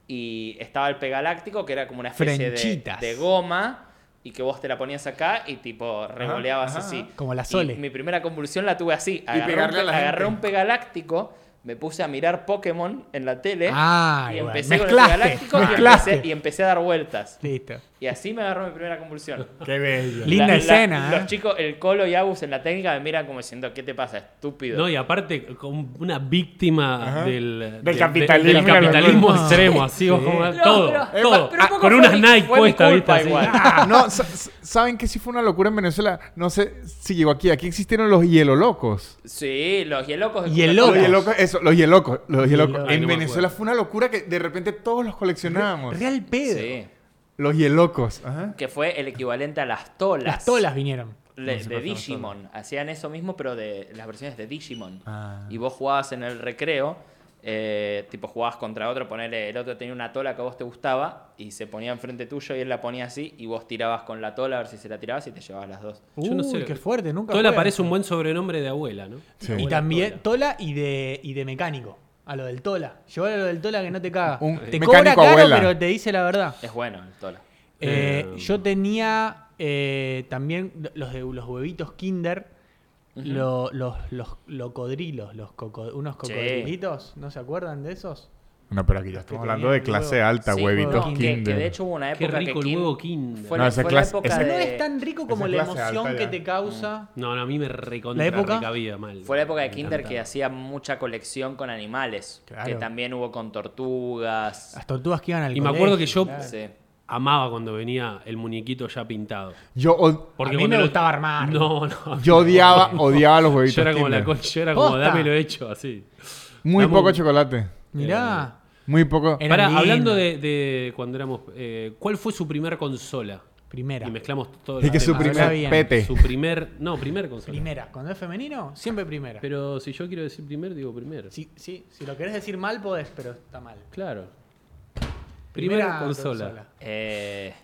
Speaker 1: y estaba el pegaláctico que era como una especie de,
Speaker 3: Frenchitas.
Speaker 1: de goma y que vos te la ponías acá y tipo revoleabas
Speaker 2: ajá,
Speaker 1: así.
Speaker 2: ajá.
Speaker 3: Como la
Speaker 1: Y
Speaker 3: Sole.
Speaker 1: mi primera convulsión la tuve así. Agarré,
Speaker 2: pegarle
Speaker 1: un, pe-
Speaker 2: a la gente.
Speaker 1: agarré un pegaláctico, me puse a mirar Pokémon en la tele
Speaker 3: Ah,
Speaker 1: y
Speaker 3: bueno.
Speaker 1: empecé con el
Speaker 3: Mezclaste,
Speaker 1: pegaláctico y
Speaker 3: mezclaste.
Speaker 1: empecé, y empecé a dar vueltas.
Speaker 3: Listo.
Speaker 1: Y así me agarró mi primera convulsión.
Speaker 2: Qué bello.
Speaker 3: Linda
Speaker 1: La- la-
Speaker 3: escena, ¿eh?
Speaker 1: Los chicos, el Colo y Agus en la técnica me miran como diciendo, ¿qué te pasa, estúpido?
Speaker 4: No, y aparte, con una víctima
Speaker 2: Ajá.
Speaker 4: del,
Speaker 2: Del
Speaker 4: de- de-
Speaker 2: capitalismo,
Speaker 4: del
Speaker 2: mira lo
Speaker 4: capitalismo
Speaker 3: loco.
Speaker 4: extremo, así,
Speaker 3: Sí.
Speaker 4: ojo,
Speaker 1: No,
Speaker 4: todo,
Speaker 1: pero-
Speaker 4: todo.
Speaker 1: pero un
Speaker 4: Ah,
Speaker 1: poco
Speaker 4: con
Speaker 1: fue
Speaker 4: unas
Speaker 1: mi-
Speaker 4: Nike
Speaker 1: fue mi
Speaker 4: puestas, ¿viste?
Speaker 1: culpa
Speaker 4: Así.
Speaker 1: igual.
Speaker 4: <laughs>
Speaker 2: Ah, no, sa- sa- ¿saben que sí fue una locura en Venezuela? No sé si llegó aquí. Aquí existieron los hielolocos.
Speaker 1: Sí, los hielocos. de
Speaker 3: Hielocos.
Speaker 2: Los
Speaker 1: Coca-Cola.
Speaker 2: hielocos, eso, los hielocos. Los hielocos.
Speaker 3: Hielocos.
Speaker 4: Ay, no
Speaker 2: En
Speaker 4: me
Speaker 2: Venezuela
Speaker 4: acuerdo.
Speaker 2: fue una locura que de repente todos los coleccionábamos.
Speaker 3: Real pedo.
Speaker 1: Sí,
Speaker 2: Los hielocos. Ajá.
Speaker 1: que fue el equivalente a las tolas.
Speaker 3: Las tolas vinieron.
Speaker 1: Le-
Speaker 2: No
Speaker 1: de
Speaker 2: sé cuál son las
Speaker 1: Digimon. Hacían eso mismo, pero de las versiones de Digimon.
Speaker 2: Ah.
Speaker 1: Y vos jugabas en el recreo, eh, tipo jugabas contra otro, ponele, el otro tenía una tola que a vos te gustaba y se ponía enfrente tuyo y él la ponía así y vos tirabas con la tola a ver si se la tirabas y te llevabas las dos.
Speaker 4: Yo
Speaker 3: Uy,
Speaker 4: no sé.
Speaker 3: qué fuerte, nunca
Speaker 4: Tola
Speaker 3: fue.
Speaker 4: parece un buen sobrenombre de abuela, ¿no?
Speaker 2: Sí.
Speaker 3: Y
Speaker 4: Abuela
Speaker 3: también
Speaker 4: Tola.
Speaker 3: Tola y de, y de mecánico. A lo del Tola. Llevar a lo del Tola que no te caga.
Speaker 2: Un
Speaker 3: te
Speaker 2: mecánico
Speaker 3: cobra caro,
Speaker 2: abuela.
Speaker 3: pero te dice la verdad.
Speaker 1: Es bueno el tola.
Speaker 3: Eh,
Speaker 4: Eh,
Speaker 3: yo tenía eh, también los de los huevitos Kinder, lo- los, los locodrilos, los coco- unos
Speaker 1: Sí.
Speaker 3: cocodrilitos, ¿no se acuerdan de esos?
Speaker 2: No, pero aquí ya estamos
Speaker 3: que
Speaker 2: hablando
Speaker 3: tenían
Speaker 2: de clase
Speaker 3: huevo.
Speaker 2: alta,
Speaker 1: Sí,
Speaker 2: huevitos
Speaker 1: no, que-
Speaker 2: kinder.
Speaker 1: Que, de hecho hubo una
Speaker 4: Qué
Speaker 1: época
Speaker 4: rico
Speaker 1: que
Speaker 4: el
Speaker 1: Kin-
Speaker 4: huevo Kinder.
Speaker 1: Fue,
Speaker 2: No,
Speaker 1: la-
Speaker 2: esa
Speaker 1: fue
Speaker 2: clase-
Speaker 1: la época
Speaker 2: esa-
Speaker 1: de-
Speaker 3: No es tan rico como
Speaker 2: esa
Speaker 3: la
Speaker 2: clase
Speaker 3: emoción
Speaker 2: alta
Speaker 3: que
Speaker 2: ya.
Speaker 3: te causa.
Speaker 4: No, no, a mí me recontra
Speaker 3: ¿La época?
Speaker 4: recabía mal.
Speaker 1: Fue la época de
Speaker 4: Me
Speaker 1: Kinder que
Speaker 4: encantaba.
Speaker 1: hacía mucha colección con animales.
Speaker 3: Claro.
Speaker 1: Que también hubo con tortugas.
Speaker 3: Las tortugas que iban al
Speaker 4: Y me acuerdo que
Speaker 3: colegio,
Speaker 4: yo-
Speaker 3: claro.
Speaker 1: Sí.
Speaker 4: amaba cuando venía el muñequito ya pintado.
Speaker 2: Yo, od-
Speaker 4: Porque
Speaker 3: a mí
Speaker 4: cuando
Speaker 3: me
Speaker 4: lo-
Speaker 3: gustaba armar.
Speaker 4: No, no.
Speaker 2: yo odiaba, odiaba los huevitos.
Speaker 4: Yo era como la
Speaker 2: Kinder.
Speaker 4: co- yo era como,
Speaker 3: Posta.
Speaker 4: dame lo hecho, así.
Speaker 2: Muy
Speaker 4: Dame
Speaker 2: poco
Speaker 4: un-
Speaker 2: chocolate.
Speaker 3: Mirá.
Speaker 2: Muy poco.
Speaker 3: Era
Speaker 4: Pará,
Speaker 3: lindo.
Speaker 4: hablando de, de cuando éramos. eh, ¿Cuál fue su primer consola?
Speaker 3: Primera.
Speaker 4: Y mezclamos todo
Speaker 2: Es que su
Speaker 3: Habla
Speaker 2: primer
Speaker 3: bien.
Speaker 2: pete.
Speaker 4: Su primer. No, primer consola.
Speaker 3: Primera. Cuando es femenino, siempre primera.
Speaker 4: Pero si yo quiero decir primer, digo primero.
Speaker 3: Sí, sí, si lo querés decir mal, podés, pero está mal.
Speaker 4: Claro. Primera, consola.
Speaker 1: Eh,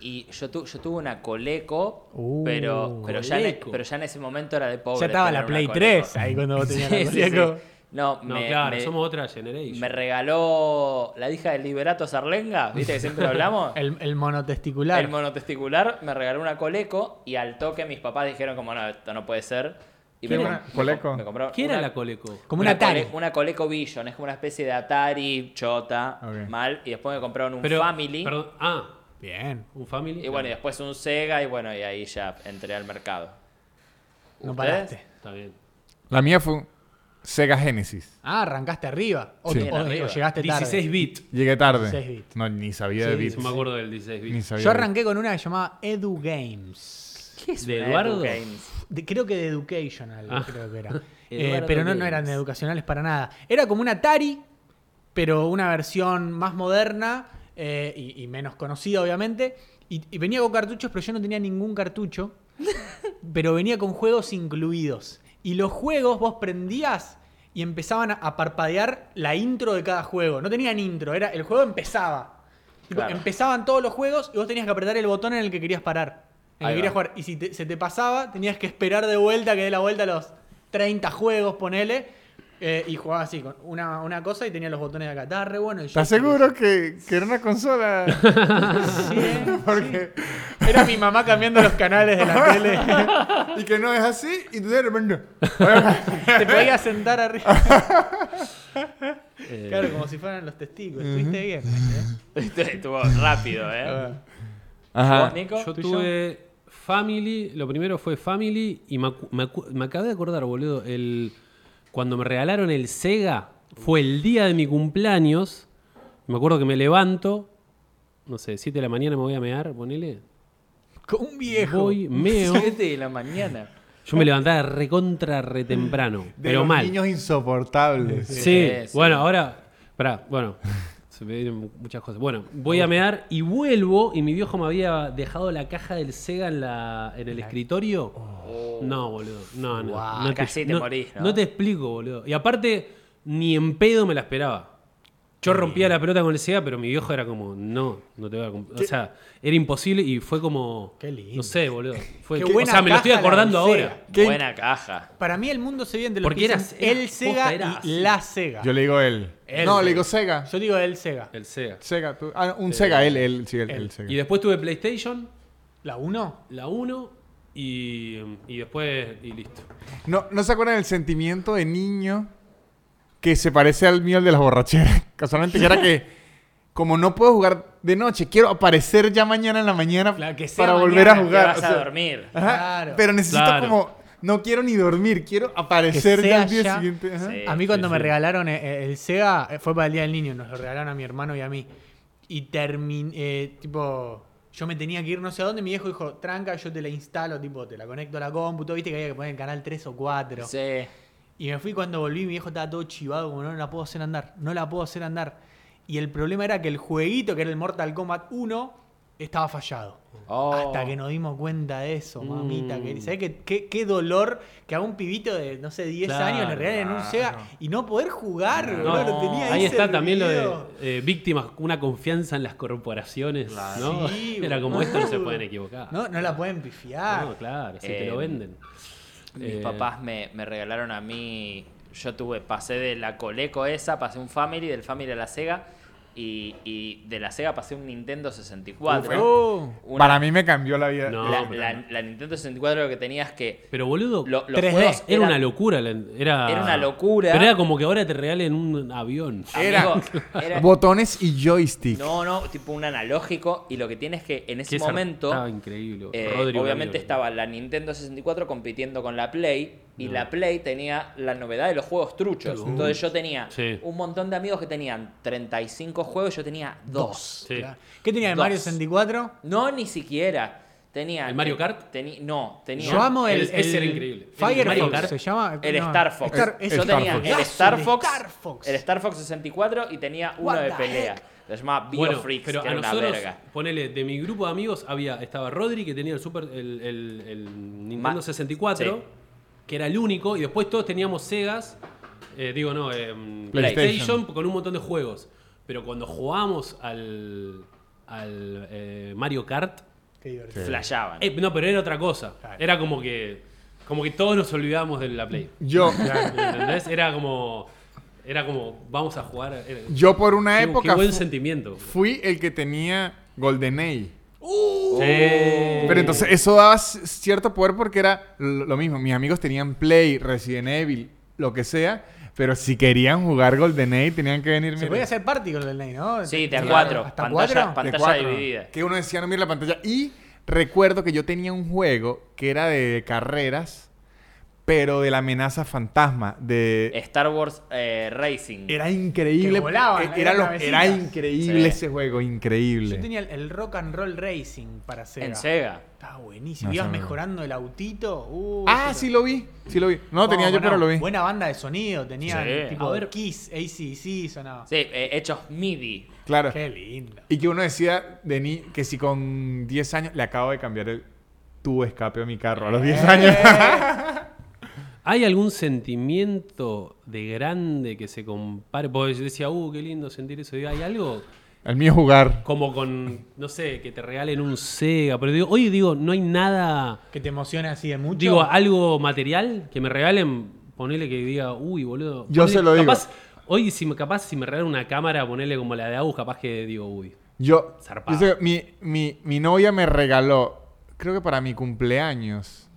Speaker 1: y yo, tu- yo tuve una Coleco,
Speaker 3: Uh,
Speaker 1: pero, pero, ya en, e,
Speaker 4: Coleco.
Speaker 1: pero ya en ese momento era de pobre.
Speaker 3: Ya estaba la
Speaker 1: tener una
Speaker 3: Play
Speaker 1: Coleco.
Speaker 3: 3 <laughs> ahí cuando vos tenías la
Speaker 1: <laughs> Sí, sí, sí.
Speaker 3: Coleco.
Speaker 1: No,
Speaker 4: No,
Speaker 1: me-
Speaker 4: claro,
Speaker 1: me-
Speaker 4: somos otra generation.
Speaker 1: Me regaló la hija del Liberato Sarlenga, ¿viste que siempre hablamos?
Speaker 3: <laughs> El, el monotesticular.
Speaker 1: El monotesticular me regaló una Coleco y al toque mis papás dijeron como, no, esto no puede ser. Y
Speaker 2: ¿Qué
Speaker 1: me,
Speaker 2: era?
Speaker 1: com- me
Speaker 2: ¿Coleco?
Speaker 1: com- me compraron
Speaker 4: ¿Qué era
Speaker 1: una-
Speaker 4: la Coleco?
Speaker 3: Como una Atari.
Speaker 1: Cole- una Coleco Vision, es como una especie de Atari, chota,
Speaker 2: Ok.
Speaker 1: mal. Y después me compraron un
Speaker 4: Pero,
Speaker 1: Family.
Speaker 4: perdón, ah,
Speaker 3: Bien.
Speaker 4: un Family.
Speaker 1: Y bueno, y después un Sega y bueno, y ahí ya entré al mercado.
Speaker 3: No
Speaker 1: ¿Ustedes?
Speaker 3: paraste.
Speaker 4: Está bien.
Speaker 2: La mía fue un Sega Genesis.
Speaker 3: Ah, arrancaste arriba. O,
Speaker 2: Sí.
Speaker 3: o-
Speaker 1: Bien,
Speaker 3: o
Speaker 1: arriba.
Speaker 3: llegaste tarde.
Speaker 4: 16 bit.
Speaker 2: Llegué tarde.
Speaker 3: 16 bits.
Speaker 2: No, ni sabía de
Speaker 3: Sí,
Speaker 2: bits.
Speaker 4: Yo me acuerdo del 16
Speaker 2: Ni
Speaker 4: bit.
Speaker 2: sabía
Speaker 3: Yo
Speaker 2: de
Speaker 3: arranqué con una llamada Edu Games.
Speaker 1: ¿Qué es
Speaker 4: ¿De
Speaker 1: una Edu
Speaker 4: Eduardo?
Speaker 1: Games? <laughs>
Speaker 3: De- creo que de Educational,
Speaker 4: Ah.
Speaker 3: creo que era. Eh,
Speaker 4: Eduardo
Speaker 3: pero no, no
Speaker 4: Games.
Speaker 3: eran educacionales para nada. Era como una Atari, pero una versión más moderna eh, y, y menos conocida, obviamente. Y, y venía con cartuchos, pero yo no tenía ningún cartucho. pero venía con juegos incluidos. Y los juegos vos prendías y empezaban a, a parpadear la intro de cada juego. No tenían intro, era el juego empezaba. Tipo,
Speaker 1: Claro.
Speaker 3: Empezaban todos los juegos y vos tenías que apretar el botón en el que querías parar. En el
Speaker 1: Ahí
Speaker 3: que querías
Speaker 1: va.
Speaker 3: jugar. Y si te- se te pasaba, tenías que esperar de vuelta que dé la vuelta a los 30 juegos, ponele. eh, y jugabas así, con una, una cosa y tenía los botones de acá. Estaba re bueno. el
Speaker 2: ¿Estás
Speaker 3: joystick.
Speaker 2: seguro que, que era una consola?
Speaker 3: Sí,
Speaker 2: <laughs>
Speaker 3: eh.
Speaker 2: Porque...
Speaker 3: Era mi mamá cambiando los canales de
Speaker 2: <laughs>
Speaker 3: la tele.
Speaker 2: y que no es así y tú de repente...
Speaker 3: te podías sentar arriba.
Speaker 4: Eh,
Speaker 3: Claro, como si fueran los testigos. Estuviste bien. ¿eh?
Speaker 1: Estuvo rápido,
Speaker 3: Ah.
Speaker 1: ¿eh? ¿Vos,
Speaker 2: Ajá.
Speaker 1: Nico? <laughs>
Speaker 4: Yo tuve Family, lo primero fue Family y me, acu- me acu- me acabé de acordar, boludo, el, cuando me regalaron el Sega, fue el día de mi cumpleaños, me acuerdo que me levanto, no sé, 7 de la mañana me voy a mear, ponele,
Speaker 3: Con un viejo.
Speaker 4: voy,
Speaker 2: <laughs>
Speaker 4: meo,
Speaker 1: Siete de la mañana.
Speaker 4: yo me levantaba recontra re temprano,
Speaker 2: De
Speaker 4: pero
Speaker 2: los
Speaker 4: mal.
Speaker 2: niños insoportables.
Speaker 4: Sí,
Speaker 1: Sí, sí.
Speaker 4: bueno, ahora, pará, bueno, <laughs> se me dieron muchas cosas. Bueno, voy a mear y vuelvo y mi viejo me había dejado la caja del Sega en, la, en el escritorio.
Speaker 3: Oh.
Speaker 4: No, boludo, no, no.
Speaker 1: Guau,
Speaker 4: no
Speaker 1: casi te morís, ¿no?
Speaker 4: no te explico, boludo. Y aparte, ni en pedo me la esperaba. Yo rompía la pelota con el Sega, pero mi viejo era como, no, no te voy a comp-". O sea, era imposible y fue como.
Speaker 3: Qué lindo.
Speaker 4: No sé, boludo. Fue,
Speaker 3: Qué
Speaker 4: o
Speaker 3: buena
Speaker 4: sea, me lo estoy
Speaker 3: caja la
Speaker 4: acordando
Speaker 3: del
Speaker 4: ahora.
Speaker 3: Sega.
Speaker 1: Buena caja.
Speaker 3: Para mí el mundo se vive entre los
Speaker 4: Porque
Speaker 3: que
Speaker 4: era-
Speaker 3: dicen
Speaker 4: era-
Speaker 3: el Sega
Speaker 4: posta, era
Speaker 3: y
Speaker 4: así.
Speaker 3: la Sega.
Speaker 2: Yo le digo él.
Speaker 3: Él.
Speaker 2: No, le digo Sega.
Speaker 3: Yo digo el Sega.
Speaker 4: El Sega.
Speaker 2: Sega, tú. Ah, un Sega, él, él, sí, él,
Speaker 3: él.
Speaker 2: él, Sega.
Speaker 4: Y después tuve PlayStation.
Speaker 3: ¿La 1?
Speaker 4: la 1 y, y después y listo.
Speaker 2: No, ¿No se acuerdan del sentimiento de niño que se parece al mío, el de las borracheras? <laughs> Casualmente, que era que, como no puedo jugar de noche, quiero aparecer ya mañana en la mañana
Speaker 3: Claro, que sea
Speaker 2: para
Speaker 3: mañana,
Speaker 2: volver a
Speaker 3: que
Speaker 1: Te
Speaker 2: jugar.
Speaker 1: vas
Speaker 2: o
Speaker 1: a
Speaker 2: sea,
Speaker 1: dormir.
Speaker 2: ajá,
Speaker 3: Claro.
Speaker 2: Pero necesito
Speaker 4: Claro.
Speaker 2: como, no quiero ni dormir, quiero aparecer ya al
Speaker 3: sea
Speaker 2: día
Speaker 3: ya.
Speaker 2: siguiente. ajá.
Speaker 1: Sí.
Speaker 3: A mí cuando
Speaker 4: sí,
Speaker 3: me
Speaker 4: sí.
Speaker 3: regalaron eh, eh, el, Sega, eh, fue para el Día del Niño, nos lo regalaron a mi hermano y a mí. Y terminé, tipo, yo me tenía que ir no sé a dónde, mi viejo dijo, tranca, yo te la instalo, tipo, te la conecto a la compu, todo, viste que había que poner el canal 3 o 4.
Speaker 1: Sí.
Speaker 3: Y me fui cuando volví, mi viejo estaba todo chivado, como no la puedo hacer andar, no la puedo hacer andar. Y el problema era que el jueguito, que era el Mortal Kombat 1, estaba fallado.
Speaker 1: Oh.
Speaker 3: Hasta que nos dimos cuenta de eso, mamita.
Speaker 4: Mm.
Speaker 3: Que, ¿Sabés qué, qué, qué dolor que a un pibito de, no sé, 10
Speaker 4: Claro.
Speaker 3: años le regalen un Sega y no poder jugar,
Speaker 4: No,
Speaker 3: boludo, lo Ah, tenía
Speaker 4: ahí está
Speaker 3: servido.
Speaker 4: también lo de eh, víctimas, una confianza en las corporaciones, ¿no?
Speaker 3: Sí,
Speaker 4: <laughs> Era como
Speaker 3: boludo.
Speaker 4: esto no se pueden equivocar.
Speaker 3: No, no la pueden pifiar.
Speaker 4: No, claro, si te
Speaker 1: Eh,
Speaker 4: lo venden.
Speaker 1: Mis
Speaker 4: Eh,
Speaker 1: papás me, me regalaron a mí. Yo tuve, pasé de la Coleco esa, pasé un Family, del Family a la Sega. Y, y de la Sega pasé un Nintendo 64.
Speaker 3: Oh.
Speaker 1: Una-
Speaker 2: Para mí me cambió la vida.
Speaker 4: No.
Speaker 1: la,
Speaker 4: pero
Speaker 1: la- la Nintendo 64 lo que tenías que.
Speaker 4: Pero boludo,
Speaker 1: lo- los
Speaker 3: 3D,
Speaker 1: juegos
Speaker 4: era
Speaker 1: eran-
Speaker 4: una locura. la- Era,
Speaker 1: era una locura.
Speaker 4: Pero era como que ahora te regalen un avión. <laughs>
Speaker 1: amigo, era-
Speaker 2: Eh, Botones y joystick.
Speaker 1: no, no, tipo un analógico. Y lo que tienes que en ese
Speaker 4: Que esa-
Speaker 1: momento.
Speaker 4: Estaba increíble.
Speaker 1: Eh,
Speaker 4: Rodri,
Speaker 1: obviamente
Speaker 4: Rodri.
Speaker 1: estaba la Nintendo 64 compitiendo con la Play Y la Play tenía la novedad de los juegos truchos. Entonces yo tenía
Speaker 4: Sí.
Speaker 1: un montón de amigos que tenían 35 juegos, yo tenía dos.
Speaker 4: Sí.
Speaker 3: ¿Qué tenía el
Speaker 1: Dos.
Speaker 3: Mario 64?
Speaker 1: No, ni siquiera. Tenía,
Speaker 4: ¿El Mario Kart?
Speaker 1: teni- no, tenía.
Speaker 3: Yo amo el,
Speaker 4: El- ese era
Speaker 3: el
Speaker 4: increíble.
Speaker 3: Firefox
Speaker 4: El Mario Kart.
Speaker 3: se llama. eh,
Speaker 1: El
Speaker 3: no,
Speaker 1: Star Fox.
Speaker 3: Star-
Speaker 1: Yo
Speaker 3: ese
Speaker 2: Star
Speaker 1: tenía
Speaker 2: Fox.
Speaker 1: el Star Fox,
Speaker 3: Star Fox.
Speaker 1: El Star Fox 64 y tenía uno
Speaker 3: What
Speaker 1: de
Speaker 3: the
Speaker 1: pelea.
Speaker 3: heck?
Speaker 1: Se llamaba Bio
Speaker 4: Bueno,
Speaker 1: Freaks,
Speaker 4: pero
Speaker 1: que
Speaker 4: a
Speaker 1: era una
Speaker 4: nosotros,
Speaker 1: verga.
Speaker 4: ponele, de mi grupo de amigos había, estaba Rodri que tenía el Super, el, el- el Nintendo
Speaker 1: Ma-
Speaker 4: 64,
Speaker 1: sí.
Speaker 4: que era el único, y después todos teníamos Segas, eh, digo no, em,
Speaker 2: PlayStation.
Speaker 4: PlayStation. con un montón de juegos. Pero cuando jugábamos al, al eh, Mario Kart,
Speaker 3: Qué divertido.
Speaker 1: Flashaban.
Speaker 4: eh, no, pero era otra cosa. Era como que, como que todos nos olvidábamos de la
Speaker 2: <laughs>
Speaker 4: Play.
Speaker 2: Yo,
Speaker 4: ¿Entendés? Era como, era como, vamos a jugar. era-
Speaker 2: yo por una
Speaker 4: qué-
Speaker 2: época
Speaker 4: qué buen
Speaker 2: fu-
Speaker 4: sentimiento.
Speaker 2: fui el que tenía GoldenEye.
Speaker 4: Sí.
Speaker 2: Pero entonces eso daba c- cierto poder porque era l- lo mismo. Mis amigos tenían Play, Resident Evil, lo que sea. Pero si querían jugar GoldenEye tenían que venir...
Speaker 3: Se
Speaker 2: mira,
Speaker 3: podía hacer party con el Ney, ¿no?
Speaker 1: Sí, de a
Speaker 3: Claro.
Speaker 1: cuatro.
Speaker 3: ¿Hasta
Speaker 1: Pantalla,
Speaker 3: cuatro?
Speaker 2: de
Speaker 1: pantalla
Speaker 2: cuatro,
Speaker 1: dividida.
Speaker 2: Que uno decía no mira la pantalla. Y recuerdo que yo tenía un juego que era de carreras, pero de la amenaza fantasma. De...
Speaker 1: Star Wars eh, Racing.
Speaker 2: Era increíble.
Speaker 3: Que volaban,
Speaker 2: Eh,
Speaker 3: eran
Speaker 2: era, lo-
Speaker 3: cabecitas.
Speaker 2: era increíble
Speaker 1: Sí.
Speaker 2: ese juego, increíble.
Speaker 3: Yo tenía el, el Rock and Roll Racing para hacer.
Speaker 1: En Sega.
Speaker 3: Estaba buenísimo.
Speaker 2: No,
Speaker 3: Ibas
Speaker 2: eso no.
Speaker 3: mejorando el autito. Uh,
Speaker 2: Ah,
Speaker 3: eso-
Speaker 2: sí lo vi. Sí lo vi. No lo
Speaker 3: No,
Speaker 2: tenía yo,
Speaker 3: bueno,
Speaker 2: pero lo vi.
Speaker 3: Buena banda de sonido. Tenía
Speaker 1: Sí.
Speaker 3: tipo
Speaker 4: A ver.
Speaker 3: Kiss, ACC sonaba.
Speaker 1: Sí, eh, hechos MIDI.
Speaker 2: Claro.
Speaker 3: Qué lindo.
Speaker 2: Y que uno decía de ni que si con 10 años le acabo de cambiar el tubo de escape a mi carro a los
Speaker 3: Eh.
Speaker 2: 10 años.
Speaker 4: ¿Hay algún sentimiento de grande que se compare? Porque yo decía, uh, qué lindo sentir eso. Digo, ¿Hay algo
Speaker 2: El mío jugar.
Speaker 4: como con, no sé, que te regalen un Sega? Pero digo, hoy digo, no hay nada.
Speaker 3: Que te emociona así de mucho.
Speaker 4: Digo, algo material que me regalen, ponele que diga, uy, boludo.
Speaker 2: Yo
Speaker 4: Ponele,
Speaker 2: se lo
Speaker 4: capaz- Hoy, si, me- capaz, si me regalan una cámara, ponele como la de Agus, capaz que digo, uy.
Speaker 2: Yo,
Speaker 4: Zarpado.
Speaker 2: yo sé que mi, mi, mi novia me regaló, creo que para mi cumpleaños,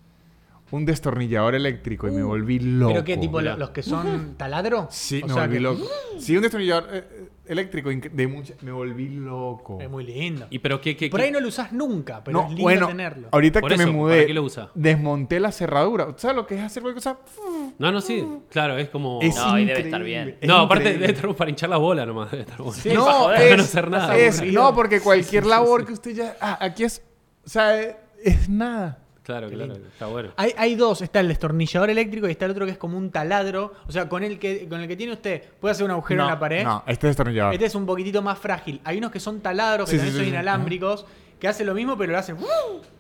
Speaker 2: un destornillador eléctrico y me volví loco.
Speaker 3: Uh. ¿Pero qué tipo?
Speaker 4: mirá.
Speaker 3: lo- ¿Los que <laughs> son taladro?
Speaker 2: Sí,
Speaker 3: O
Speaker 2: me
Speaker 3: sea
Speaker 2: volví
Speaker 3: que-
Speaker 2: loco. Sí, un destornillador eh, eh, eléctrico inc- de mucha- me volví loco.
Speaker 3: Es muy lindo.
Speaker 4: ¿Y pero qué? qué,
Speaker 3: Por
Speaker 4: qué-
Speaker 3: ahí no lo usás nunca, Eh, pero
Speaker 2: No,
Speaker 3: es lindo
Speaker 2: bueno,
Speaker 3: tenerlo.
Speaker 2: ahorita
Speaker 4: Por
Speaker 2: que me
Speaker 4: eso,
Speaker 2: mudé,
Speaker 4: ¿para qué lo usa? Oh,
Speaker 2: desmonté la cerradura. ¿Sabes lo que es hacer cualquier cosa?
Speaker 4: No, no, sí. Claro, es como.
Speaker 2: Es
Speaker 1: No, ahí debe estar
Speaker 2: increíble,
Speaker 1: bien.
Speaker 2: es
Speaker 4: no, aparte
Speaker 2: increíble.
Speaker 4: debe estar para hinchar las bolas nomás. debe estar bueno. <laughs>
Speaker 1: Sí, para joder.
Speaker 4: es- no hacer nada.
Speaker 2: es-
Speaker 3: aburrido.
Speaker 2: no, porque cualquier labor que usted ya. ah, aquí es. O sea, es, es nada.
Speaker 4: Claro, claro. Está bueno.
Speaker 3: Hay, hay dos, está el destornillador eléctrico y está el otro que es como un taladro. O sea, con el que, con el que tiene usted, puede hacer un agujero en la pared.
Speaker 2: No, este es destornillador.
Speaker 3: Este es un poquitito más frágil. Hay unos que son taladros, que
Speaker 2: Sí,
Speaker 3: también
Speaker 2: sí,
Speaker 3: son
Speaker 2: sí, sí.
Speaker 3: inalámbricos, que hacen lo mismo, pero lo hacen.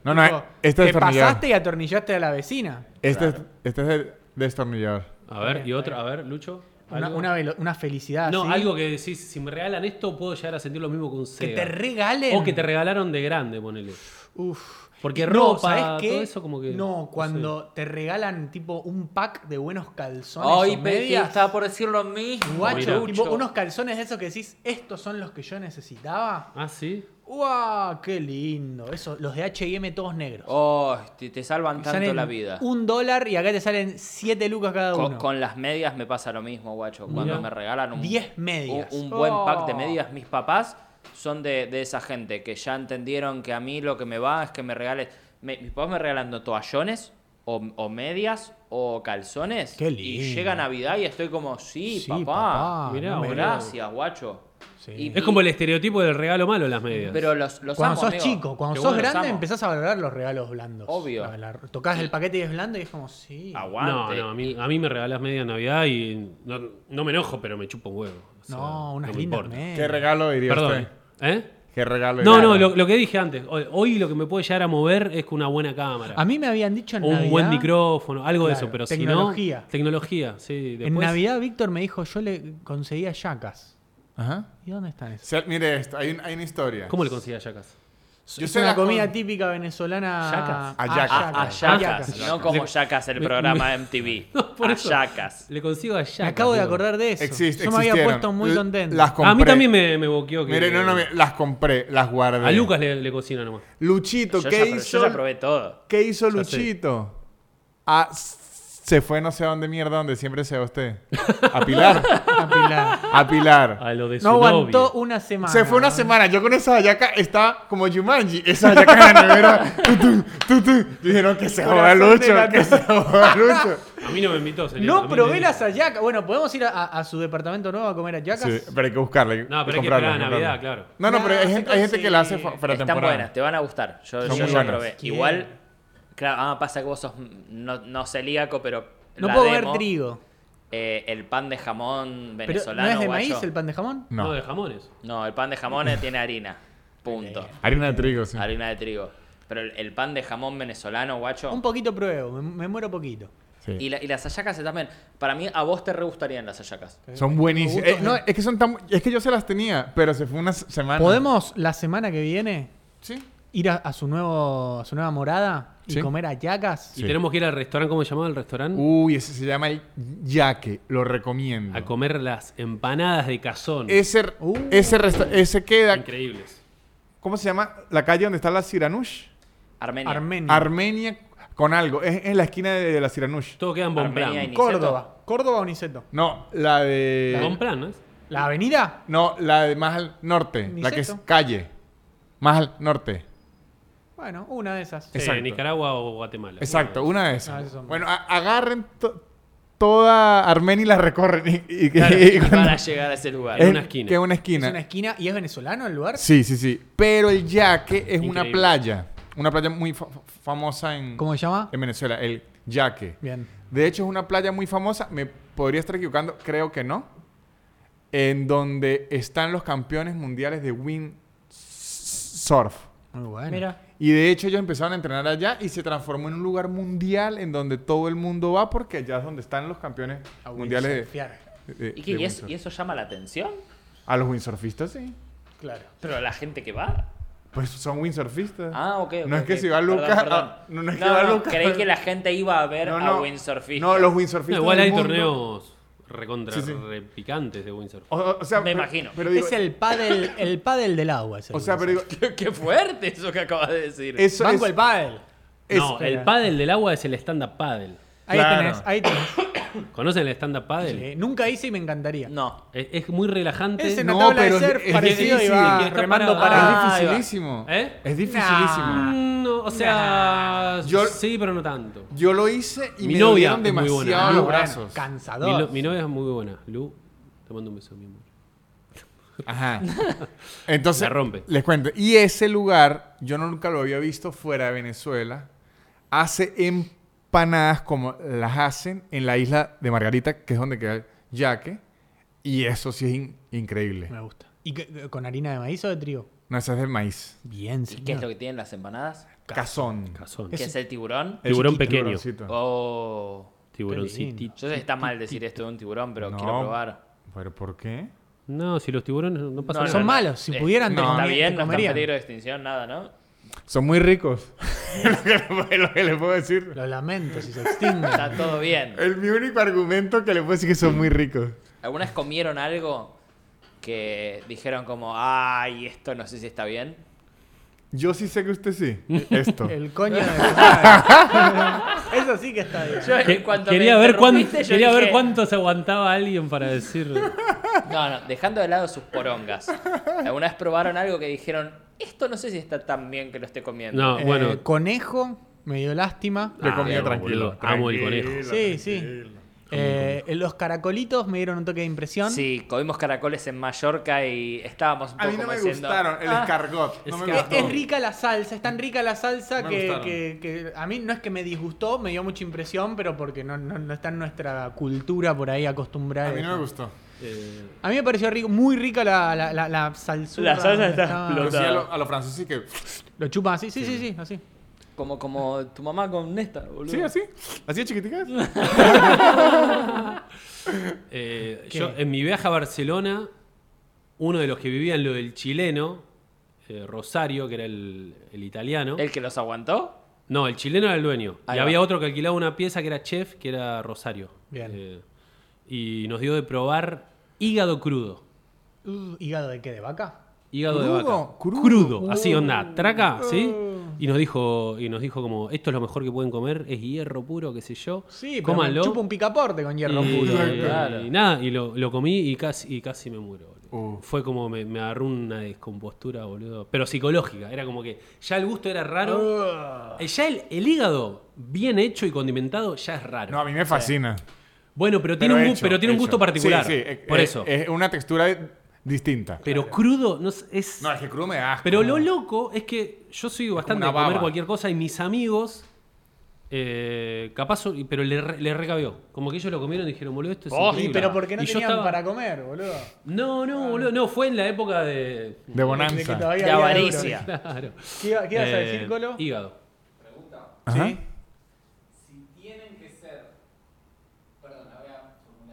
Speaker 2: No, no, eh, este
Speaker 3: Te
Speaker 2: es destornillador.
Speaker 3: pasaste y atornillaste a la vecina.
Speaker 2: Este, es- Eh. este es el destornillador.
Speaker 4: A ver, y otro, a ver, Lucho.
Speaker 3: Una,
Speaker 4: ¿algo?
Speaker 3: una velo- una felicidad.
Speaker 4: no,
Speaker 3: así.
Speaker 4: algo que decís, si me regalan esto, puedo llegar a sentir lo mismo que un
Speaker 3: que
Speaker 4: Sega.
Speaker 3: te regalen.
Speaker 4: O que te regalaron de grande, ponele.
Speaker 3: Uf.
Speaker 4: Porque
Speaker 3: No,
Speaker 4: ropa,
Speaker 3: ¿sabes qué?
Speaker 4: todo eso como que.
Speaker 3: No,
Speaker 4: sé.
Speaker 3: cuando te regalan tipo un pack de buenos calzones.
Speaker 1: Hoy
Speaker 3: o medias,
Speaker 1: estaba por decir lo mismo.
Speaker 3: Guacho,
Speaker 4: Mirá.
Speaker 3: tipo,
Speaker 1: Lucho.
Speaker 3: unos calzones de esos que decís, estos son los que yo necesitaba.
Speaker 4: Ah, sí.
Speaker 3: ¡Guau! ¡Qué lindo! Eso, los de HM todos negros.
Speaker 1: Oh, te, te salvan
Speaker 3: Salen
Speaker 1: tanto la vida.
Speaker 3: Un dólar y acá te salen 7 lucas cada
Speaker 1: Con,
Speaker 3: uno.
Speaker 1: con las medias me pasa lo mismo, guacho. Cuando
Speaker 4: Mirá.
Speaker 1: me regalan un,
Speaker 3: Diez medias.
Speaker 1: un, un buen
Speaker 3: Oh.
Speaker 1: pack de medias, mis papás son de, de esa gente que ya entendieron que a mí lo que me va es que me regales. me- mis papás me regalando toallones o, o medias o calzones.
Speaker 3: Qué
Speaker 1: Y
Speaker 3: lindo.
Speaker 1: llega Navidad y estoy como, sí,
Speaker 3: Sí, papá,
Speaker 1: papá.
Speaker 4: mirá,
Speaker 1: no,
Speaker 4: boludo.
Speaker 1: gracias, guacho.
Speaker 3: Sí.
Speaker 1: Y-
Speaker 4: Es como el estereotipo del regalo malo en las medias.
Speaker 1: Pero los, los
Speaker 3: cuando
Speaker 1: amo,
Speaker 3: sos
Speaker 1: amigo.
Speaker 3: chico, cuando
Speaker 1: Que
Speaker 3: sos
Speaker 1: bueno, los
Speaker 3: grande
Speaker 1: amo.
Speaker 3: empezás a valorar los regalos blandos.
Speaker 1: Obvio. Ah,
Speaker 3: La- la- tocás el paquete y es blando y es como, sí.
Speaker 1: Aguante.
Speaker 4: No, no, a mí, a mí me regalas media Navidad y no, no me enojo, pero me chupo un huevo. O sea,
Speaker 3: no, unas
Speaker 4: me
Speaker 3: lindas
Speaker 4: importa.
Speaker 3: medias.
Speaker 2: ¿Qué regalo diría
Speaker 4: Perdón.
Speaker 2: usted?
Speaker 4: ¿Eh?
Speaker 2: ¿Qué regalo
Speaker 4: No,
Speaker 2: diría?
Speaker 4: no, lo, lo que dije antes. Hoy, hoy lo que me puede llegar a mover es con una buena cámara.
Speaker 3: A mí me habían dicho en
Speaker 4: O un
Speaker 3: Navidad.
Speaker 4: buen micrófono, algo de
Speaker 3: Claro,
Speaker 4: eso, pero si
Speaker 3: tecnología.
Speaker 4: no. Tecnología. sí.
Speaker 3: En
Speaker 4: después-
Speaker 3: Navidad Víctor me dijo, yo le conseguía yacas.
Speaker 2: Ajá.
Speaker 3: ¿Y dónde están esas?
Speaker 2: O sea, mire esto, hay, un- hay una historia.
Speaker 4: ¿Cómo le conseguía yacas?
Speaker 2: Yo
Speaker 3: es
Speaker 2: sé
Speaker 3: una
Speaker 2: la con-
Speaker 3: comida típica venezolana.
Speaker 4: Yacas.
Speaker 3: Ah,
Speaker 2: Ayacas.
Speaker 1: A, a
Speaker 3: yacas.
Speaker 1: Yacas,
Speaker 3: Ayacas.
Speaker 1: no como Yacas el programa MTV.
Speaker 4: <laughs> No, por
Speaker 1: a
Speaker 4: eso.
Speaker 1: Yacas.
Speaker 4: Le consigo a yacas.
Speaker 3: Me acabo de
Speaker 4: boludo.
Speaker 3: acordar de eso.
Speaker 2: Exist-
Speaker 3: Yo me había
Speaker 2: existieron.
Speaker 3: puesto muy
Speaker 2: L-
Speaker 3: contento.
Speaker 2: Las compré.
Speaker 4: A mí también me, me boqueó que.
Speaker 2: Mire, no, no, mire, las compré, las guardé.
Speaker 4: A Lucas le, le cocina nomás.
Speaker 2: Luchito,
Speaker 1: Yo ya,
Speaker 2: ¿qué
Speaker 1: pro- yo
Speaker 2: hizo?
Speaker 1: ya probé todo.
Speaker 2: ¿Qué hizo
Speaker 4: Ya sé.
Speaker 2: Luchito? Ah, s- se fue no sé a dónde mierda, donde siempre se va usted. A Pilar.
Speaker 3: A
Speaker 1: <laughs>
Speaker 3: Pilar.
Speaker 2: A Pilar.
Speaker 4: A lo de su
Speaker 3: No aguantó
Speaker 4: novio.
Speaker 3: una semana.
Speaker 2: Se fue una semana. Yo con esa hallaca estaba como Jumanji.
Speaker 3: <laughs>
Speaker 2: Esa hallaca en la nevera. Tu, tu, tu, tu. Yo dije, no, que se joda
Speaker 3: Corazón de
Speaker 2: Lucho.
Speaker 3: gato. <laughs>
Speaker 2: Que se joda Lucho.
Speaker 4: A mí no me invitó, señor. A mí
Speaker 3: No
Speaker 4: me
Speaker 3: probé
Speaker 4: dijo.
Speaker 3: las ayacas. Bueno, podemos ir a, a- a su departamento nuevo a comer ayacas.
Speaker 2: Sí, pero hay que buscarla. hay que
Speaker 4: No, pero hay que
Speaker 2: comprarla,
Speaker 4: esperar a
Speaker 2: comprarla.
Speaker 4: Navidad, claro.
Speaker 2: No, no,
Speaker 3: No,
Speaker 2: pero hay
Speaker 3: se
Speaker 2: gente, hay gente que la hace
Speaker 3: consigue.
Speaker 2: fa- para
Speaker 1: Están
Speaker 2: temporada.
Speaker 1: buenas, te van a gustar. Yo, yo
Speaker 2: Son muy
Speaker 1: ya
Speaker 2: buenas.
Speaker 1: probé.
Speaker 3: Bien.
Speaker 1: Igual, claro, ah, pasa que vos sos no, no celíaco, pero.
Speaker 3: No
Speaker 1: la
Speaker 3: puedo
Speaker 1: demo,
Speaker 3: ver trigo.
Speaker 1: eh, el pan de jamón
Speaker 3: Pero, ¿No
Speaker 1: venezolano.
Speaker 3: es de
Speaker 1: guacho.
Speaker 3: maíz el pan de jamón?
Speaker 4: No.
Speaker 2: No.
Speaker 4: de jamones.
Speaker 1: No, el pan de jamón eh,
Speaker 3: <laughs>
Speaker 1: tiene harina. Punto.
Speaker 2: Harina de trigo, sí.
Speaker 1: Harina de trigo. Pero el, el pan de jamón venezolano, guacho.
Speaker 3: Un poquito pruebo, me, me muero poquito.
Speaker 2: Sí.
Speaker 1: Y, la- y las ayacas también. Para mí, a vos te re gustarían las ayacas.
Speaker 2: Son buenísimas.
Speaker 3: Me gusta.
Speaker 2: Eh, no, es que son tan... Es que yo se las tenía, pero se fue una s- semana.
Speaker 3: ¿Podemos la semana que viene
Speaker 2: Sí.
Speaker 3: ir a, a su nuevo a su nueva morada y
Speaker 2: Sí.
Speaker 3: comer ayacas?
Speaker 2: Sí. Uh.
Speaker 4: Y tenemos que ir al restaurante, ¿cómo se llamaba el restaurante?
Speaker 2: Uy, ese se llama el yaque. Lo recomiendo.
Speaker 4: A comer las empanadas de cazón.
Speaker 2: Ese,
Speaker 3: Uh.
Speaker 2: ese, resta- ese queda...
Speaker 4: Increíbles.
Speaker 2: ¿Cómo se llama? La calle donde está la Siranush.
Speaker 1: Armenia.
Speaker 3: Armenia.
Speaker 2: Armenia <laughs> con algo. Es en la esquina de, de la Siranush.
Speaker 4: Todo queda en Bonplan.
Speaker 1: Armenia y-
Speaker 3: Córdoba. Córdoba o Niceto.
Speaker 2: No, la de...
Speaker 4: Bonplan, ¿no es?
Speaker 3: ¿La avenida?
Speaker 2: No, la de más al norte.
Speaker 3: Ni
Speaker 2: La que es
Speaker 3: seto.
Speaker 2: calle. Más al norte.
Speaker 3: Bueno, una de esas.
Speaker 4: Sí,
Speaker 2: Exacto.
Speaker 4: Nicaragua o Guatemala.
Speaker 2: Exacto, una de esas.
Speaker 3: Ah, esas son
Speaker 2: bueno, a- agarren to- toda Armenia y la recorren. Y, y- y cuando-
Speaker 1: Para llegar a ese
Speaker 2: <laughs>
Speaker 1: lugar.
Speaker 4: Es una esquina.
Speaker 2: Que es una esquina.
Speaker 3: Es una esquina y es venezolano el lugar.
Speaker 2: Sí, sí, sí. Pero el yaque es una
Speaker 4: Increíble.
Speaker 2: playa. Una playa muy fa- fa- famosa en,
Speaker 3: ¿Cómo se llama?
Speaker 2: en Venezuela, el yaque.
Speaker 3: Bien.
Speaker 2: De hecho, es una playa muy famosa. Me podría estar equivocando, creo que no. En donde están los campeones mundiales de windsurf.
Speaker 3: Muy bueno.
Speaker 1: Mira.
Speaker 2: Y de hecho ellos empezaron a entrenar allá y se transformó en un lugar mundial en donde todo el mundo va porque allá es donde están los campeones
Speaker 3: A
Speaker 2: mundiales de,
Speaker 3: windsurfear.
Speaker 2: de-
Speaker 1: ¿Y, qué?
Speaker 2: de
Speaker 1: ¿Y eso,
Speaker 2: windsurf.
Speaker 1: ¿Y eso llama la atención?
Speaker 2: A los windsurfistas, sí.
Speaker 3: Claro.
Speaker 1: Pero la gente que va.
Speaker 2: Pues son windsurfistas.
Speaker 1: Ah, ok. ok,
Speaker 2: No es que
Speaker 1: ok.
Speaker 2: si va
Speaker 1: Perdón,
Speaker 2: Lucas...
Speaker 1: perdón.
Speaker 2: ah, No, <laughs> no es que va Lucas.
Speaker 1: Creí que la gente iba a ver
Speaker 2: No,
Speaker 1: a
Speaker 2: no.
Speaker 1: windsurfistas. <laughs>
Speaker 2: No, los windsurfistas
Speaker 4: No, igual
Speaker 2: del
Speaker 4: hay
Speaker 2: mundo-
Speaker 4: torneos recontra
Speaker 2: Sí, Oh, sí.
Speaker 4: repicantes de windsurf.
Speaker 2: O, o sea,
Speaker 1: Me
Speaker 2: pero-
Speaker 1: imagino.
Speaker 2: Pero digo,
Speaker 3: es el pádel, el pádel del agua. es el
Speaker 2: o sea, pero digo,
Speaker 1: qué, qué fuerte eso que acabas de decir.
Speaker 2: eso
Speaker 3: Banco
Speaker 2: es,
Speaker 3: el pádel.
Speaker 2: es-
Speaker 4: no, el paddle del agua es el stand-up paddle.
Speaker 3: Ahí
Speaker 2: Claro.
Speaker 3: tenés, ahí tenés.
Speaker 4: ¿Conocen el stand-up paddle?
Speaker 3: Eh, nunca hice y me encantaría.
Speaker 1: No.
Speaker 4: Es, es muy relajante.
Speaker 3: Es en
Speaker 2: No,
Speaker 3: la tabla de
Speaker 2: pero
Speaker 3: surf
Speaker 2: es- es
Speaker 3: parecido y
Speaker 2: difícil.
Speaker 3: va
Speaker 4: Y está
Speaker 3: remando
Speaker 4: parado.
Speaker 3: para...
Speaker 1: Ah,
Speaker 2: es
Speaker 1: ahí va.
Speaker 2: dificilísimo.
Speaker 4: ¿Eh?
Speaker 2: Es dificilísimo.
Speaker 4: Mm, no, o sea,
Speaker 2: Yo-
Speaker 4: sí, pero no tanto.
Speaker 2: Yo lo hice y
Speaker 4: Mi
Speaker 2: me
Speaker 4: novia
Speaker 2: dolieron
Speaker 4: es muy buena.
Speaker 2: demasiado
Speaker 4: Muy
Speaker 2: los
Speaker 3: Bueno,
Speaker 2: brazos.
Speaker 4: Mi,
Speaker 3: Cansador.
Speaker 4: lo- mi novia es muy buena. Lu, te mando un beso, mi amor. <laughs>
Speaker 2: Ajá. Entonces,
Speaker 4: La rompe.
Speaker 2: les cuento. Y ese lugar, yo nunca lo había visto fuera de Venezuela. Hace empanadas como las hacen en la isla de Margarita, que es donde queda el yaque. Y eso sí es in- increíble.
Speaker 3: Me gusta. ¿Y qué- con harina de maíz o de trigo?
Speaker 2: No, esa es de maíz.
Speaker 3: Bien,
Speaker 1: ¿Y qué es lo
Speaker 3: señor.
Speaker 1: que tienen las empanadas?
Speaker 2: Cazón.
Speaker 4: Cazón.
Speaker 1: ¿Qué es, el tiburón?
Speaker 2: Es
Speaker 4: Tiburón
Speaker 2: chiquito,
Speaker 4: pequeño.
Speaker 2: tiburoncito.
Speaker 1: Oh.
Speaker 4: Tiburoncito.
Speaker 3: lindo.
Speaker 1: Yo sé que está mal decir esto de un tiburón, pero
Speaker 2: No.
Speaker 1: quiero probar.
Speaker 2: ¿Pero por qué?
Speaker 4: No, si los tiburones no pasan
Speaker 1: No,
Speaker 4: nada.
Speaker 3: Son malos. Si
Speaker 1: Eh,
Speaker 3: pudieran, te
Speaker 2: no,
Speaker 1: Está
Speaker 3: comi-
Speaker 1: bien,
Speaker 3: te
Speaker 1: no está en
Speaker 3: comerían.
Speaker 1: peligro de extinción, nada, ¿no?
Speaker 2: Son muy ricos. <laughs> lo, que le, lo que le puedo decir.
Speaker 3: Lo lamento si se extinguen.
Speaker 1: Está todo bien.
Speaker 2: <laughs> El, mi único argumento que le puedo decir es que son muy ricos.
Speaker 1: ¿Alguna vez comieron algo que dijeron como, ay, esto no sé si está bien?
Speaker 2: Yo sí sé que usted sí. Esto.
Speaker 3: El coño de tu madre. Eso sí que está bien.
Speaker 1: Yo, en
Speaker 4: Que-
Speaker 1: cuanto
Speaker 4: quería
Speaker 1: me
Speaker 4: ver, cuán-
Speaker 1: interrumpiste, yo
Speaker 4: quería ver
Speaker 1: dije,
Speaker 4: cuánto se aguantaba alguien
Speaker 1: <laughs>
Speaker 4: para decir.
Speaker 1: No, no, dejando de lado sus porongas. ¿Alguna vez probaron algo que dijeron, esto no sé si está tan bien que lo esté comiendo?
Speaker 2: Ah,
Speaker 4: No,
Speaker 3: Eh,
Speaker 4: bueno.
Speaker 3: Conejo, me dio lástima.
Speaker 2: Le comía
Speaker 4: Ah,
Speaker 2: tranquilo.
Speaker 4: boludo, Amo el
Speaker 2: Tranquilo,
Speaker 4: conejo.
Speaker 3: Sí, sí.
Speaker 2: tranquilo.
Speaker 3: Eh, los caracolitos me dieron un toque de impresión. Eh,
Speaker 1: Sí, comimos caracoles en Mallorca y estábamos un
Speaker 2: A
Speaker 1: poco
Speaker 2: mí no
Speaker 1: como
Speaker 2: me
Speaker 1: diciendo,
Speaker 2: gustaron. El
Speaker 1: "Ah,
Speaker 2: escargot. No me
Speaker 3: Es,
Speaker 2: gustó.
Speaker 3: es rica la salsa, es tan rica la salsa
Speaker 2: Me
Speaker 3: que,
Speaker 2: gustaron.
Speaker 3: que- que a mí no es que me disgustó, me dio mucha impresión, pero porque no, no- no está en nuestra cultura por ahí acostumbrada.
Speaker 2: A mí no me
Speaker 3: eso.
Speaker 2: gustó.
Speaker 4: Eh,
Speaker 3: A mí me pareció rico, muy rica la, la, la, la salsura.
Speaker 1: La salsa está
Speaker 3: Estaba-
Speaker 2: Pero sí
Speaker 1: Explotado.
Speaker 2: a lo, a los franceses que...
Speaker 3: Lo chupa así, sí, sí, sí, así.
Speaker 1: Como, como tu mamá con Néstor, boludo.
Speaker 2: Sí, así. Así de chiquiticas.
Speaker 4: eh, yo, en mi viaje a Barcelona, uno de los que vivían lo del chileno, eh, Rosario, que era el, el italiano.
Speaker 1: ¿El que los aguantó?
Speaker 4: No, el chileno era el dueño.
Speaker 1: Ahí
Speaker 4: y
Speaker 1: va.
Speaker 4: había otro que alquilaba una pieza que era chef, que era Rosario.
Speaker 3: Bien.
Speaker 4: Eh, y nos dio de probar hígado crudo.
Speaker 3: Uh, ¿Hígado de qué? ¿De vaca?
Speaker 4: Hígado de
Speaker 2: ¿Crudo?
Speaker 4: vaca.
Speaker 3: Uh.
Speaker 2: ¿Crudo?
Speaker 4: Así, onda. Traca, ¿sí? Y nos dijo, y nos dijo como, esto es lo mejor que pueden comer, es hierro puro, qué sé yo.
Speaker 3: Sí, pero me
Speaker 4: cómanlo.
Speaker 3: chupa un picaporte con hierro
Speaker 4: y,
Speaker 3: puro.
Speaker 4: y-
Speaker 1: Claro.
Speaker 4: y nada, y lo, lo comí y casi, y casi me muero. boludo.
Speaker 2: Uh.
Speaker 4: Fue como me, me agarró una descompostura, boludo. Pero psicológica. Era como que ya el gusto era raro.
Speaker 2: Ah.
Speaker 4: Eh, Ya el, el hígado bien hecho y condimentado ya es raro.
Speaker 2: No, a mí me fascina.
Speaker 4: bueno, pero tiene, un, gu-
Speaker 2: hecho,
Speaker 4: pero tiene un
Speaker 2: hecho.
Speaker 4: gusto particular.
Speaker 2: Sí, sí, eh,
Speaker 4: por
Speaker 2: eh,
Speaker 4: eso.
Speaker 2: Es una textura distinta.
Speaker 4: pero crudo no sé, es.
Speaker 2: No, es que crudo me da asco.
Speaker 4: Pero lo loco es que yo soy bastante
Speaker 2: una
Speaker 4: de comer
Speaker 2: baba.
Speaker 4: cualquier cosa y mis amigos, eh, capaz, son- pero le, re- le recabió. Como que ellos lo comieron y dijeron, boludo, esto es
Speaker 1: Oh,
Speaker 4: increíble.
Speaker 1: y
Speaker 3: Pero porque no
Speaker 4: Y yo
Speaker 3: tenían
Speaker 4: estaba-
Speaker 3: para comer, boludo.
Speaker 4: No,
Speaker 3: Ah,
Speaker 4: no, boludo, no, fue en la época de...
Speaker 2: De bonanza.
Speaker 3: De que todavía
Speaker 1: De
Speaker 3: había
Speaker 1: avaricia.
Speaker 3: euros.
Speaker 4: Claro.
Speaker 3: ¿Qué, iba- qué ibas a
Speaker 4: Eh,
Speaker 3: decir, Colo?
Speaker 4: Hígado.
Speaker 2: Ajá.
Speaker 3: Sí.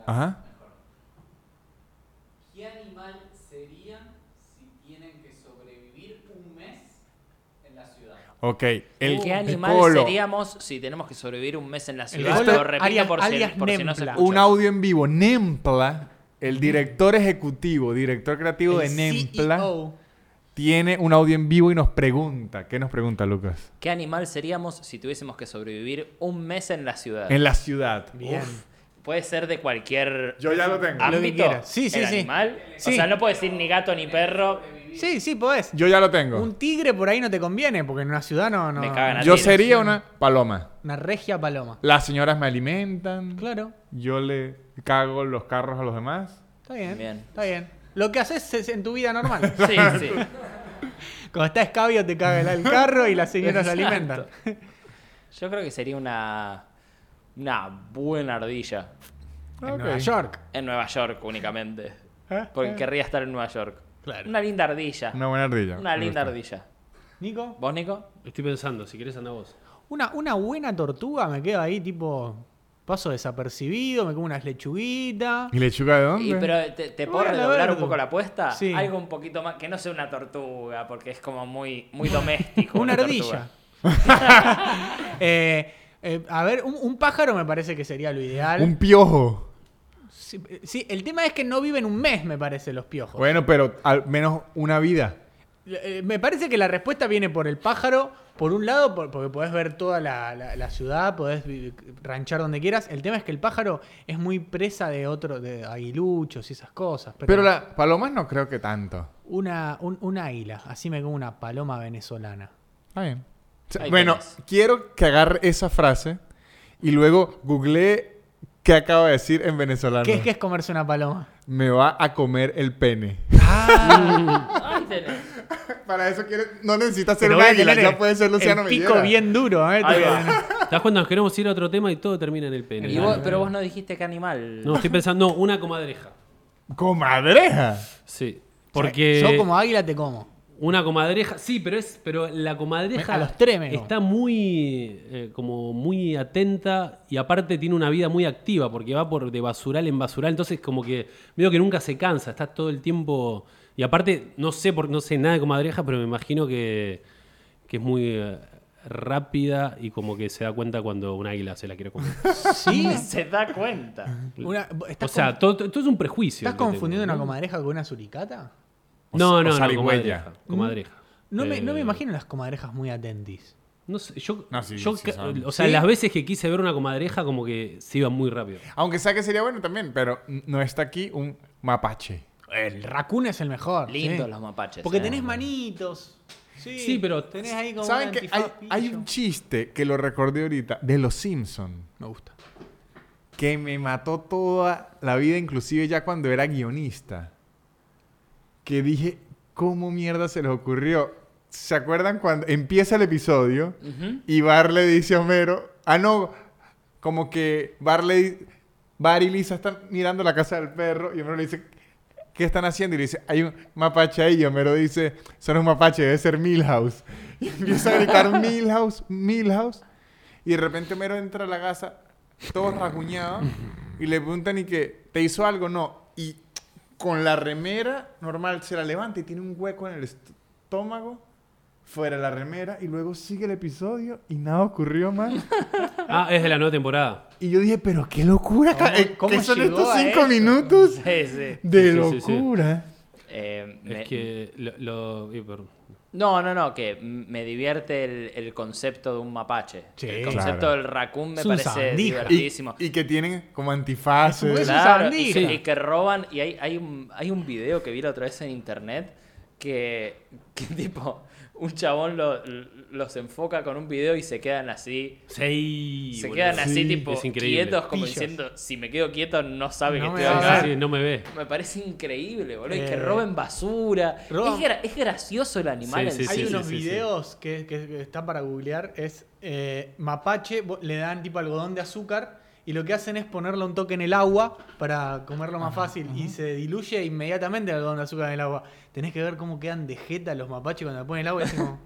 Speaker 2: Ajá.
Speaker 5: ¿Qué animal serían si tienen que sobrevivir un mes en la ciudad?
Speaker 2: Ok. El,
Speaker 1: ¿Qué
Speaker 2: el
Speaker 1: animal
Speaker 2: colo.
Speaker 1: seríamos si tenemos que sobrevivir un mes en la ciudad?
Speaker 3: colo,
Speaker 1: Lo repito
Speaker 3: alias-
Speaker 1: por si,
Speaker 3: alias
Speaker 1: por si no se
Speaker 3: Nempla.
Speaker 1: escucha.
Speaker 2: Un audio en vivo. Nempla, el director ejecutivo, director creativo de
Speaker 3: El E
Speaker 2: Nempla,
Speaker 3: CEO.
Speaker 2: tiene un audio en vivo y nos pregunta. ¿Qué nos pregunta, Lucas?
Speaker 1: ¿Qué animal seríamos si tuviésemos que sobrevivir un mes en la ciudad?
Speaker 2: En la ciudad.
Speaker 3: Bien.
Speaker 1: Uf, puede ser de cualquier
Speaker 2: Yo ya lo tengo.
Speaker 1: ámbito.
Speaker 3: Lo que quieras. Sí, sí,
Speaker 1: el
Speaker 3: sí.
Speaker 1: animal.
Speaker 3: Sí.
Speaker 1: O sea, no puede decir ni gato ni
Speaker 2: <laughs>
Speaker 1: perro.
Speaker 3: Sí, sí, podés.
Speaker 2: Yo ya lo tengo.
Speaker 3: Un tigre por ahí no te conviene, porque en una ciudad no. no
Speaker 1: Me cagan a
Speaker 2: Yo
Speaker 1: tiros.
Speaker 2: sería una paloma.
Speaker 3: Una regia paloma.
Speaker 2: Las señoras me alimentan.
Speaker 3: Claro,
Speaker 2: Yo le cago los carros a los demás.
Speaker 3: está bien.
Speaker 1: Bien.
Speaker 3: Está bien. Lo que haces es en tu vida normal.
Speaker 1: Sí, sí.
Speaker 3: <laughs> Cuando está escabio te caga el- el carro y las señoras lo
Speaker 1: Exacto.
Speaker 3: alimentan.
Speaker 1: Yo creo que sería una una buena ardilla
Speaker 3: En
Speaker 2: Ok.
Speaker 3: Nueva York.
Speaker 1: en Nueva York únicamente,
Speaker 3: ¿Eh?
Speaker 1: porque querría estar en Nueva York.
Speaker 3: Claro.
Speaker 1: Una linda ardilla.
Speaker 2: Una buena ardilla.
Speaker 1: Una
Speaker 2: Me
Speaker 1: linda
Speaker 2: gusta.
Speaker 1: ardilla.
Speaker 3: Nico,
Speaker 1: ¿Vos, Nico?
Speaker 4: Estoy pensando, si querés anda vos.
Speaker 3: una, una buena tortuga me quedo ahí, tipo. Paso desapercibido, me como unas lechuguitas.
Speaker 2: ¿Y lechuga de dónde?
Speaker 1: Y, pero te, te puedo
Speaker 3: Bueno,
Speaker 1: redoblar un
Speaker 3: Alberto.
Speaker 1: poco la apuesta.
Speaker 3: Sí.
Speaker 1: Algo un poquito más, que no sea una tortuga, porque es como muy, muy doméstico.
Speaker 3: <laughs> Una
Speaker 1: la tortuga.
Speaker 3: ardilla. <laughs> Eh, eh, a ver, un, un pájaro me parece que sería lo ideal.
Speaker 2: Un piojo.
Speaker 3: Sí, eh, sí, el tema es que no viven un mes, me parece, los piojos.
Speaker 2: Bueno, pero al menos una vida.
Speaker 3: Eh, me parece que la respuesta viene por el pájaro. Por un lado, por- porque podés ver toda la, la- la ciudad, podés vi- ranchar donde quieras. El tema es que el pájaro es muy presa de otro, de aguiluchos y esas cosas. Pero,
Speaker 2: Pero las palomas no creo que tanto.
Speaker 3: una, un, un águila, así me como una paloma venezolana.
Speaker 2: Está bien. O sea,
Speaker 1: Ahí
Speaker 2: bueno,
Speaker 1: tenés.
Speaker 2: quiero que agarre esa frase y luego googleé qué acaba de decir en venezolano.
Speaker 3: ¿Qué es, qué es comerse una paloma?
Speaker 2: Me va a comer el pene. Ah,
Speaker 1: Ahí tenés.
Speaker 2: <laughs> Para eso quiere, no necesita
Speaker 3: <laughs>
Speaker 2: ser
Speaker 3: Pero
Speaker 2: un
Speaker 3: voy a
Speaker 2: águila,
Speaker 3: tener
Speaker 2: ya puede ser Luciano
Speaker 3: el pico
Speaker 2: Millera.
Speaker 3: bien duro, ¿eh?
Speaker 1: Ahí
Speaker 3: Te-
Speaker 1: va.
Speaker 4: ¿Te das cuenta? Nos queremos ir a otro tema y todo termina en el pene.
Speaker 1: Y vos- pero vos no dijiste qué animal.
Speaker 4: No, estoy pensando, no, una comadreja.
Speaker 2: Comadreja.
Speaker 4: Sí. Porque
Speaker 3: Yo como águila te como.
Speaker 4: una comadreja, sí, pero es pero la comadreja
Speaker 3: A los tres me como.
Speaker 4: está muy eh, como muy atenta y aparte tiene una vida muy activa porque va por de basural en basural, entonces como que veo que nunca se cansa, está todo el tiempo y aparte no sé por no sé nada de comadreja, pero me imagino que, que es muy eh, rápida y como que se da cuenta cuando un águila se la quiere comer.
Speaker 3: Sí.
Speaker 1: <laughs> Se da cuenta.
Speaker 3: <laughs> Una-
Speaker 4: o
Speaker 3: ¿Estás,
Speaker 4: sea,
Speaker 3: conf-
Speaker 4: todo, todo es un prejuicio.
Speaker 3: ¿estás
Speaker 4: que tengo,
Speaker 3: confundiendo
Speaker 4: ¿no?
Speaker 3: una comadreja con una suricata?
Speaker 4: No,
Speaker 2: O-
Speaker 4: no,
Speaker 2: o
Speaker 4: no,
Speaker 2: zarigüeya.
Speaker 4: comadreja, comadreja.
Speaker 3: No, me, no me
Speaker 4: Eh,
Speaker 3: imagino las comadrejas muy atentis.
Speaker 4: No sé, yo,
Speaker 2: No, sí,
Speaker 4: yo
Speaker 2: sí
Speaker 4: ca-
Speaker 2: son.
Speaker 4: o sea,
Speaker 3: ¿Sí?
Speaker 4: las veces que quise ver una comadreja como que se iba muy rápido.
Speaker 2: Aunque sea que sería bueno también, pero no está aquí un mapache.
Speaker 3: El raccoon es el mejor.
Speaker 1: Lindos
Speaker 3: Ah, sí.
Speaker 1: los mapaches.
Speaker 3: Porque
Speaker 1: eh.
Speaker 3: tenés manitos. Sí,
Speaker 4: Sí, pero-
Speaker 3: tenés ahí como
Speaker 2: ¿Saben
Speaker 3: un
Speaker 2: que hay,
Speaker 3: antifaz
Speaker 2: hay
Speaker 3: pillo.
Speaker 2: un chiste que lo recordé ahorita de Los Simpson
Speaker 3: Me gusta.
Speaker 2: que me mató toda la vida, inclusive ya cuando era guionista? Que dije, ¿cómo mierda se les ocurrió? ¿Se acuerdan cuando empieza el episodio
Speaker 1: Ujú.
Speaker 2: y Bar le dice a Homero, ah no, como que Bar, le di- Bar y Lisa están mirando la casa del perro y Homero le dice, ¿qué están haciendo? Y le dice, hay un mapache ahí y Homero dice, son un mapache, debe ser Milhouse. <laughs> Y empieza a gritar Milhouse, Milhouse. Y de repente Homero entra a la casa, todo rasguñado, y le preguntan y que, ¿te hizo algo? No. Y con la remera normal se la levanta y tiene un hueco en el estómago fuera la remera y luego sigue el episodio y nada ocurrió más.
Speaker 4: Ah, es de la nueva temporada.
Speaker 2: Y yo dije, pero qué locura,
Speaker 3: ¿Cómo-
Speaker 2: ca- eh,
Speaker 3: cómo
Speaker 2: ¿qué son
Speaker 3: llegó
Speaker 2: estos
Speaker 3: a
Speaker 2: cinco
Speaker 3: eso?
Speaker 2: minutos
Speaker 1: <laughs> Sí, sí.
Speaker 2: de
Speaker 4: Sí, sí, sí, sí.
Speaker 2: locura?
Speaker 1: Eh, me-
Speaker 4: Es que lo, lo- eh, perdón.
Speaker 1: No, no, no, que m- me divierte el, el concepto de un mapache.
Speaker 3: Sí.
Speaker 1: el concepto
Speaker 2: Claro.
Speaker 1: del raccoon me
Speaker 3: Es un
Speaker 1: parece
Speaker 3: sandija.
Speaker 2: Y,
Speaker 1: divertidísimo.
Speaker 2: y que tienen como eh.
Speaker 3: Es
Speaker 2: antifaces.
Speaker 3: un
Speaker 1: Claro, y,
Speaker 3: sandija.
Speaker 1: que- y que roban. Y hay, hay, un, hay un video que vi la otra vez en internet que, que <laughs> tipo, un chabón lo- los enfoca con un video y se quedan así.
Speaker 4: Sí,
Speaker 1: se
Speaker 4: boludo.
Speaker 1: quedan así,
Speaker 4: Sí,
Speaker 1: tipo,
Speaker 4: es increíble.
Speaker 1: quietos, como
Speaker 3: Pillos.
Speaker 1: diciendo, si me quedo quieto no sabe
Speaker 3: No
Speaker 1: que
Speaker 3: me
Speaker 1: estoy
Speaker 3: va a
Speaker 1: acá.
Speaker 3: ver.
Speaker 4: Sí, no me ve.
Speaker 1: Me parece increíble, boludo. Y
Speaker 3: Eh,
Speaker 1: que roben basura.
Speaker 3: roban-
Speaker 1: Es, gra- es gracioso el animal
Speaker 4: Sí,
Speaker 1: en
Speaker 4: sí,
Speaker 3: Hay
Speaker 1: sí.
Speaker 3: unos
Speaker 4: sí, sí.
Speaker 3: videos Que, que- que están para googlear, es eh, mapache, bo- le dan tipo algodón de azúcar y lo que hacen es ponerle un toque en el agua para comerlo más fácil y se diluye inmediatamente el algodón de azúcar en el agua. Tenés que ver cómo quedan de jeta los mapaches cuando le ponen el agua y es
Speaker 4: <laughs>
Speaker 3: como,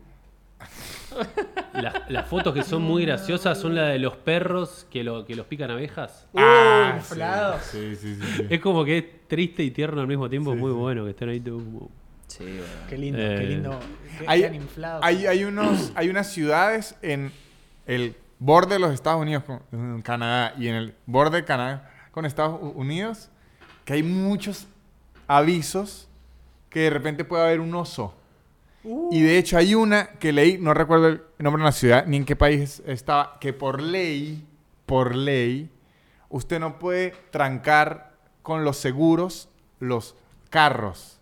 Speaker 4: Las, las fotos que son muy graciosas son la de los perros que, lo, que los pican abejas.
Speaker 3: ¡Uh,
Speaker 4: Ah,
Speaker 2: sí,
Speaker 3: inflado!
Speaker 2: Sí, sí, sí. sí.
Speaker 4: Es como que es triste y tierno al mismo tiempo, muy bueno que estén ahí todo como-
Speaker 1: Sí, boludo.
Speaker 3: Qué lindo,
Speaker 4: Eh,
Speaker 3: qué lindo. Qué-
Speaker 2: hay,
Speaker 3: quedan inflados.
Speaker 2: hay, hay unos, hay unas ciudades en el borde de los Estados Unidos con en Canadá y en el borde de Canadá con Estados U- Unidos que hay muchos avisos que de repente puede haber un oso. Y de hecho hay una que leí, no recuerdo el nombre de la ciudad ni en qué país estaba, que por ley, por ley, usted no puede trancar con los seguros los carros.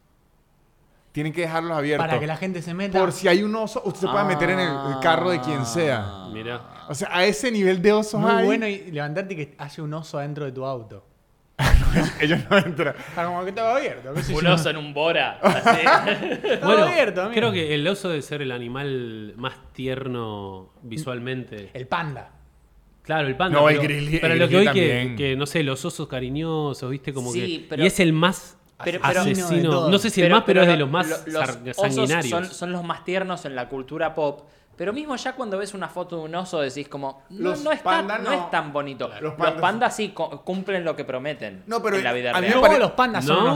Speaker 2: Tienen que dejarlos abiertos.
Speaker 3: para que la gente se meta.
Speaker 2: Por si hay un oso, usted se puede meter en el el carro de quien sea.
Speaker 1: Ah.
Speaker 4: Mirá.
Speaker 2: O sea, a ese nivel de osos
Speaker 3: Muy
Speaker 2: hay,
Speaker 3: bueno y levantarte y que haya un oso adentro de tu auto.
Speaker 2: <laughs> ellos no entran.
Speaker 3: Está como que estaba abierto. qué sé
Speaker 1: Un
Speaker 3: yo.
Speaker 1: oso en un bora. así.
Speaker 3: Estaba
Speaker 4: Bueno,
Speaker 3: abierto, amigo.
Speaker 4: creo que el oso debe ser el animal más tierno visualmente.
Speaker 3: El panda.
Speaker 4: Claro, el panda.
Speaker 2: No, el
Speaker 4: pero,
Speaker 2: grizzly-
Speaker 4: pero
Speaker 2: el
Speaker 4: lo que hoy
Speaker 2: grizzly
Speaker 4: que,
Speaker 2: también.
Speaker 4: que, no sé, los osos cariñosos, viste, como
Speaker 1: Sí,
Speaker 4: que.
Speaker 1: pero-
Speaker 4: y es el más
Speaker 1: pero- pero-
Speaker 3: Asesino de
Speaker 4: asesino.
Speaker 3: todos.
Speaker 4: No sé si el más, pero, es de
Speaker 1: lo-
Speaker 4: los más
Speaker 1: lo- los
Speaker 4: sar-
Speaker 1: osos
Speaker 4: sanguinarios.
Speaker 1: Son, son los más tiernos en la cultura pop. Pero mismo ya cuando ves una foto de un oso decís como, no,
Speaker 2: Los
Speaker 1: no, está-
Speaker 2: pandas
Speaker 1: no
Speaker 2: no.
Speaker 1: es tan bonito.
Speaker 2: Claro.
Speaker 1: Los
Speaker 2: Los
Speaker 1: pandas,
Speaker 2: pandas-
Speaker 1: sí cu- cumplen lo que prometen
Speaker 2: No, pero
Speaker 1: en la vida
Speaker 2: a mí me
Speaker 1: real.
Speaker 3: No,
Speaker 2: pare-
Speaker 3: los pandas son
Speaker 4: No.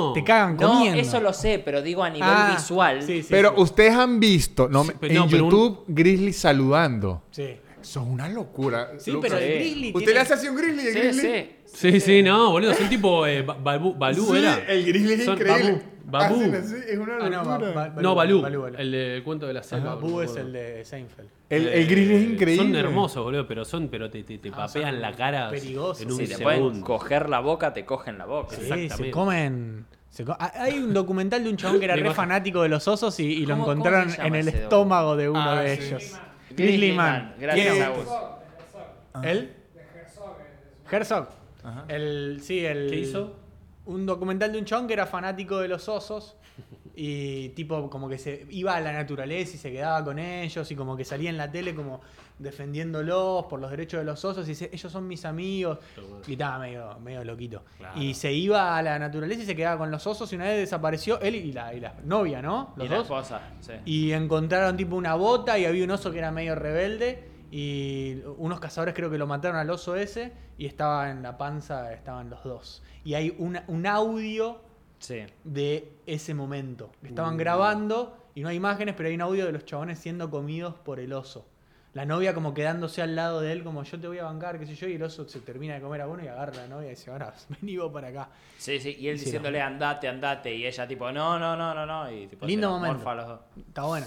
Speaker 3: unos- Te cagan
Speaker 1: No,
Speaker 3: comiendo.
Speaker 1: eso lo sé, pero digo a nivel
Speaker 3: Ah,
Speaker 1: visual.
Speaker 3: sí, sí,
Speaker 2: pero
Speaker 3: sí.
Speaker 2: ustedes han visto no,
Speaker 4: Sí,
Speaker 2: me-
Speaker 4: pero
Speaker 2: en
Speaker 4: no, pero un-
Speaker 2: YouTube Grizzly saludando.
Speaker 3: Sí.
Speaker 2: Son una locura.
Speaker 3: Sí,
Speaker 2: Lucas.
Speaker 3: pero el
Speaker 1: Sí.
Speaker 3: grizzly
Speaker 2: Usted
Speaker 3: tiene-
Speaker 2: le hace así un Grizzly y el
Speaker 1: Sí,
Speaker 2: Grizzly.
Speaker 1: sí.
Speaker 4: Sí, sí, no, boludo. Son tipo eh, Ba- Balú, Balú
Speaker 2: Sí,
Speaker 4: era.
Speaker 2: El Grizzly es
Speaker 4: Son
Speaker 2: increíble.
Speaker 4: Babú.
Speaker 2: Hacen
Speaker 4: Babú.
Speaker 2: así, es una
Speaker 3: Ah,
Speaker 2: locura.
Speaker 3: no, Ba- Ba-
Speaker 4: no, Balú.
Speaker 3: Balú.
Speaker 4: El, de El cuento de la selva.
Speaker 3: Babú
Speaker 4: boludo.
Speaker 3: es el de Seinfeld.
Speaker 2: el, el
Speaker 4: Eh,
Speaker 2: Grizzly es increíble.
Speaker 4: Son hermosos, boludo, pero son, pero te, te, te
Speaker 3: Ah,
Speaker 4: papean
Speaker 3: son
Speaker 4: la cara
Speaker 3: peligrosos.
Speaker 4: en un
Speaker 1: Si te pueden
Speaker 4: segundo.
Speaker 1: coger la boca, te cogen la boca.
Speaker 3: Sí,
Speaker 4: Sí. Exactamente.
Speaker 3: se comen. se co- Ah, Hay un documental de un chabón que era
Speaker 4: Me
Speaker 3: re
Speaker 4: imagino.
Speaker 3: fanático de los osos y, y lo
Speaker 1: ¿Cómo- cómo
Speaker 3: encontraron
Speaker 1: se llama
Speaker 3: en el
Speaker 1: ese docu?
Speaker 3: estómago de uno
Speaker 2: Ah,
Speaker 3: de
Speaker 2: sí.
Speaker 3: ellos.
Speaker 1: Grizzly
Speaker 3: Grizzly
Speaker 1: Man.
Speaker 3: Man.
Speaker 1: Gracias,
Speaker 2: ¿Quién es?
Speaker 1: Agus.
Speaker 3: ¿Él? Herzog.
Speaker 2: Ajá.
Speaker 3: El, sí, el,
Speaker 4: ¿Qué hizo?
Speaker 3: Un documental de un chabón que era fanático de los osos y tipo como que se iba a la naturaleza y se quedaba con ellos y como que salía en la tele como defendiéndolos por los derechos de los osos y dice, ellos son mis amigos y estaba medio, medio loquito.
Speaker 4: Claro.
Speaker 3: Y se iba a la naturaleza y se quedaba con los osos y una vez desapareció él y la, y la novia, ¿no? Los
Speaker 1: Y la
Speaker 3: dos.
Speaker 1: esposa. ah, sí.
Speaker 3: Y encontraron tipo una bota y había un oso que era medio rebelde. Y unos cazadores creo que lo mataron al oso ese. Y estaba en la panza, estaban los dos. Y hay una- un audio
Speaker 1: Sí.
Speaker 3: de ese momento. Estaban grabando y no hay imágenes, pero hay un audio de los chabones siendo comidos por el oso. La novia como quedándose al lado de él, como yo te voy a bancar, qué sé yo, y el oso se termina de comer a uno y agarra a la novia y dice, ahora <laughs> vení vos para acá.
Speaker 1: Sí, sí, y él
Speaker 3: Sí,
Speaker 1: diciéndole andate, andate, y ella tipo, no, no, no, no, no, y tipo,
Speaker 3: Lindo
Speaker 1: se los
Speaker 3: momento.
Speaker 1: morfa a los dos.
Speaker 3: Está bueno.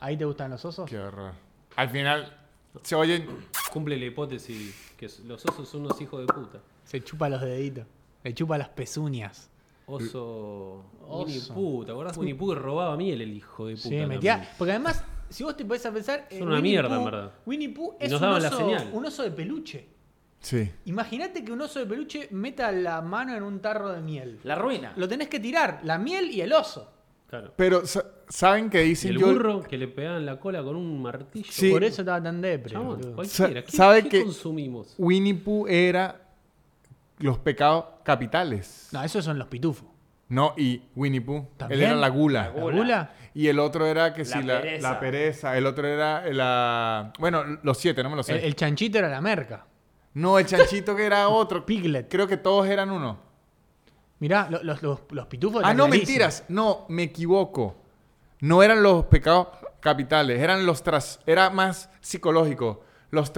Speaker 3: ¿Ahí te gustan los osos?
Speaker 2: Qué horror. Al final se oyen.
Speaker 4: Cumple la hipótesis que s- los osos son unos hijos de puta.
Speaker 3: Se chupa los deditos. Le chupa las pezuñas.
Speaker 4: Oso.
Speaker 3: Oso.
Speaker 4: Winnie Pooh, ¿te acordás? Winnie Pooh que robaba miel el hijo de puta.
Speaker 3: Sí, metía. Porque además, si vos te podés a pensar. eh,
Speaker 4: Son una mierda, en verdad.
Speaker 3: Winnie Pooh es
Speaker 4: nos
Speaker 3: un
Speaker 4: daban la
Speaker 3: oso,
Speaker 4: señal.
Speaker 3: un oso de peluche.
Speaker 2: Sí.
Speaker 3: Imagínate que un oso de peluche meta la mano en un tarro de miel.
Speaker 1: La ruina.
Speaker 3: Lo tenés que tirar, la miel y el oso.
Speaker 4: Claro.
Speaker 2: Pero sa- saben que
Speaker 4: Y
Speaker 2: dicen
Speaker 4: el
Speaker 2: yo-
Speaker 4: burro que le pegaban la cola con un martillo.
Speaker 2: Sí.
Speaker 3: Por eso estaba tan depre.
Speaker 4: Chabón,
Speaker 3: boludo.
Speaker 4: cualquiera.
Speaker 2: Sa-
Speaker 4: ¿Qué,
Speaker 2: sabe
Speaker 4: qué
Speaker 2: que-
Speaker 4: consumimos?
Speaker 2: Winnie Pooh era los pecados capitales.
Speaker 3: No, esos son los pitufos.
Speaker 2: No, y Winnie Pooh.
Speaker 3: ¿También?
Speaker 2: Él era la gula.
Speaker 1: La Gula.
Speaker 3: ¿Gula?
Speaker 2: Y el otro era que
Speaker 1: La
Speaker 2: sí, la,
Speaker 1: pereza.
Speaker 2: la pereza. El otro era la. Bueno, los siete, no me lo sé.
Speaker 3: El, el chanchito era la merca.
Speaker 2: No, el chanchito que era otro.
Speaker 3: Piglet.
Speaker 2: Creo que todos eran uno.
Speaker 3: Mirá, lo- los, los- los pitufos.
Speaker 2: Ah,
Speaker 3: eran
Speaker 2: no,
Speaker 3: clarísimos.
Speaker 2: mentiras. No, me equivoco. No eran los pecados capitales, eran los tras. Era más psicológico. los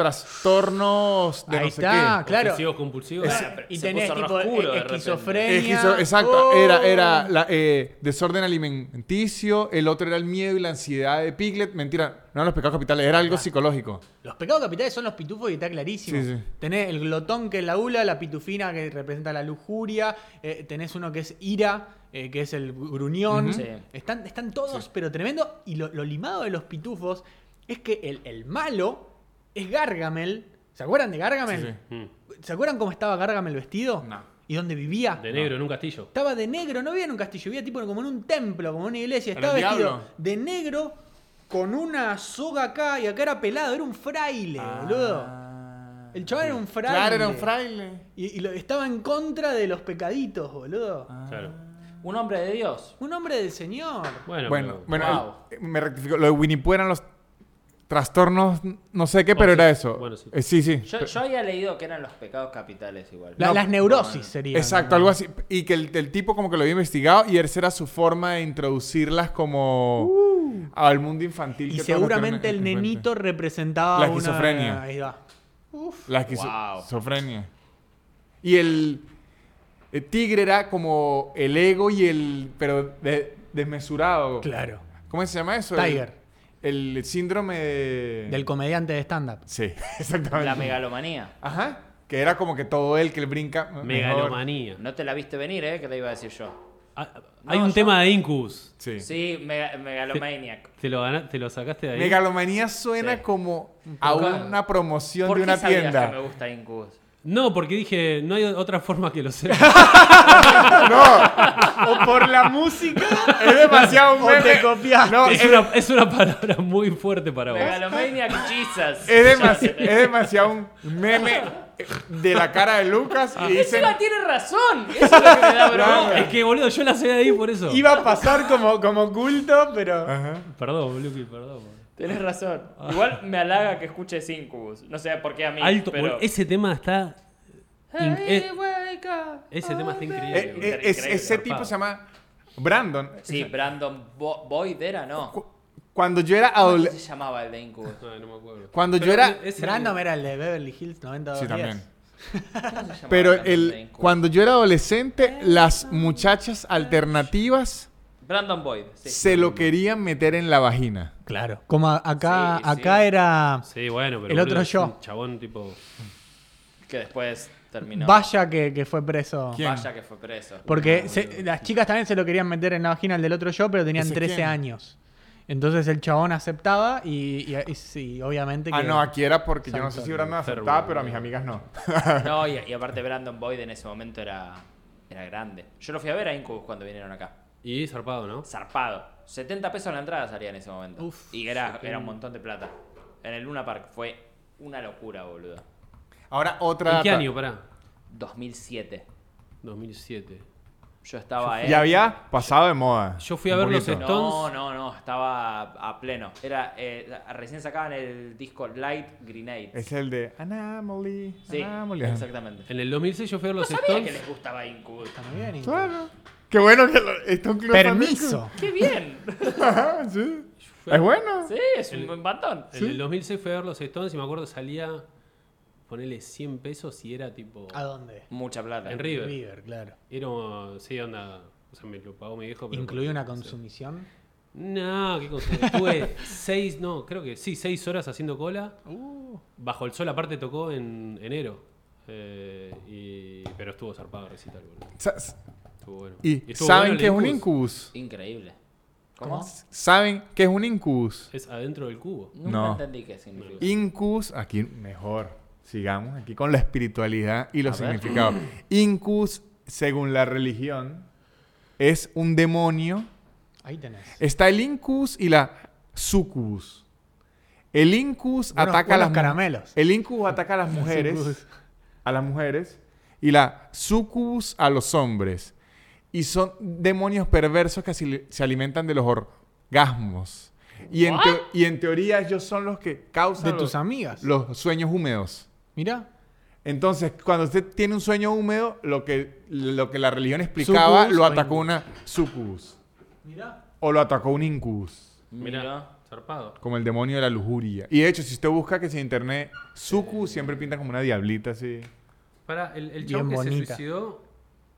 Speaker 2: trastornos de
Speaker 3: Ahí
Speaker 2: no sé
Speaker 3: está,
Speaker 2: qué.
Speaker 3: claro.
Speaker 4: Obsesivos compulsivos.
Speaker 1: Es-
Speaker 4: Ah, pero-
Speaker 3: Y
Speaker 1: Se
Speaker 3: tenés
Speaker 1: puso
Speaker 3: tipo
Speaker 1: oscuro de
Speaker 3: eh,
Speaker 1: repente.
Speaker 3: esquizofrenia.
Speaker 2: Esquizo- exacto,
Speaker 3: Oh.
Speaker 2: era, era la, eh, desorden alimenticio, el otro era el miedo y la ansiedad de Piglet. Mentira, no eran los pecados capitales, era algo psicolológico.
Speaker 3: Los pecados capitales son los pitufos y está clarísimo.
Speaker 2: Sí, sí.
Speaker 3: Tenés el glotón que es la ula, la pitufina que representa la lujuria, eh, tenés uno que es ira, eh, que es el gruñón.
Speaker 1: Ujú. Sí.
Speaker 3: Están, están todos, pero tremendo. Y lo, lo limado de los pitufos es que el, el malo es Gargamel. ¿Se acuerdan de Gargamel?
Speaker 4: Mm.
Speaker 3: ¿Se acuerdan cómo estaba Gargamel vestido?
Speaker 2: No.
Speaker 3: ¿Y dónde vivía?
Speaker 4: De negro en un castillo.
Speaker 3: Estaba de negro, no había en un castillo, había tipo como en un templo, como en una iglesia.
Speaker 2: Era
Speaker 3: Estaba
Speaker 2: el
Speaker 3: vestido
Speaker 2: diablo.
Speaker 3: de negro con una soga acá y acá era pelado, era un fraile, boludo. El chaval era un fraile.
Speaker 2: Ah. Claro, era un fraile.
Speaker 3: Y, y lo- estaba en contra de los pecaditos, boludo.
Speaker 2: Ah.
Speaker 4: Claro.
Speaker 1: Un hombre de Dios.
Speaker 3: Un hombre del Señor.
Speaker 4: Bueno,
Speaker 2: Bueno,
Speaker 4: pero-
Speaker 2: bueno,
Speaker 1: Wow.
Speaker 2: el- eh, me rectifico. Lo de Winnie Pooh eran los trastornos, no sé qué, pero
Speaker 4: Obses-
Speaker 2: era eso.
Speaker 4: bueno, Oh, sí.
Speaker 2: Eh, sí, sí.
Speaker 1: Yo, yo había leído que eran los pecados capitales igual.
Speaker 3: La-
Speaker 1: No,
Speaker 3: las neurosis serían.
Speaker 2: Exacto, algo así. Y que el, el tipo como que lo había investigado y esa era su forma de introducirlas como al mundo infantil.
Speaker 3: Uh. Y
Speaker 2: que todos
Speaker 3: seguramente
Speaker 2: tienen
Speaker 3: el
Speaker 2: en- en
Speaker 3: nenito representaba
Speaker 2: La
Speaker 3: una-
Speaker 2: esquizofrenia.
Speaker 3: Ahí va. Uf.
Speaker 2: cuenta. La
Speaker 1: Wow.
Speaker 2: esquizofrenia. Y el, el tigre era como el ego y el... pero de- desmesurado.
Speaker 3: Claro.
Speaker 2: ¿Cómo se llama eso?
Speaker 3: Tiger.
Speaker 2: El, el síndrome de...
Speaker 3: Del comediante de stand-up.
Speaker 2: Sí, <laughs> exactamente.
Speaker 1: La megalomanía.
Speaker 2: Ajá. Que era como que todo él que le brinca. mejor.
Speaker 4: megalomanía.
Speaker 1: No te la viste venir, ¿eh? Que te iba a decir yo.
Speaker 4: Ah,
Speaker 1: No,
Speaker 4: hay un
Speaker 1: yo-
Speaker 4: tema de Incubus.
Speaker 2: Sí.
Speaker 1: Sí, mega- megalomaniac.
Speaker 4: Te lo, gana- te lo sacaste de ahí.
Speaker 2: Megalomanía suena
Speaker 1: Sí.
Speaker 2: como a una promoción
Speaker 1: ¿Por
Speaker 2: de
Speaker 1: qué
Speaker 2: una
Speaker 1: sabías que me
Speaker 2: tienda.
Speaker 1: gusta Incubus?
Speaker 4: no, porque dije, no hay otra forma
Speaker 2: <laughs>
Speaker 4: que lo sepa.
Speaker 3: o por la música.
Speaker 2: Es demasiado
Speaker 3: o te
Speaker 2: meme.
Speaker 3: copiaste.
Speaker 2: No, es,
Speaker 4: es, una, es una palabra muy fuerte para vos.
Speaker 1: Megalomaniac Jesus.
Speaker 2: es demasi- es demasiado un meme de la cara de Lucas y dicen...
Speaker 1: Encima tiene razón. <laughs> Eso es lo que me da
Speaker 2: Claro.
Speaker 1: broma.
Speaker 4: Es que, boludo, yo la sé de ahí por eso.
Speaker 3: Iba a pasar como, como culto, pero.
Speaker 2: Ajá.
Speaker 4: Perdón, Luqui, perdón. boludo.
Speaker 1: Tienes razón. Igual me halaga que escuches Incubus. No sé por qué a mí.
Speaker 4: Alto,
Speaker 1: pero...
Speaker 4: boludo, ese tema está. in-
Speaker 1: Hey,
Speaker 4: es-
Speaker 1: wake up.
Speaker 4: ese tema está increíble.
Speaker 2: Eh, eh, es-
Speaker 1: Increíble,
Speaker 2: ese
Speaker 4: zarpado.
Speaker 2: tipo se llama Brandon.
Speaker 1: Sí, Brandon Bo- Boyd era, no.
Speaker 2: Cu- Cuando yo era
Speaker 1: ¿Cómo
Speaker 2: adolescente...
Speaker 1: se llamaba el de Incubus?
Speaker 4: Ay, no me acuerdo.
Speaker 2: Cuando yo
Speaker 4: Pero
Speaker 2: era...
Speaker 4: ese-
Speaker 3: Brandom era el de Beverly Hills 92.
Speaker 2: Sí, también.
Speaker 1: ¿Cómo se llamaba
Speaker 2: Pero
Speaker 1: canción de
Speaker 2: el,
Speaker 1: Incubus?
Speaker 2: cuando yo era adolescente, las muchachas alternativas
Speaker 1: Brandon Boyd, sí.
Speaker 2: se lo querían meter en la vagina.
Speaker 3: Claro. Como a- acá,
Speaker 1: Sí, sí.
Speaker 3: acá era.
Speaker 4: Sí, bueno, pero.
Speaker 3: El otro
Speaker 4: es
Speaker 3: yo.
Speaker 4: un Chabón, tipo.
Speaker 1: Que después terminó. Ah,
Speaker 3: Vaya que, que fue preso.
Speaker 2: ¿Quién?
Speaker 1: Vaya que fue preso.
Speaker 3: Porque se- las chicas también se lo querían meter en la vagina al del otro yo, pero tenían
Speaker 2: ¿Ese
Speaker 3: 13
Speaker 2: quién?
Speaker 3: años. Entonces el chabón aceptaba y, y- y sí, obviamente que.
Speaker 2: Ah, no, aquí era porque yo no sé
Speaker 3: Santo
Speaker 2: si Brandon
Speaker 4: enfermo,
Speaker 2: aceptaba, pero a
Speaker 4: boludo.
Speaker 2: mis amigas no.
Speaker 1: No, y, y aparte Brandon Boyd en ese momento era, era grande. Yo lo fui a ver a Incubus cuando vinieron acá.
Speaker 4: Y zarpado, ¿no?
Speaker 1: Zarpado. 70 pesos la entrada salía en ese momento.
Speaker 3: Uf,
Speaker 1: y era, era un montón de plata. En el Luna Park fue una locura, boludo.
Speaker 2: Ahora otra.
Speaker 4: ¿En qué
Speaker 2: data.
Speaker 4: año, pará?
Speaker 1: 2007.
Speaker 4: 2007.
Speaker 1: Yo estaba en...
Speaker 2: Ya había pasado de moda.
Speaker 4: Yo fui a
Speaker 2: Un
Speaker 4: ver los
Speaker 2: poquito.
Speaker 1: No,
Speaker 4: Stones.
Speaker 1: no, no, estaba a pleno. Era eh, recién sacaban el disco Light Grenade.
Speaker 2: Es el de Anomaly.
Speaker 1: sí,
Speaker 2: Anomaly.
Speaker 1: exactamente.
Speaker 4: En el 2006 yo fui a ver los
Speaker 1: No sabía que
Speaker 4: Stones.
Speaker 1: les gustaba Incubus.
Speaker 3: Está muy bien, incluso.
Speaker 2: Claro. Qué bueno que lo, esto es un club
Speaker 3: Permiso.
Speaker 1: ¡Qué bien!
Speaker 2: familiar. Ajá, sí. Es bueno.
Speaker 1: Sí, es un buen bandón.
Speaker 4: En el 2006 fui a ver los Stones y me acuerdo salía. Ponele 100 pesos y era tipo.
Speaker 3: ¿A dónde?
Speaker 1: Mucha plata.
Speaker 4: En River.
Speaker 3: River, claro.
Speaker 4: Era. como- Sí, onda. O sea, me lo pagó mi viejo. pero-
Speaker 3: Incluía una
Speaker 4: no sé.
Speaker 3: consumición.
Speaker 4: No, qué cosa. Estuve <laughs> seis, no, creo que sí, seis horas haciendo cola.
Speaker 3: Uh,
Speaker 4: Bajo el sol, aparte tocó en enero. Eh, y- pero estuvo zarpado el recital, boludo.
Speaker 2: Sa- s-
Speaker 4: Estuvo bueno.
Speaker 2: Y
Speaker 4: estuvo
Speaker 2: saben
Speaker 4: bueno el
Speaker 2: que es un
Speaker 4: Incubus.
Speaker 2: incubus.
Speaker 1: Increíble. ¿Cómo?
Speaker 2: Saben que es un incubus.
Speaker 4: Es adentro del cubo.
Speaker 1: Nunca
Speaker 2: No.
Speaker 1: entendí qué significa.
Speaker 2: Incubus, aquí mejor, sigamos aquí con la espiritualidad y los
Speaker 1: A ver.
Speaker 2: significados. Incubus, según la religión, es un demonio.
Speaker 3: Ahí tenés.
Speaker 2: Está el incubus y la sucubus. El incubus
Speaker 3: Buenos-
Speaker 2: ataca a
Speaker 3: buenos
Speaker 2: las mu-
Speaker 3: caramelos.
Speaker 2: El incubus
Speaker 3: <laughs>
Speaker 2: ataca a las mujeres,
Speaker 3: sucubus.
Speaker 2: a las mujeres y la sucubus a los hombres. Y son demonios perversos que así- se alimentan de los orgasmos. Y en, teo- y en teoría ellos son los que causan
Speaker 3: De
Speaker 2: los-
Speaker 3: tus amigas.
Speaker 2: los sueños húmedos.
Speaker 3: Mirá.
Speaker 2: Entonces, cuando usted tiene un sueño húmedo, lo que, lo que la religión explicaba,
Speaker 3: Sucubus
Speaker 2: lo
Speaker 3: o
Speaker 2: atacó
Speaker 3: incubus.
Speaker 2: una sucubus.
Speaker 3: Mirá.
Speaker 2: O lo atacó un incubus.
Speaker 1: Mira.
Speaker 4: Zarpado.
Speaker 2: Como el demonio de la lujuria. Y de hecho, si usted busca que si en internet, Suku siempre pinta como una diablita así.
Speaker 4: Para, el, el
Speaker 3: Bien
Speaker 4: chabón que se
Speaker 3: bonita.
Speaker 4: suicidó,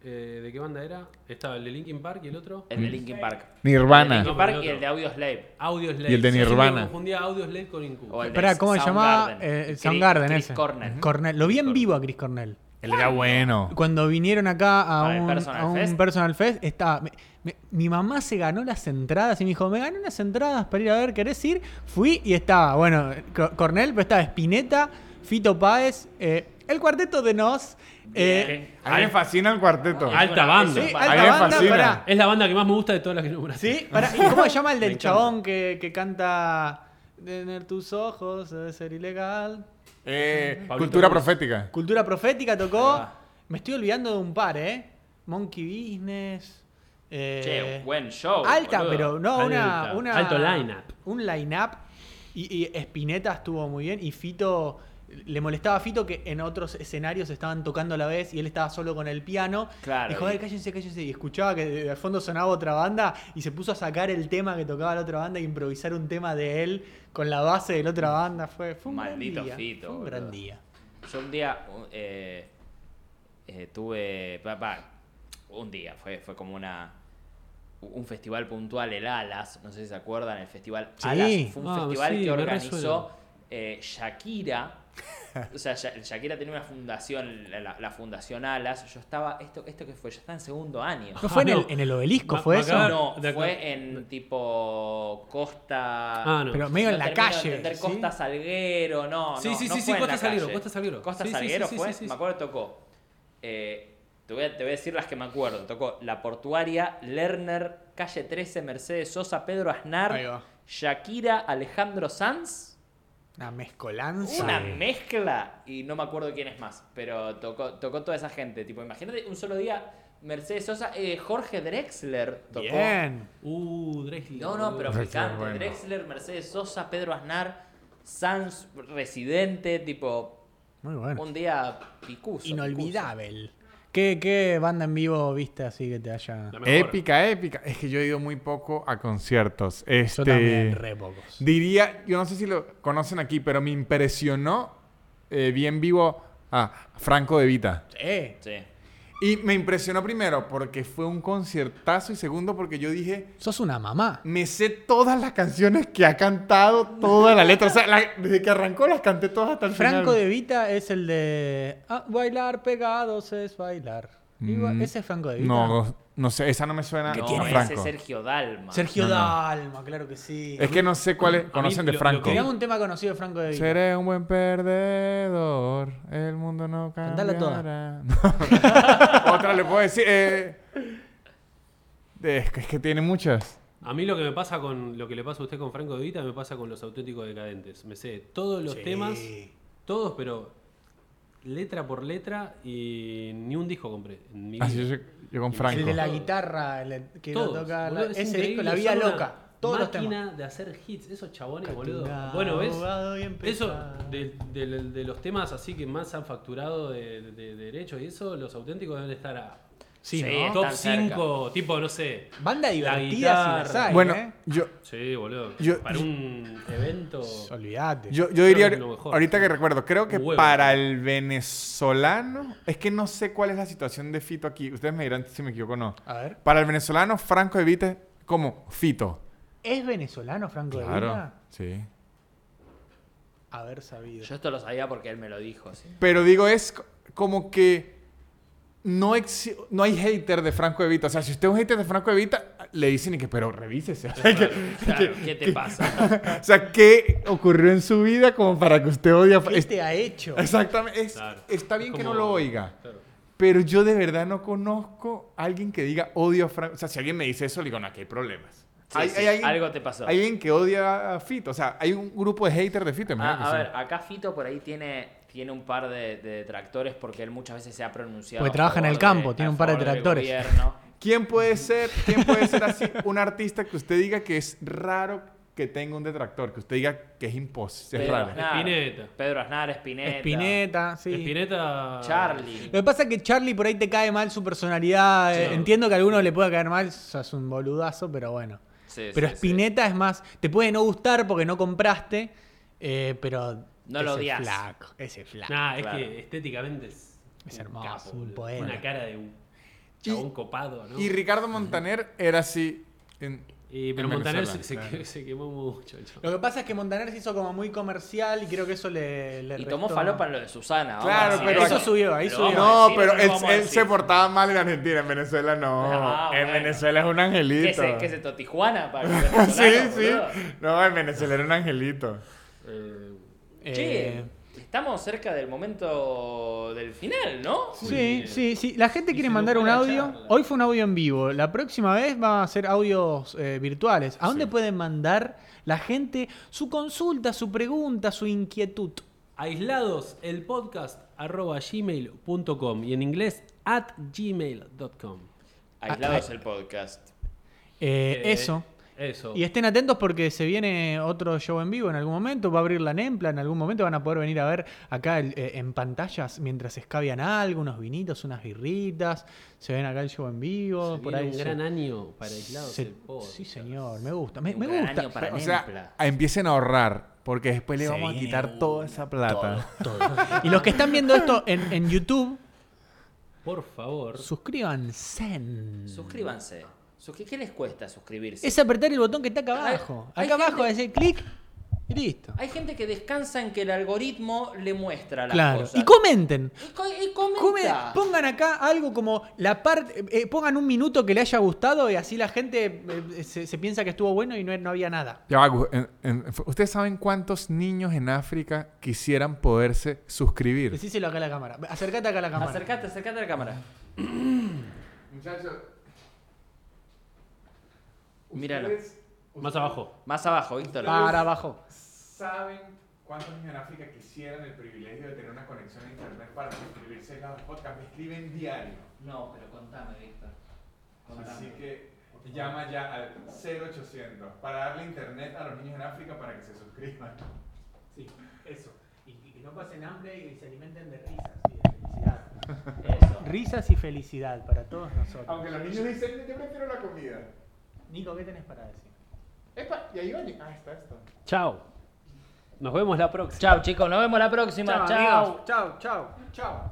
Speaker 4: eh, ¿de qué banda era? Estaba el de Linkin Park y el otro.
Speaker 1: El de Linkin Park. El de
Speaker 2: Nirvana.
Speaker 1: Linkin Park y el de Audioslave.
Speaker 4: Audio Slave.
Speaker 2: Y el de
Speaker 4: Sí, yo
Speaker 2: Nirvana.
Speaker 4: siempre confundía Audio Slave con Incubus.
Speaker 1: O Oh, el de
Speaker 3: Espera, ¿cómo se llamaba?
Speaker 1: Soundgarden.
Speaker 3: Eh, el
Speaker 1: Chris-
Speaker 3: Soundgarden
Speaker 1: Chris
Speaker 3: ese.
Speaker 1: Cornell.
Speaker 3: Cornell. Lo vi en vivo a Chris Cornell.
Speaker 2: Él era bueno.
Speaker 3: Cuando vinieron acá
Speaker 1: ¿Para
Speaker 3: a
Speaker 1: el
Speaker 3: un,
Speaker 1: Personal
Speaker 3: a un
Speaker 1: Fest?
Speaker 3: Personal Fest, estaba. me- me- mi mamá se ganó las entradas y me dijo: Me gané unas entradas para ir a ver, ¿querés ir? Fui y estaba, bueno, Co- Cornell, pero estaba Spinetta, Fito Páez, eh, el cuarteto de Nos. eh,
Speaker 2: A mí me fascina el cuarteto.
Speaker 4: Alta banda.
Speaker 3: sí,
Speaker 2: A mí
Speaker 3: alta
Speaker 2: me
Speaker 3: banda,
Speaker 2: fascina.
Speaker 3: pará.
Speaker 4: Es la banda que más me gusta de todas las que nombraste.
Speaker 3: Sí, pará, ¿y cómo se llama el
Speaker 4: Me
Speaker 3: del
Speaker 4: encanta.
Speaker 3: chabón que, que canta. Tener tus ojos debe ser ilegal.
Speaker 2: Eh,
Speaker 4: Pablito
Speaker 2: cultura
Speaker 4: Ruiz.
Speaker 2: profética.
Speaker 3: Cultura profética tocó. Me estoy olvidando de un par, ¿eh? Monkey Business. eh,
Speaker 1: Che, buen show.
Speaker 3: alta,
Speaker 1: boludo.
Speaker 3: pero no, una,
Speaker 4: Alta.
Speaker 3: una-
Speaker 4: Alto lineup.
Speaker 3: Un line-up. Y, y Spinetta estuvo muy bien. Y Fito. Le molestaba a Fito que en otros escenarios estaban tocando a la vez y él estaba solo con el piano.
Speaker 1: Claro,
Speaker 3: Dijo,
Speaker 1: y-
Speaker 3: ay, cállense, cállense. Y escuchaba que de de fondo sonaba otra banda y se puso a sacar el tema que tocaba la otra banda e improvisar un tema de él con la base de la otra banda. Fue, fue un
Speaker 1: Maldito
Speaker 3: gran día.
Speaker 1: Fito,
Speaker 3: Fue un
Speaker 1: boludo.
Speaker 3: gran día.
Speaker 1: Yo un día un- eh, eh, tuve. pa- pa, un día, fue, fue como una. Un festival puntual, el Alas, no sé si se acuerdan, el festival
Speaker 3: Sí.
Speaker 1: Alas. Fue un
Speaker 4: Ah,
Speaker 1: festival
Speaker 4: sí,
Speaker 1: que
Speaker 4: me
Speaker 1: organizó
Speaker 4: resuena.
Speaker 1: eh,
Speaker 4: <laughs>
Speaker 1: Shakira. O sea, Sha- Shakira tenía una fundación, la, la- la fundación Alas. Yo estaba, esto, esto que fue, yo estaba en segundo año.
Speaker 3: ¿No fue en,
Speaker 4: no.
Speaker 3: el, en el obelisco?
Speaker 4: Ma-
Speaker 3: ¿Fue
Speaker 4: ma-
Speaker 3: eso?
Speaker 4: claro.
Speaker 1: No,
Speaker 4: Ah, de acuerdo.
Speaker 1: fue en tipo Costa.
Speaker 4: Ah, no.
Speaker 3: Pero medio en la
Speaker 1: termino de
Speaker 3: calle.
Speaker 1: entender,
Speaker 3: ¿sí?
Speaker 1: Costa Salguero, no.
Speaker 4: Sí,
Speaker 1: no,
Speaker 4: sí,
Speaker 1: no fue
Speaker 4: sí, sí,
Speaker 1: en la
Speaker 4: Costa Salguero,
Speaker 1: calle.
Speaker 4: Costa Salguero.
Speaker 1: Costa
Speaker 4: Sí, sí,
Speaker 1: Salguero
Speaker 4: sí, sí,
Speaker 1: fue,
Speaker 4: sí, sí,
Speaker 1: me
Speaker 4: sí.
Speaker 1: acuerdo que tocó. eh, te, voy a, te voy a decir las que me acuerdo. Tocó La Portuaria, Lerner, Calle 13, Mercedes Sosa, Pedro
Speaker 3: Ahí
Speaker 1: Aznar,
Speaker 3: va.
Speaker 1: Shakira, Alejandro Sanz.
Speaker 3: Una mezcolanza.
Speaker 1: Una mezcla y no me acuerdo quién es más, pero tocó, tocó toda esa gente. Tipo, imagínate un solo día Mercedes Sosa, eh, Jorge Drexler tocó.
Speaker 3: Bien.
Speaker 4: Uh, Drexler.
Speaker 1: "Oh, No, no, pero
Speaker 2: Drexler,
Speaker 1: picante.
Speaker 2: bueno.
Speaker 1: Drexler, Mercedes Sosa, Pedro Aznar, Sans, Residente, tipo,
Speaker 3: Muy bueno.
Speaker 1: un día picuso.
Speaker 3: Inolvidable. ¿Qué, ¿Qué banda en vivo viste así que te haya.?
Speaker 4: La mejor.
Speaker 2: Épica, épica. Es que yo he ido muy poco a conciertos. Este,
Speaker 3: Yo también, re pocos.
Speaker 2: Diría, yo no sé si lo conocen aquí, pero me impresionó eh, bien vivo a Franco De Vita.
Speaker 3: Eh,
Speaker 1: picuso. Sí.
Speaker 2: Y me impresionó primero porque fue un conciertazo y segundo porque yo dije,
Speaker 3: sos una mamá.
Speaker 2: me sé todas las canciones que ha cantado, toda la letra. O sea, la- desde que arrancó las canté todas hasta el
Speaker 3: Franco
Speaker 2: final.
Speaker 3: de Vita es el de. "Ah, bailar pegados es bailar. Y va-
Speaker 2: Mm.
Speaker 3: Ese es Franco de Vita.
Speaker 2: No, no sé, esa no me suena
Speaker 1: No,
Speaker 2: a
Speaker 1: ese
Speaker 2: Franco.
Speaker 1: Sergio Dalma.
Speaker 3: Sergio
Speaker 2: No, no.
Speaker 3: Dalma, claro que sí.
Speaker 2: Es que no sé cuáles conocen
Speaker 4: lo-
Speaker 2: de
Speaker 4: lo
Speaker 2: Franco.
Speaker 4: que
Speaker 3: Tirame un tema conocido de Franco de Vita.
Speaker 2: Seré un buen perdedor, el mundo no cambiará.
Speaker 3: Cantala toda.
Speaker 2: No. <laughs> Otra le puedo decir. eh, es, que, es que tiene muchas.
Speaker 4: A mí lo que me pasa con lo que le pasa a usted con Franco De Vita me pasa con los auténticos decadentes. Me sé todos los
Speaker 3: Sí.
Speaker 4: temas, todos, pero letra por letra y ni un disco compré en mi
Speaker 2: Ah,
Speaker 4: vida.
Speaker 2: yo, yo- yo con Franco.
Speaker 3: El de la guitarra el que lo
Speaker 4: Todos,
Speaker 3: toca. la-
Speaker 4: boludo, es
Speaker 3: ese disco,
Speaker 4: increíble,
Speaker 3: La Vida
Speaker 4: son una
Speaker 3: Loca. Todos los temas.
Speaker 4: máquina de hacer hits, esos chabones, boludo.
Speaker 3: Catingado,
Speaker 4: Bueno, ¿ves?
Speaker 3: abogado bien
Speaker 4: Eso,
Speaker 3: pesado.
Speaker 4: de, de- de los temas así que más han facturado de, de- de derechos y eso, los auténticos deben estar a
Speaker 1: Sí,
Speaker 3: ¿no?
Speaker 1: están
Speaker 4: top
Speaker 1: cerca.
Speaker 4: 5, tipo, no sé.
Speaker 3: Banda divertida si
Speaker 4: guitarra.
Speaker 3: las hay,
Speaker 2: Bueno,
Speaker 3: ¿eh?
Speaker 2: yo,
Speaker 4: Sí, boludo.
Speaker 2: Yo-
Speaker 4: Para un evento.
Speaker 3: Olvídate.
Speaker 2: yo, yo
Speaker 4: Creo
Speaker 2: diría,
Speaker 4: que es lo mejor.
Speaker 2: ahorita que recuerdo, creo que
Speaker 4: Huevo.
Speaker 2: para el venezolano, es que no sé cuál es la situación de Fito aquí. Ustedes me dirán si me equivoco o no.
Speaker 3: A ver.
Speaker 2: Para el venezolano, Franco Evite como Fito.
Speaker 3: ¿Es venezolano Franco de
Speaker 2: Claro.
Speaker 3: Vita?
Speaker 2: Sí.
Speaker 3: Haber sabido.
Speaker 1: Yo esto lo sabía porque él me lo dijo. sí.
Speaker 2: Pero digo, es co- como que no, exi- no hay hater de Franco Evita. O sea, si usted es un hater de Franco Evita, le dicen y que, pero revísese. <laughs> O sea, que-
Speaker 1: Claro, ¿qué te
Speaker 2: <laughs>
Speaker 1: pasa?
Speaker 2: o sea, ¿qué ocurrió en su vida como para que usted odie a Fra-
Speaker 3: ¿Qué
Speaker 2: es-
Speaker 3: te ha hecho?
Speaker 2: Exactamente. Es-
Speaker 4: Claro.
Speaker 2: Está bien
Speaker 4: Es
Speaker 2: que no
Speaker 4: como-
Speaker 2: lo oiga.
Speaker 4: Claro.
Speaker 2: Pero yo de verdad no conozco a alguien que diga odio a Franco. O sea, si alguien me dice eso, le digo, no, aquí hay problemas.
Speaker 1: Sí,
Speaker 2: hay,
Speaker 1: sí,
Speaker 2: hay alguien,
Speaker 1: Algo te pasó.
Speaker 2: hay alguien que odia a Fito. O sea, hay un grupo de haters de Fito.
Speaker 1: Ah,
Speaker 2: imagino que
Speaker 1: a
Speaker 2: sí.
Speaker 1: ver, acá Fito por ahí tiene, tiene un par de, de detractores porque él muchas veces se ha pronunciado.
Speaker 3: Porque
Speaker 1: a
Speaker 3: trabaja en
Speaker 1: favor
Speaker 3: el campo,
Speaker 1: de-
Speaker 3: tiene
Speaker 1: a
Speaker 3: un par de
Speaker 1: favor del
Speaker 3: detractores.
Speaker 1: gobierno.
Speaker 2: ¿Quién puede ser, quién puede ser así <laughs> un artista que usted diga que es raro que tenga un detractor, que usted diga que es imposible, es
Speaker 1: Pedro
Speaker 2: raro?
Speaker 1: Aznar.
Speaker 4: Spinetta.
Speaker 1: Pedro Aznar, Spinetta.
Speaker 3: Espineta, sí.
Speaker 4: Spinetta.
Speaker 1: Charlie.
Speaker 3: Lo que pasa es que Charlie por ahí te cae mal su personalidad. eh,
Speaker 4: Sí.
Speaker 3: Entiendo que a alguno le pueda caer mal, sos un boludazo, pero bueno.
Speaker 1: Sí,
Speaker 3: pero
Speaker 1: sí,
Speaker 3: Spinetta es más, te puede no gustar porque no compraste, eh, pero...
Speaker 1: No lo
Speaker 3: ese
Speaker 1: odias.
Speaker 3: flaco, ese flaco.
Speaker 4: Nah,
Speaker 1: Claro.
Speaker 4: es que estéticamente es.
Speaker 3: Es
Speaker 4: un
Speaker 3: hermoso, un
Speaker 4: boludo.
Speaker 3: poema.
Speaker 4: Una cara de un chabón copado, ¿no?
Speaker 2: Y Ricardo Montaner era así. en-
Speaker 4: Y- pero
Speaker 2: en
Speaker 4: Montaner se,
Speaker 2: Venezuela,
Speaker 4: se
Speaker 2: claro.
Speaker 4: que- se quemó mucho. chabón.
Speaker 3: Lo que pasa es que Montaner se hizo como muy comercial y creo que eso le... le
Speaker 1: Y tomó
Speaker 3: restó-
Speaker 1: falopa en lo de Susana. vamos
Speaker 2: Claro,
Speaker 1: a decir
Speaker 2: pero-
Speaker 3: Eso subió, ahí
Speaker 1: Lo
Speaker 3: subió.
Speaker 1: vamos a
Speaker 2: No,
Speaker 1: decir,
Speaker 2: pero
Speaker 1: lo
Speaker 2: él,
Speaker 1: vamos a
Speaker 2: él
Speaker 1: decir.
Speaker 2: se portaba mal en Argentina, en Venezuela no.
Speaker 1: Ah,
Speaker 2: en
Speaker 1: bueno.
Speaker 2: Venezuela es un angelito.
Speaker 1: ¿Qué es ese? ¿Qué es ese?
Speaker 3: <laughs>
Speaker 1: ¿Tijuana? Para los
Speaker 2: sí,
Speaker 1: venezolanos,
Speaker 2: sí.
Speaker 1: boludo?
Speaker 2: No, en Venezuela era un angelito.
Speaker 4: Eh,
Speaker 1: Che,
Speaker 3: Eh,
Speaker 1: estamos cerca del momento del final, ¿no?
Speaker 3: Sí, sí, sí. La gente
Speaker 4: Y
Speaker 3: quiere
Speaker 4: se
Speaker 3: mandar
Speaker 4: nos
Speaker 3: un
Speaker 4: fue la
Speaker 3: audio.
Speaker 4: charla.
Speaker 3: Hoy fue un audio en vivo. La próxima vez va a ser audios eh, virtuales. ¿A dónde pueden mandar la gente su consulta, su pregunta, su inquietud?
Speaker 4: aislados, el podcast arroba gmail.com y en inglés at gmail.com.
Speaker 1: Aislados el podcast.
Speaker 3: Eh,
Speaker 4: Eh,
Speaker 3: eso.
Speaker 4: Eso.
Speaker 3: Y estén atentos porque se viene otro show en vivo en algún momento. Va a abrir la Nempla en algún momento. Van a poder venir a ver acá el- eh, en pantallas mientras escabian algo, unos vinitos, unas birritas. Se ven acá el show en vivo.
Speaker 4: Se
Speaker 3: por ahí
Speaker 4: viene un
Speaker 3: se-
Speaker 4: gran año para aislados,
Speaker 3: se-
Speaker 4: el podcast.
Speaker 3: Sí, señor. Me gusta. Me,
Speaker 1: Un
Speaker 3: me
Speaker 1: gran
Speaker 3: gusta.
Speaker 1: año para
Speaker 2: O
Speaker 1: Nempla.
Speaker 2: sea, empiecen a ahorrar, porque después le
Speaker 3: Se
Speaker 2: vamos a
Speaker 3: viene
Speaker 2: quitar toda esa plata.
Speaker 3: Y los que están viendo esto en, en YouTube,
Speaker 4: Por favor.
Speaker 3: suscríbanse.
Speaker 1: Suscríbanse. Suscri- ¿Qué les cuesta suscribirse?
Speaker 3: Es apretar el botón que está acá abajo.
Speaker 1: Hay- hay
Speaker 3: Acá abajo,
Speaker 1: gente-
Speaker 3: hacer clic y listo.
Speaker 1: Hay gente que descansa en que el algoritmo le muestra las
Speaker 3: Claro.
Speaker 1: cosas.
Speaker 3: Y comenten.
Speaker 1: Y co- y
Speaker 3: Comen-
Speaker 1: comenta.
Speaker 3: pongan acá algo como la parte. eh, pongan un minuto que le haya gustado y así la gente eh, se, se piensa que estuvo bueno y no, no había nada.
Speaker 2: Ya va, Gu- en- en- ¿Ustedes saben cuántos niños en África quisieran poderse suscribir?
Speaker 3: Decíselo acá a la cámara. Acercate acá a la cámara.
Speaker 1: Acercate, acercate a la cámara.
Speaker 2: Muchachos,
Speaker 1: Míralo.
Speaker 4: Más abajo.
Speaker 1: Más abajo, Víctor.
Speaker 3: Para abajo.
Speaker 2: ¿Saben cuántos niños en África quisieran el privilegio de tener una conexión a internet para suscribirse a los podcasts? Me escriben diario.
Speaker 1: No, pero contame, Víctor.
Speaker 2: Así que llama ya al 0800 para darle internet a los niños en África para que se suscriban.
Speaker 6: Sí, eso. Y, y que no pasen hambre y se alimenten de risas y de felicidad.
Speaker 1: Eso.
Speaker 3: <laughs> Risas y felicidad para todos nosotros.
Speaker 2: Aunque los niños dicen, yo prefiero la comida.
Speaker 3: Nico, ¿qué tenés para decir?
Speaker 2: Epa, y ahí va. Ah, está esto.
Speaker 4: Chao. Nos vemos la próxima.
Speaker 1: Chao, chicos. Nos vemos la próxima. Chao.
Speaker 6: Chao, chao, chao.